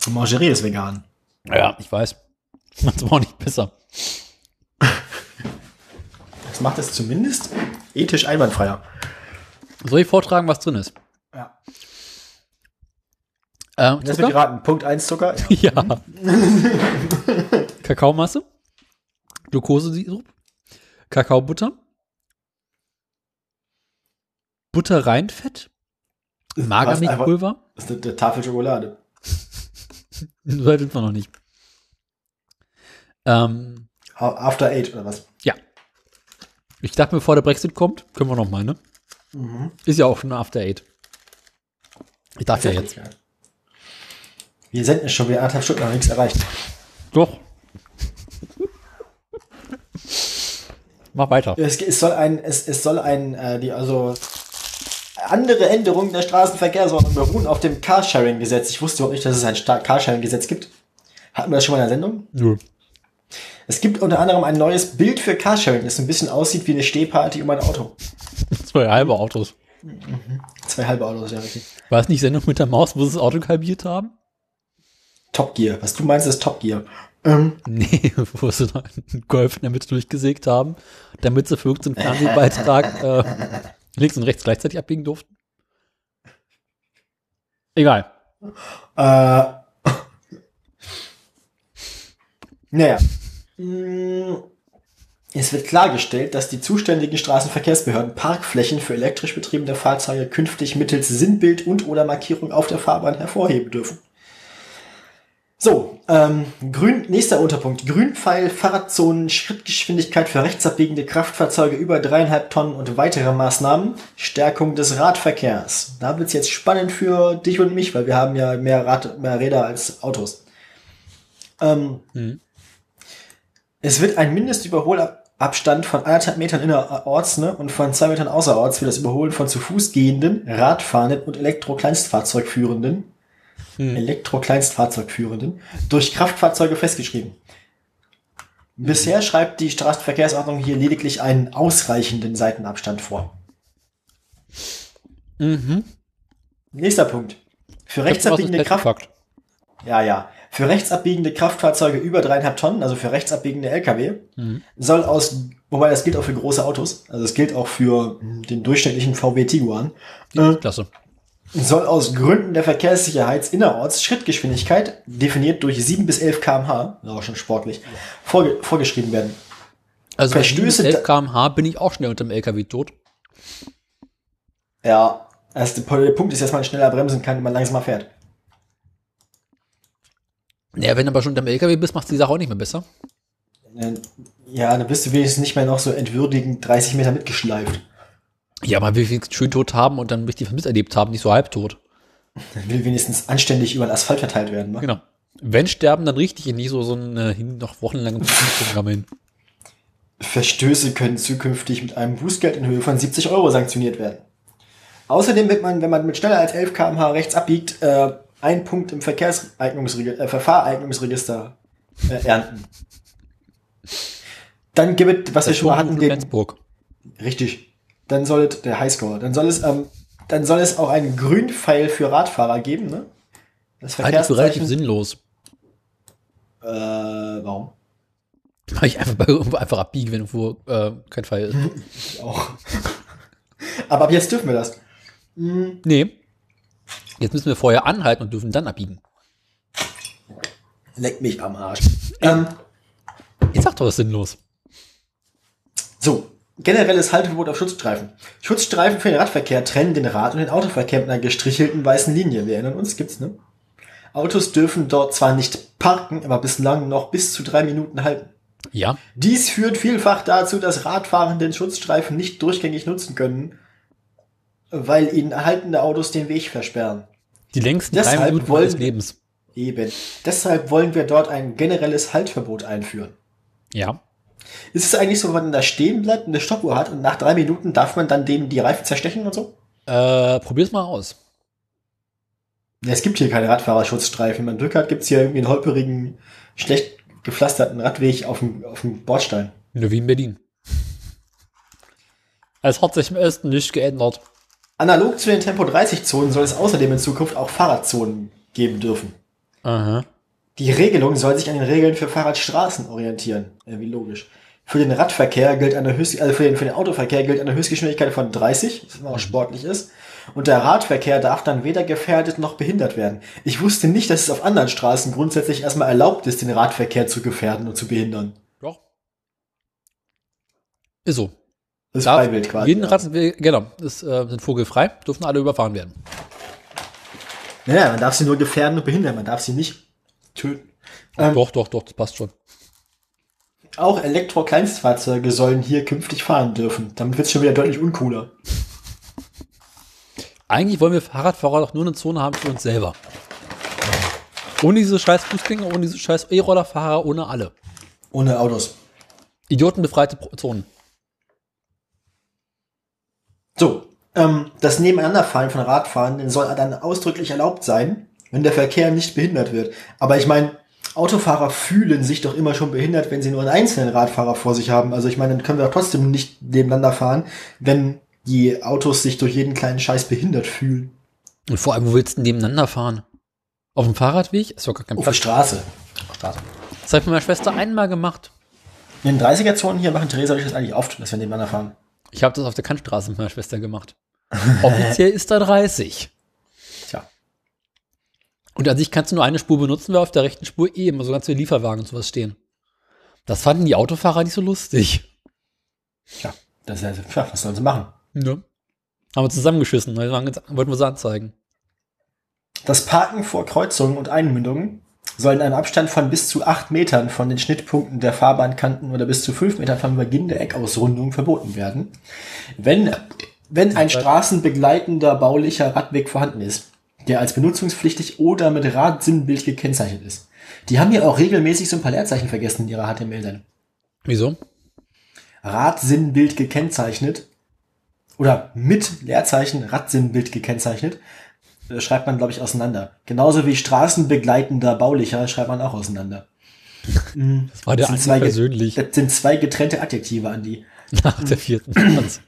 Mangerie ist vegan. Ja, ich weiß. <laughs> Macht's aber auch nicht besser. Das macht es zumindest ethisch einwandfreier. Soll ich vortragen, was drin ist? Ja. Ähm, Das wird Zucker? geraten. Punkt 1 Zucker. Ja. Ja. Kakaomasse, Glukosesirup, Kakaobutter, Butterreinfett, Magermilchpulver. Das ist eine, eine Tafel Schokolade. <laughs> So weit sind wir noch Ähm, nicht. Ähm, Ha- After Eight oder was? ja. Ich dachte, bevor der Brexit kommt, können wir noch mal, ne? Ist ja auch schon After Eight. Ich darf ja jetzt. Wir senden schon wieder anderthalb Stunden, noch nichts erreicht. Doch. <laughs> Mach weiter. Es, es soll ein, es, es soll ein, äh, die, also andere Änderungen der Straßenverkehrsordnung beruhen auf dem Carsharing-Gesetz. Ich wusste überhaupt nicht, dass es ein Sta- Carsharing-Gesetz gibt. Hatten wir das schon mal in der Sendung? Nö. Es gibt unter anderem ein neues Bild für Carsharing, das ein bisschen aussieht wie eine Stehparty um ein Auto. Zwei halbe Autos. Zwei halbe Autos, ja richtig. War es nicht Sendung mit der Maus, wo sie das Auto kalbiert haben? <laughs> Top Gear. Was du meinst, ist Top Gear. Ähm, Nee, wo sie da einen Golf in der Mitte durchgesägt haben, damit sie für irgendeinen Fernsehbeitrag äh, links und rechts gleichzeitig abbiegen durften. Egal. äh, <laughs> naja. Mm, Es wird klargestellt, dass die zuständigen Straßenverkehrsbehörden Parkflächen für elektrisch betriebene Fahrzeuge künftig mittels Sinnbild und oder Markierung auf der Fahrbahn hervorheben dürfen. So, ähm, grün, nächster Unterpunkt. Grünpfeil, Fahrradzonen, Schrittgeschwindigkeit für rechtsabbiegende Kraftfahrzeuge über dreieinhalb Tonnen und weitere Maßnahmen. Stärkung des Radverkehrs. Da wird's jetzt spannend für dich und mich, weil wir haben ja mehr, Rad, mehr Räder als Autos. Ähm, Mhm. Es wird ein Mindestüberholabstand von anderthalb Metern innerorts ne, und von zwei Metern außerorts für das Überholen von zu Fuß gehenden, Radfahrenden und Elektro-Kleinstfahrzeugführenden Elektro-Kleinstfahrzeugführenden durch Kraftfahrzeuge festgeschrieben. Bisher schreibt die Straßenverkehrsordnung hier lediglich einen ausreichenden Seitenabstand vor. Mhm. Nächster Punkt. Für rechtsabbiegende Kraft Kraft. Ja, ja. Für rechtsabbiegende Kraftfahrzeuge über dreieinhalb Tonnen, also für rechtsabbiegende Lkw, soll aus, wobei das gilt auch für große Autos, also es gilt auch für den durchschnittlichen VW Tiguan, äh, Klasse. soll aus Gründen der Verkehrssicherheit innerorts Schrittgeschwindigkeit, definiert durch 7 bis 11 kmh, das ist auch schon sportlich, vorge vorgeschrieben werden. Also bei Verstöße 11 km/h bin ich auch schnell unter dem LKW tot. Ja, also der Po- der Punkt ist, dass man schneller bremsen kann, wenn man langsamer fährt. Naja, wenn du aber schon unter dem LKW bist, macht die Sache auch nicht mehr besser. Äh, Ja, dann bist du wenigstens nicht mehr noch so entwürdigend 30 Meter mitgeschleift. Ja, mal wenigstens schön tot haben und dann richtig was miterlebt haben, nicht so halbtot. Dann will wenigstens anständig über den Asphalt verteilt werden. Ne? Genau. Wenn sterben, dann richtig und nicht so, so ein äh, hin- noch wochenlang im Programm hin. Verstöße können zukünftig mit einem Bußgeld in Höhe von 70 Euro sanktioniert werden. Außerdem wird man, wenn man mit schneller als 11 km/h rechts abbiegt, äh, einen Punkt im Verkehrseignungsregister, äh, Verfahreignungsregister äh, ernten. Dann gibt es, was wir schon mal hatten, den, Flensburg. richtig, dann soll es, der Highscore, dann soll es, ähm, dann soll es auch einen Grünpfeil für Radfahrer geben, ne? Das Eigentlich so relativ Verkehrszeichen, sinnlos. <laughs> äh, warum? Weil ich einfach bei irgendwo einfach abbiege, wenn irgendwo äh, kein Fall ist. Auch. <laughs> Aber ab jetzt dürfen wir das. Hm. Nee. Jetzt müssen wir vorher anhalten und dürfen dann abbiegen. Leck mich am Arsch. Ähm, Jetzt sagt doch, das ist sinnlos. so, generelles Halteverbot auf Schutzstreifen. Schutzstreifen für den Radverkehr trennen den Rad- und den Autoverkehr mit einer gestrichelten weißen Linie. Wir erinnern uns, gibt's, ne? Autos dürfen dort zwar nicht parken, aber bislang noch bis zu drei Minuten halten. Ja. Dies führt vielfach dazu, dass Radfahrer den Schutzstreifen nicht durchgängig nutzen können, weil ihnen haltende Autos den Weg versperren. Die längsten Deshalb drei Minuten wollen meines wir- Lebens. Eben. Deshalb wollen wir dort ein generelles Haltverbot einführen. Ja. Ist es eigentlich so, wenn man da stehen bleibt und eine Stoppuhr hat und nach drei Minuten darf man dann dem die Reifen zerstechen und so? Äh, probier's mal aus. Ja, es gibt hier keine Radfahrerschutzstreifen. Wenn man Glück hat, gibt's hier irgendwie einen holperigen, schlecht gepflasterten Radweg auf dem, auf dem Bordstein. Nur wie in Berlin. <laughs> Es hat sich im Osten nicht geändert. Analog zu den Tempo-30-Zonen soll es außerdem in Zukunft auch Fahrradzonen geben dürfen. Aha. Die Regelung soll sich an den Regeln für Fahrradstraßen orientieren. Irgendwie logisch. Für den Radverkehr gilt eine Höchst also für den, für den Autoverkehr gilt eine Höchstgeschwindigkeit von 30, was immer auch sportlich ist. Und der Radverkehr darf dann weder gefährdet noch behindert werden. Ich wusste nicht, dass es auf anderen Straßen grundsätzlich erstmal erlaubt ist, den Radverkehr zu gefährden und zu behindern. Doch. Ist so. Das ist Darf Freiwild quasi. jeden Rattenweg, genau, ist, äh, sind vogelfrei, dürfen alle überfahren werden. Naja, man darf sie nur gefährden und behindern, man darf sie nicht töten. Ähm. doch, doch, doch, das passt schon. Auch Elektro-Kleinstfahrzeuge sollen hier künftig fahren dürfen. Damit wird es schon wieder deutlich uncooler. Eigentlich wollen wir Fahrradfahrer doch nur eine Zone haben für uns selber. Ohne diese scheiß Fußgänger, ohne diese scheiß E-Rollerfahrer, ohne alle. Ohne Autos. Idiotenbefreite Pro- Zonen. So, ähm, das Nebeneinanderfahren von Radfahrenden soll dann ausdrücklich erlaubt sein, wenn der Verkehr nicht behindert wird. Aber ich meine, Autofahrer fühlen sich doch immer schon behindert, wenn sie nur einen einzelnen Radfahrer vor sich haben. Also ich meine, dann können wir doch trotzdem nicht nebeneinander fahren, wenn die Autos sich durch jeden kleinen Scheiß behindert fühlen. Und vor allem, wo willst du denn nebeneinander fahren? Auf dem Fahrradweg? Ist doch gar kein Auf der Platz. Straße. Das habe ich mit meiner Schwester einmal gemacht. In den 30er-Zonen hier machen Theresa und ich das eigentlich oft, dass wir nebeneinander fahren. Ich habe das auf der Kantstraße mit meiner Schwester gemacht. <laughs> Offiziell ist da 30. Tja. Und an sich kannst du nur eine Spur benutzen, weil auf der rechten Spur eh immer so ganz viele Lieferwagen und sowas stehen. Das fanden die Autofahrer nicht so lustig. Tja, das ist ja, tja, was sollen sie machen? Ne? Haben wir zusammengeschissen, weil wir waren ganz, wollten wir sie anzeigen. Das Parken vor Kreuzungen und Einmündungen soll in einem Abstand von bis zu 8 Metern von den Schnittpunkten der Fahrbahnkanten oder bis zu 5 Metern vom Beginn der Eckausrundung verboten werden, wenn, wenn ein straßenbegleitender baulicher Radweg vorhanden ist, der als benutzungspflichtig oder mit Radsinnbild gekennzeichnet ist. Die haben hier auch regelmäßig so ein paar Leerzeichen vergessen in ihrer HTML dann. Wieso? Radsinnbild gekennzeichnet oder mit Leerzeichen Radsinnbild gekennzeichnet, äh, schreibt man, glaube ich, auseinander. Genauso wie straßenbegleitender Baulicher schreibt man auch auseinander. Mm, Das war Ah, der sind einzige zwei ge- Äh, persönlich Das sind zwei getrennte Adjektive an die. nach <clears throat> der vierten Platz.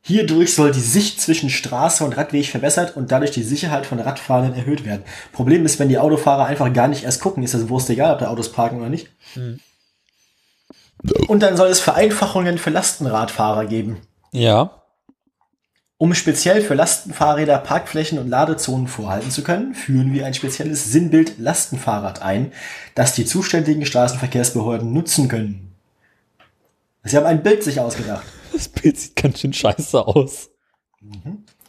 Hierdurch soll die Sicht zwischen Straße und Radweg verbessert und dadurch die Sicherheit von Radfahrern erhöht werden. Problem ist, wenn die Autofahrer einfach gar nicht erst gucken, ist das Wurst egal, ob da Autos parken oder nicht. Hm. Und dann soll es Vereinfachungen für Lastenradfahrer geben. Ja. Um speziell für Lastenfahrräder Parkflächen und Ladezonen vorhalten zu können, führen wir ein spezielles Sinnbild Lastenfahrrad ein, das die zuständigen Straßenverkehrsbehörden nutzen können. Sie haben ein Bild sich ausgedacht. Das Bild sieht ganz schön scheiße aus.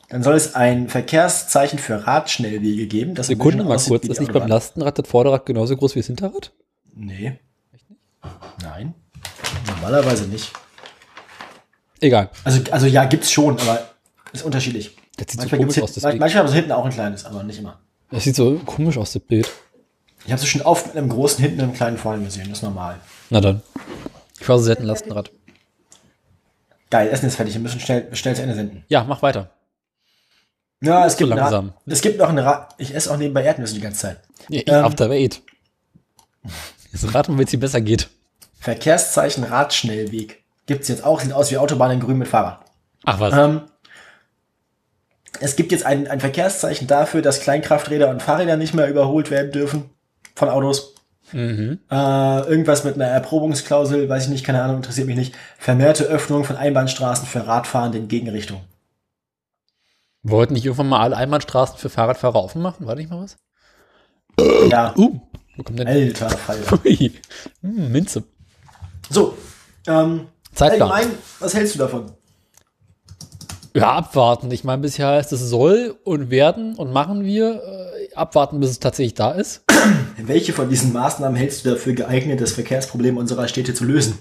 Dann soll es ein Verkehrszeichen für Radschnellwege geben. Das Sekunde ein bisschen mal aussieht kurz. wie die Ist nicht beim Autobahn. Lastenrad das Vorderrad genauso groß wie das Hinterrad? Nee. Nein. Normalerweise nicht. Egal. Also, also ja, gibt's schon, aber ist unterschiedlich. Das Manchmal, sieht so gibt's komisch aus, hinten, das man- Bild. manchmal haben sie hinten auch ein kleines, aber nicht immer. Das sieht so komisch aus, das Bild. Ich habe sie schon oft mit einem großen hinten und einem kleinen vorne gesehen. Das ist normal. Na dann. Ich war so selten Lastenrad. Geil, Essen ist fertig. Wir müssen schnell, schnell zu Ende senden. Ja, mach weiter. Ja, es So gibt, langsam. Eine, es gibt noch eine Ra Ich esse auch nebenbei Erdnüsse die ganze Zeit. Ja, Ähm. After Eight. <laughs> Jetzt raten wir, wie es dir besser geht. Verkehrszeichen Radschnellweg. Gibt's jetzt auch. Sieht aus wie Autobahn in grün mit Fahrrad. Ach was. Ähm, es gibt jetzt ein, ein Verkehrszeichen dafür, dass Kleinkrafträder und Fahrräder nicht mehr überholt werden dürfen von Autos. Mhm. Äh, irgendwas mit einer Erprobungsklausel, weiß ich nicht, keine Ahnung, interessiert mich nicht. Vermehrte Öffnung von Einbahnstraßen für Radfahrende in Gegenrichtung. Wollten nicht irgendwann mal alle Einbahnstraßen für Fahrradfahrer offen machen? War nicht mal was? Ja, Uh, wo kommt denn? alter Fall. <laughs> Ui. Hm, Minze. So, ähm, Zeitplan. allgemein, was hältst du davon? Ja, abwarten. Ich meine, bisher heißt es soll und werden und machen wir. Äh, abwarten, bis es tatsächlich da ist. Welche von diesen Maßnahmen hältst du dafür geeignet, das Verkehrsproblem unserer Städte zu lösen?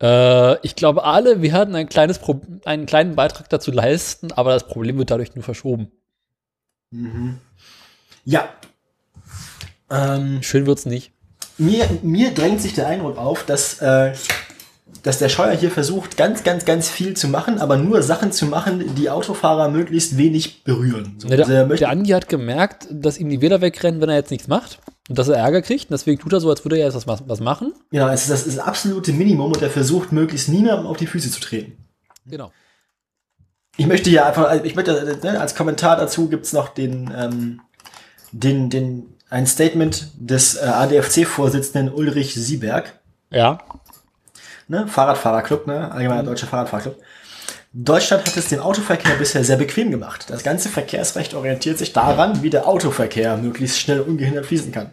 Äh, ich glaube, alle werden ein kleines Pro einen kleinen Beitrag dazu leisten, aber das Problem wird dadurch nur verschoben. Ja. Ähm, Schön wird's nicht. mir, mir drängt sich der Eindruck auf, dass, äh, dass der Scheuer hier versucht, ganz, ganz, ganz viel zu machen, aber nur Sachen zu machen, die Autofahrer möglichst wenig berühren. So, Ne, also er der, möchte, der Andi hat gemerkt, dass ihm die Wähler wegrennen, wenn er jetzt nichts macht und dass er Ärger kriegt. Und deswegen tut er so, als würde er jetzt was, ma- was machen. genau, es ist das, ist das absolute Minimum und er versucht, möglichst niemandem auf die Füße zu treten. Genau. Ich möchte hier einfach, ich möchte ne, als Kommentar dazu gibt's noch den, ähm, den, den, ein Statement des äh, ADFC-Vorsitzenden Ulrich Sieberg, Ja. ne, Fahrradfahrerclub, ne, allgemeiner deutscher Fahrradfahrerclub. Deutschland hat es dem Autoverkehr bisher sehr bequem gemacht. Das ganze Verkehrsrecht orientiert sich daran, wie der Autoverkehr möglichst schnell ungehindert fließen kann.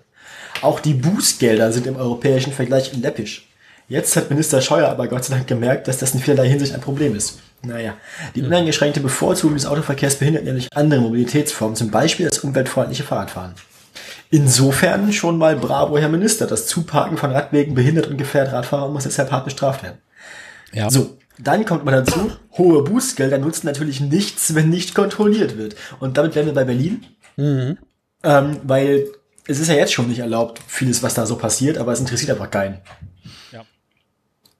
Auch die Bußgelder sind im europäischen Vergleich läppisch. Jetzt hat Minister Scheuer aber Gott sei Dank gemerkt, dass das in vielerlei Hinsicht ein Problem ist. Naja, die uneingeschränkte Bevorzugung des Autoverkehrs behindert nämlich andere Mobilitätsformen, zum Beispiel das umweltfreundliche Fahrradfahren. Insofern schon mal bravo, Herr Minister. Das Zuparken von Radwegen behindert und gefährdet Radfahrer und muss deshalb hart bestraft werden. Ja. So, dann kommt man dazu, hohe Bußgelder nutzen natürlich nichts, wenn nicht kontrolliert wird. Und damit wären wir bei Berlin, Mhm. ähm, weil es ist ja jetzt schon nicht erlaubt, vieles, was da so passiert, aber es interessiert einfach keinen. Ja.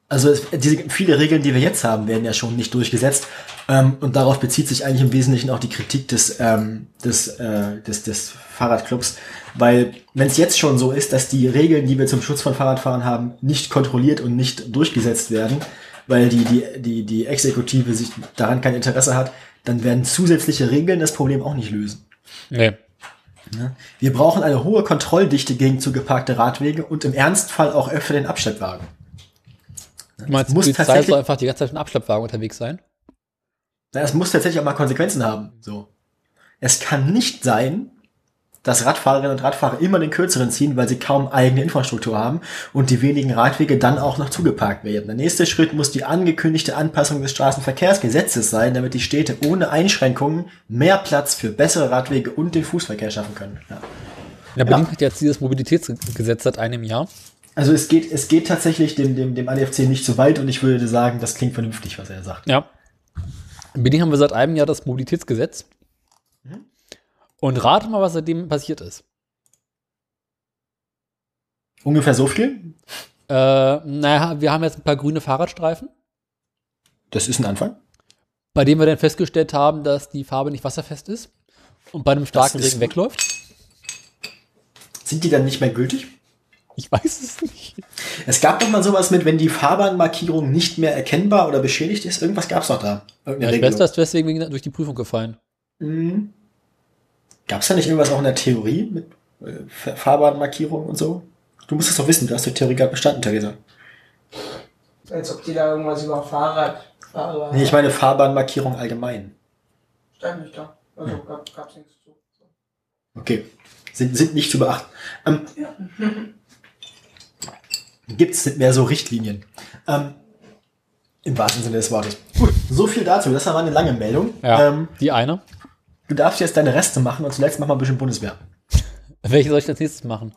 Also es, diese viele Regeln, die wir jetzt haben, werden ja schon nicht durchgesetzt. Ähm, und darauf bezieht sich eigentlich im Wesentlichen auch die Kritik des, ähm, des, äh, des, des Fahrradclubs. Weil wenn es jetzt schon so ist, dass die Regeln, die wir zum Schutz von Fahrradfahrern haben, nicht kontrolliert und nicht durchgesetzt werden, weil die, die, die, die Exekutive sich daran kein Interesse hat, dann werden zusätzliche Regeln das Problem auch nicht lösen. ne? Nee. Wir brauchen eine hohe Kontrolldichte gegen zu geparkte Radwege und im Ernstfall auch öfter den Abschleppwagen. Du meinst, muss die Polizei tatsächlich- soll einfach die ganze Zeit mit einem Abschleppwagen unterwegs sein? Na, Es muss tatsächlich auch mal Konsequenzen haben. So. Es kann nicht sein, dass Radfahrerinnen und Radfahrer immer den kürzeren ziehen, weil sie kaum eigene Infrastruktur haben und die wenigen Radwege dann auch noch zugeparkt werden. Der nächste Schritt muss die angekündigte Anpassung des Straßenverkehrsgesetzes sein, damit die Städte ohne Einschränkungen mehr Platz für bessere Radwege und den Fußverkehr schaffen können. Ja. Ja, Berlin hat jetzt dieses Mobilitätsgesetz seit einem Jahr. Also es geht, es geht tatsächlich dem, dem, dem ADFC nicht so weit und ich würde sagen, das klingt vernünftig, was er sagt. Ja. In Berlin haben wir seit einem Jahr das Mobilitätsgesetz. Mhm. Und rate mal, was seitdem passiert ist. Ungefähr so viel? Äh, naja, wir haben jetzt ein paar grüne Fahrradstreifen, Das ist ein Anfang. bei denen wir dann festgestellt haben, dass die Farbe nicht wasserfest ist und bei einem starken ist Regen gut. wegläuft. Sind die dann nicht mehr gültig? Ich weiß es nicht. Es gab doch mal sowas mit, wenn die Fahrbahnmarkierung nicht mehr erkennbar oder beschädigt ist. Irgendwas gab's doch da. Ja, Irgendeine ich weiß, Regelung. dass deswegen wegen- durch die Prüfung gefallen. Mhm. Gab's da nicht irgendwas auch in der Theorie mit äh, Fa- Fahrbahnmarkierung und so? Du musst es doch wissen, du hast die Theorie gerade bestanden, Theresa. Als ob die da irgendwas über Fahrrad, Fahrrad. Nee, ich meine Fahrbahnmarkierung allgemein. Stand nicht da. Also gab, gab's nichts zu. Okay. Sind, sind nicht zu beachten. Ähm, <laughs> Gibt's nicht mehr so Richtlinien. Ähm, Im wahrsten Sinne des Wortes. Gut, so viel dazu. Das war mal eine lange Meldung. Ja, Ähm, die eine. du darfst jetzt deine Reste machen und zuletzt machen wir ein bisschen Bundeswehr. Welche soll ich als nächstes machen?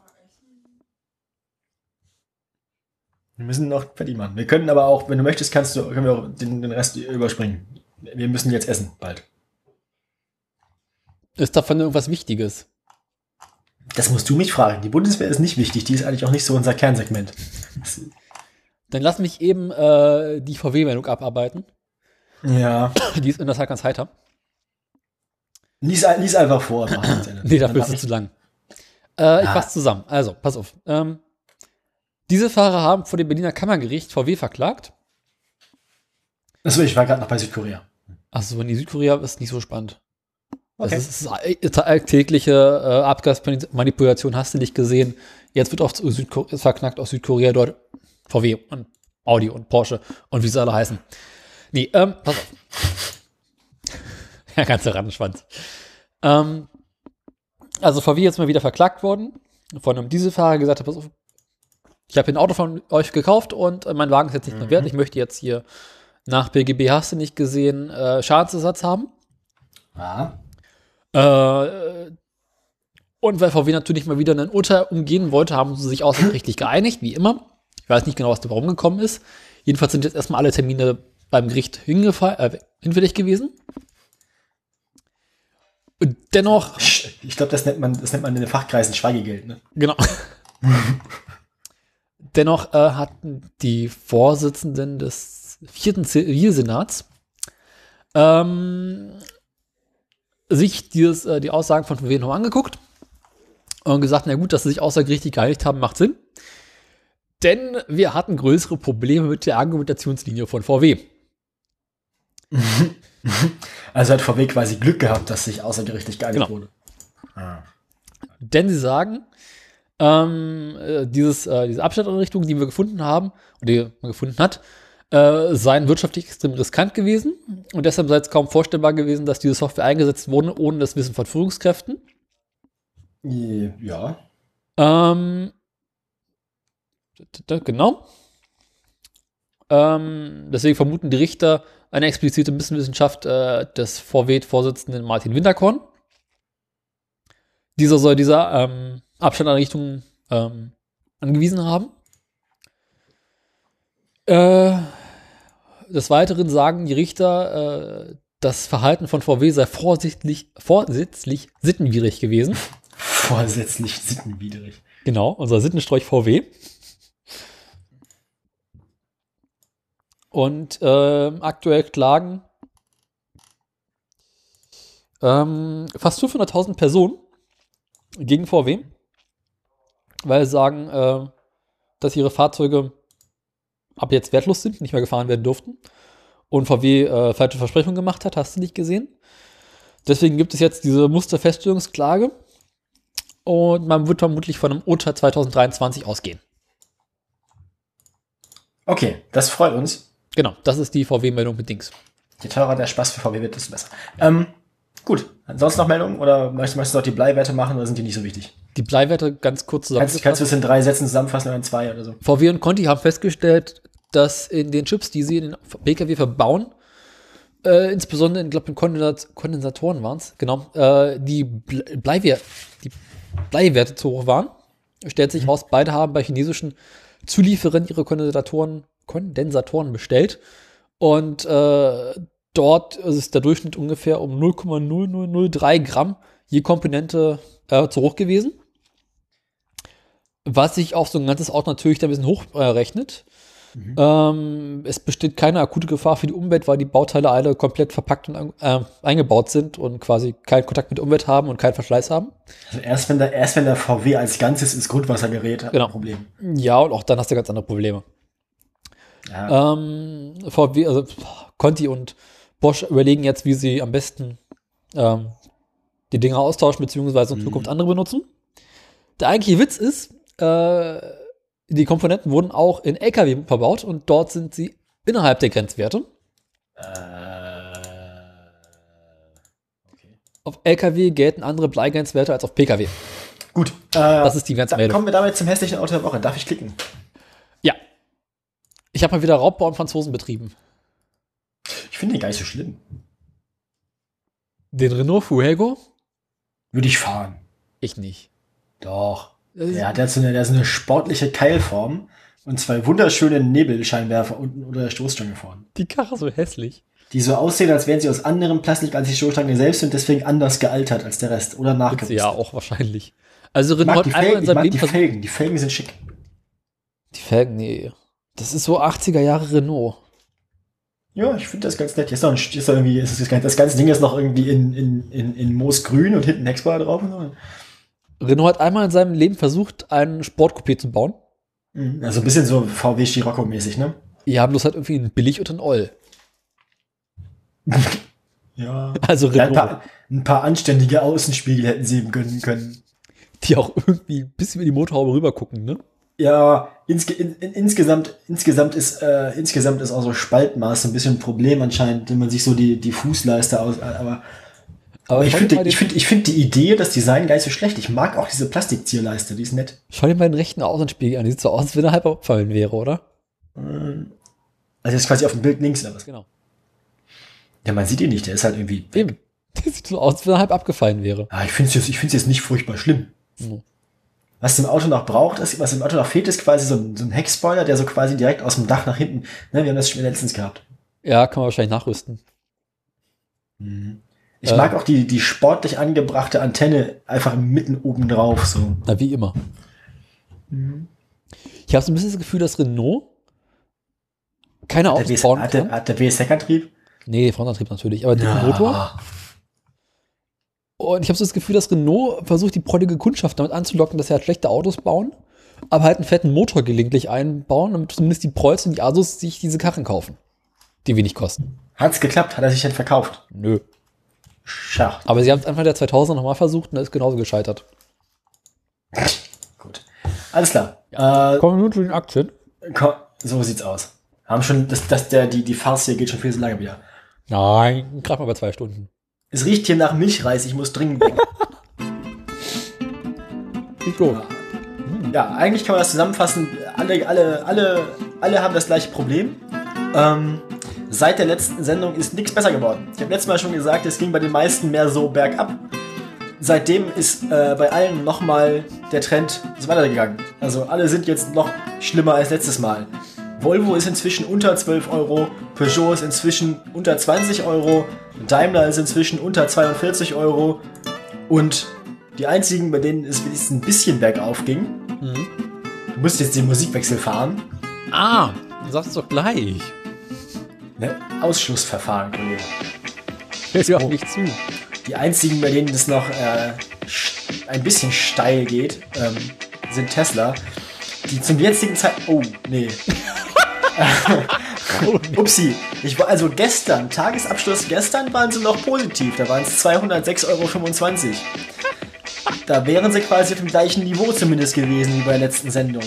Wir müssen noch fertig machen. Wir können aber auch, wenn du möchtest, kannst du, können wir auch den, den Rest überspringen. Wir müssen jetzt essen, bald. Ist davon irgendwas Wichtiges? Das musst du mich fragen. Die Bundeswehr ist nicht wichtig. Die ist eigentlich auch nicht so unser Kernsegment. Das, Dann lass mich eben äh, die VW-Meldung abarbeiten. ja. Die ist in der Tat ganz heiter. Lies, ein- lies einfach vor. mach das Ende. Nee, Dann dafür hab ist es ich- zu lang. Äh, ich Ah. fasse zusammen. Also, pass auf. Ähm, diese Fahrer haben vor dem Berliner Kammergericht VW verklagt. Achso, ich war gerade noch bei Südkorea. Achso, in die Südkorea ist nicht so spannend. Okay. Das ist, ist alltägliche äh, Abgasmanipulation, hast du nicht gesehen. Jetzt wird auch zu Südko ist verknackt aus Südkorea dort VW und Audi und Porsche und wie sie alle heißen. Nee, ähm, pass auf. <laughs> Der ganze Rattenschwanz. Ähm, also VW jetzt mal wieder verklagt worden. Von einem Dieselfahrer gesagt hat, pass auf, ich habe hier ein Auto von euch gekauft und äh, mein Wagen ist jetzt nicht mehr wert. Ich möchte jetzt hier nach BGB, hast du nicht gesehen, äh, Schadensersatz haben. Ja. Äh, und weil VW natürlich mal wieder einen Urteil umgehen wollte, haben sie sich außergerichtlich geeinigt, wie immer. Ich weiß nicht genau, was da warum gekommen ist. Jedenfalls sind jetzt erstmal alle Termine beim Gericht hingefa- äh, hinfällig gewesen. Und dennoch, Ich glaube, das nennt man, das nennt man in den Fachkreisen Schweigegeld. Ne? genau. <laughs> dennoch äh, hatten die Vorsitzenden des vierten Zivilsenats ähm, sich dieses, äh, die Aussagen von VW nochmal angeguckt und gesagt, na gut, dass sie sich außergerichtlich geeinigt haben, macht Sinn. Denn wir hatten größere Probleme mit der Argumentationslinie von VW. Also hat VW quasi Glück gehabt, dass sich außergerichtlich geeinigt Genau. wurde. Ah. Denn sie sagen, ähm, äh, dieses, äh, diese Abstandseinrichtung, die wir gefunden haben, oder die man gefunden hat, äh, seien wirtschaftlich extrem riskant gewesen und deshalb sei es kaum vorstellbar gewesen, dass diese Software eingesetzt wurde, ohne das Wissen von Führungskräften. Ja. Ähm, d- d- genau. Ähm, deswegen vermuten die Richter eine explizite Misswissenschaft äh, des VW-Vorsitzenden Martin Winterkorn. Dieser soll dieser ähm, Abstandseinrichtungen ähm, angewiesen haben. Äh, des Weiteren sagen die Richter, äh, das Verhalten von VW sei vorsichtlich, vorsitzlich sittenwidrig gewesen. Vorsätzlich sittenwidrig. Genau, unser Sittensträuch VW. Und ähm, aktuell klagen ähm, fast 500.000 Personen gegen VW, weil sie sagen, äh, dass ihre Fahrzeuge ab jetzt wertlos sind, nicht mehr gefahren werden durften und VW äh, falsche Versprechungen gemacht hat, hast du nicht gesehen. Deswegen gibt es jetzt diese Musterfeststellungsklage und man wird vermutlich von einem Urteil 2023 ausgehen. Okay, das freut uns. Genau, das ist die VW-Meldung mit Dings. Je teurer der Spaß für VW wird, desto besser. Ähm, gut, ansonsten noch Meldungen oder möchtest, möchtest du noch die Bleiwerte machen oder sind die nicht so wichtig? Die Bleiwerte ganz kurz Kannst, kannst du zusammengefasst. es in drei Sätzen zusammenfassen oder in zwei oder so? VW und Conti haben festgestellt, dass in den Chips, die sie in den Pkw verbauen, äh, insbesondere in, glaub, in Kondensat Kondensatoren waren es, genau, äh, die, Ble Bleiwer die Bleiwerte zu hoch waren. Stellt sich raus, beide haben bei chinesischen Zulieferern ihre Kondensatoren, Kondensatoren bestellt. Und äh, dort ist der Durchschnitt ungefähr um 0,0003 Gramm je Komponente äh, zu hoch gewesen. Was sich auf so ein ganzes Auto natürlich dann ein bisschen hochrechnet. Ähm, es besteht keine akute Gefahr für die Umwelt, weil die Bauteile alle komplett verpackt und an- äh, eingebaut sind und quasi keinen Kontakt mit der Umwelt haben und keinen Verschleiß haben. Also erst wenn der, erst wenn der VW als Ganzes ins Grundwasser gerät, hat man Genau. ein Problem. Ja, und auch dann hast du ganz andere Probleme. Ja. Ähm, VW, also pff, Conti und Bosch überlegen jetzt, wie sie am besten ähm, die Dinger austauschen, beziehungsweise Mhm. in Zukunft andere benutzen. Der eigentliche Witz ist, äh, die Komponenten wurden auch in LKW verbaut und dort sind sie innerhalb der Grenzwerte. Äh. Äh, Auf LKW gelten andere Bleigrenzwerte als auf PKW. Gut, äh, Das ist die ganze dann Meldung. kommen wir damit zum hässlichen Auto der Woche. Darf ich klicken? Ja. Ich habe mal wieder Raubbau an Franzosen betrieben. Ich finde den gar nicht so schlimm. Den Renault Fuego? Würde ich fahren. Ich nicht. Doch. Das ist- Der hat ja so eine, der hat so eine sportliche Keilform und zwei wunderschöne Nebelscheinwerfer unten unter der Stoßstange vorne. Die Karre ist so hässlich. Die so aussehen, als wären sie aus anderem Plastik als die Stoßstange selbst und deswegen anders gealtert als der Rest oder Ist nachgerüstet. sie ja auch wahrscheinlich. Also Ich mag, Renault die hat einmal Felgen, in ich seinem mag Leben die versucht. Felgen. Die Felgen sind schick. Die Felgen, nee. Das ist so 80er Jahre Renault. Ja, ich finde das ganz nett. Hier Ist noch ein, hier ist noch irgendwie, ist das, ganze- das ganze Ding ist noch irgendwie in, in, in, in Moosgrün und hinten Hexbar drauf. Und so. Renault hat einmal in seinem Leben versucht, einen Sportcoupé zu bauen. Mhm. Also ein bisschen so VW Scirocco-mäßig, ne? Die haben bloß halt irgendwie einen Billig und einen Oll. <laughs> Ja. Also ja ein, Renault, paar, ein paar anständige Außenspiegel hätten sie ihm gönnen können. die auch irgendwie ein bisschen über die Motorhaube rüber gucken, ne? Ja, insge in, in, insgesamt, insgesamt, ist, äh, insgesamt ist auch so Spaltmaß ein bisschen ein Problem anscheinend, wenn man sich so die, die Fußleiste aus. Aber, aber ich schau dir finde mal den- ich find, ich find die Idee, das Design gar nicht so schlecht. Ich mag auch diese Plastikzierleiste, die ist nett. Schau dir mal den rechten Außenspiegel an. Die sieht so aus, als wenn er halb abgefallen wäre, oder? Also jetzt quasi auf dem Bild links oder was? Genau. Ja, man sieht ihn nicht, der ist halt irgendwie. <laughs> Eben. Das sieht so aus, als wenn er halb abgefallen wäre. Ah, ich finde es jetzt, ich find's jetzt nicht furchtbar schlimm. Mhm. Was dem Auto noch braucht, ist, was dem Auto noch fehlt, ist quasi so ein, so ein Heckspoiler, der so quasi direkt aus dem Dach nach hinten. Ne, wir haben das schon letztens gehabt. Ja, kann man wahrscheinlich nachrüsten. Ich Äh. mag auch die, die sportlich angebrachte Antenne einfach mitten oben drauf. So. Na, wie immer. Mhm. Ich habe so ein bisschen das Gefühl, dass Renault keine Hat der, Autos WS, bauen hat der, kann. hat der WSEC-Antrieb? Nee, Frontantrieb natürlich, aber dicken Motor. Und ich habe so das Gefühl, dass Renault versucht, die prollige Kundschaft damit anzulocken, dass sie halt schlechte Autos bauen, aber halt einen fetten Motor gelegentlich einbauen, damit zumindest die Preuß und die Asus sich diese Karren kaufen. Die wenig kosten. Hat's geklappt? Hat er sich denn verkauft? Nö. Schacht. Aber sie haben es Anfang der 2000er nochmal versucht und da ist genauso gescheitert. Gut. Alles klar. Äh, Kommen wir nun zu den Aktien. komm, so sieht's aus. Haben schon, das, das, der, die, die Farce hier geht schon viel zu lange wieder. Nein, gerade mal bei zwei Stunden. Es riecht hier nach Milchreis, ich muss dringend. Geht los. ja, eigentlich kann man das zusammenfassen. Alle, alle, alle, alle haben das gleiche Problem. Ähm, seit der letzten Sendung ist nichts besser geworden. Ich habe letztes Mal schon gesagt, es ging bei den meisten mehr so bergab. Seitdem ist äh, bei allen nochmal der Trend ist weitergegangen. Also alle sind jetzt noch schlimmer als letztes Mal. Volvo ist inzwischen unter 12 Euro, Peugeot ist inzwischen unter 20 Euro, Daimler ist inzwischen unter 42 Euro und die einzigen, bei denen es wenigstens ein bisschen bergauf ging, du musst jetzt den Musikwechsel fahren. Ah, sag's doch gleich. Ne? Ausschlussverfahren, Kollege. Hörst ja auch nicht zu. Die einzigen, bei denen es noch äh, sch- ein bisschen steil geht, ähm, sind Tesla. Die zum jetzigen Zeit. Oh, nee. Upsi. Ich war also gestern, Tagesabschluss gestern waren sie noch positiv. Da waren es 206,25 Euro. Da wären sie quasi auf dem gleichen Niveau zumindest gewesen wie bei der letzten Sendung.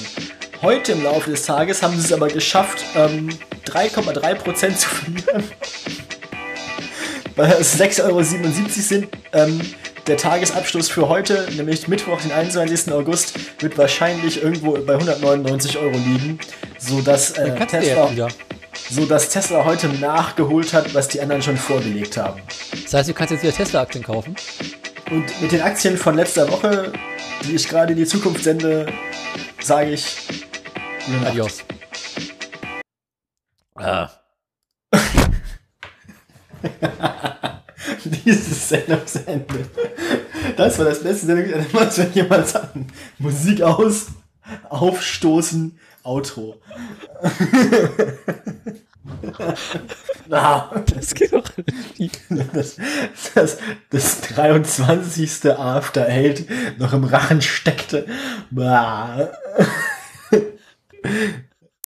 Heute im Laufe des Tages haben sie es aber geschafft, ähm, 3,3% zu verlieren. <laughs> Weil es 6,77 Euro sind. Ähm, der Tagesabschluss für heute, nämlich Mittwoch, den 21. August, wird wahrscheinlich irgendwo bei 199 Euro liegen, sodass äh, Kannst du Tesla ja wieder. so dass Tesla heute nachgeholt hat, was die anderen schon vorgelegt haben. Das heißt, du kannst jetzt wieder Tesla-Aktien kaufen. Und mit den Aktien von letzter Woche, die ich gerade in die Zukunft sende, sage ich <laughs> gute Nacht. Adios. Ah. Dieses Sendungsende. Das war das letzte Sendung, was wir jemals hatten. Musik aus, aufstoßen, Outro. <laughs> ah, Das geht doch relativ. das, das, das 23. After Eight noch im Rachen steckte. Bah.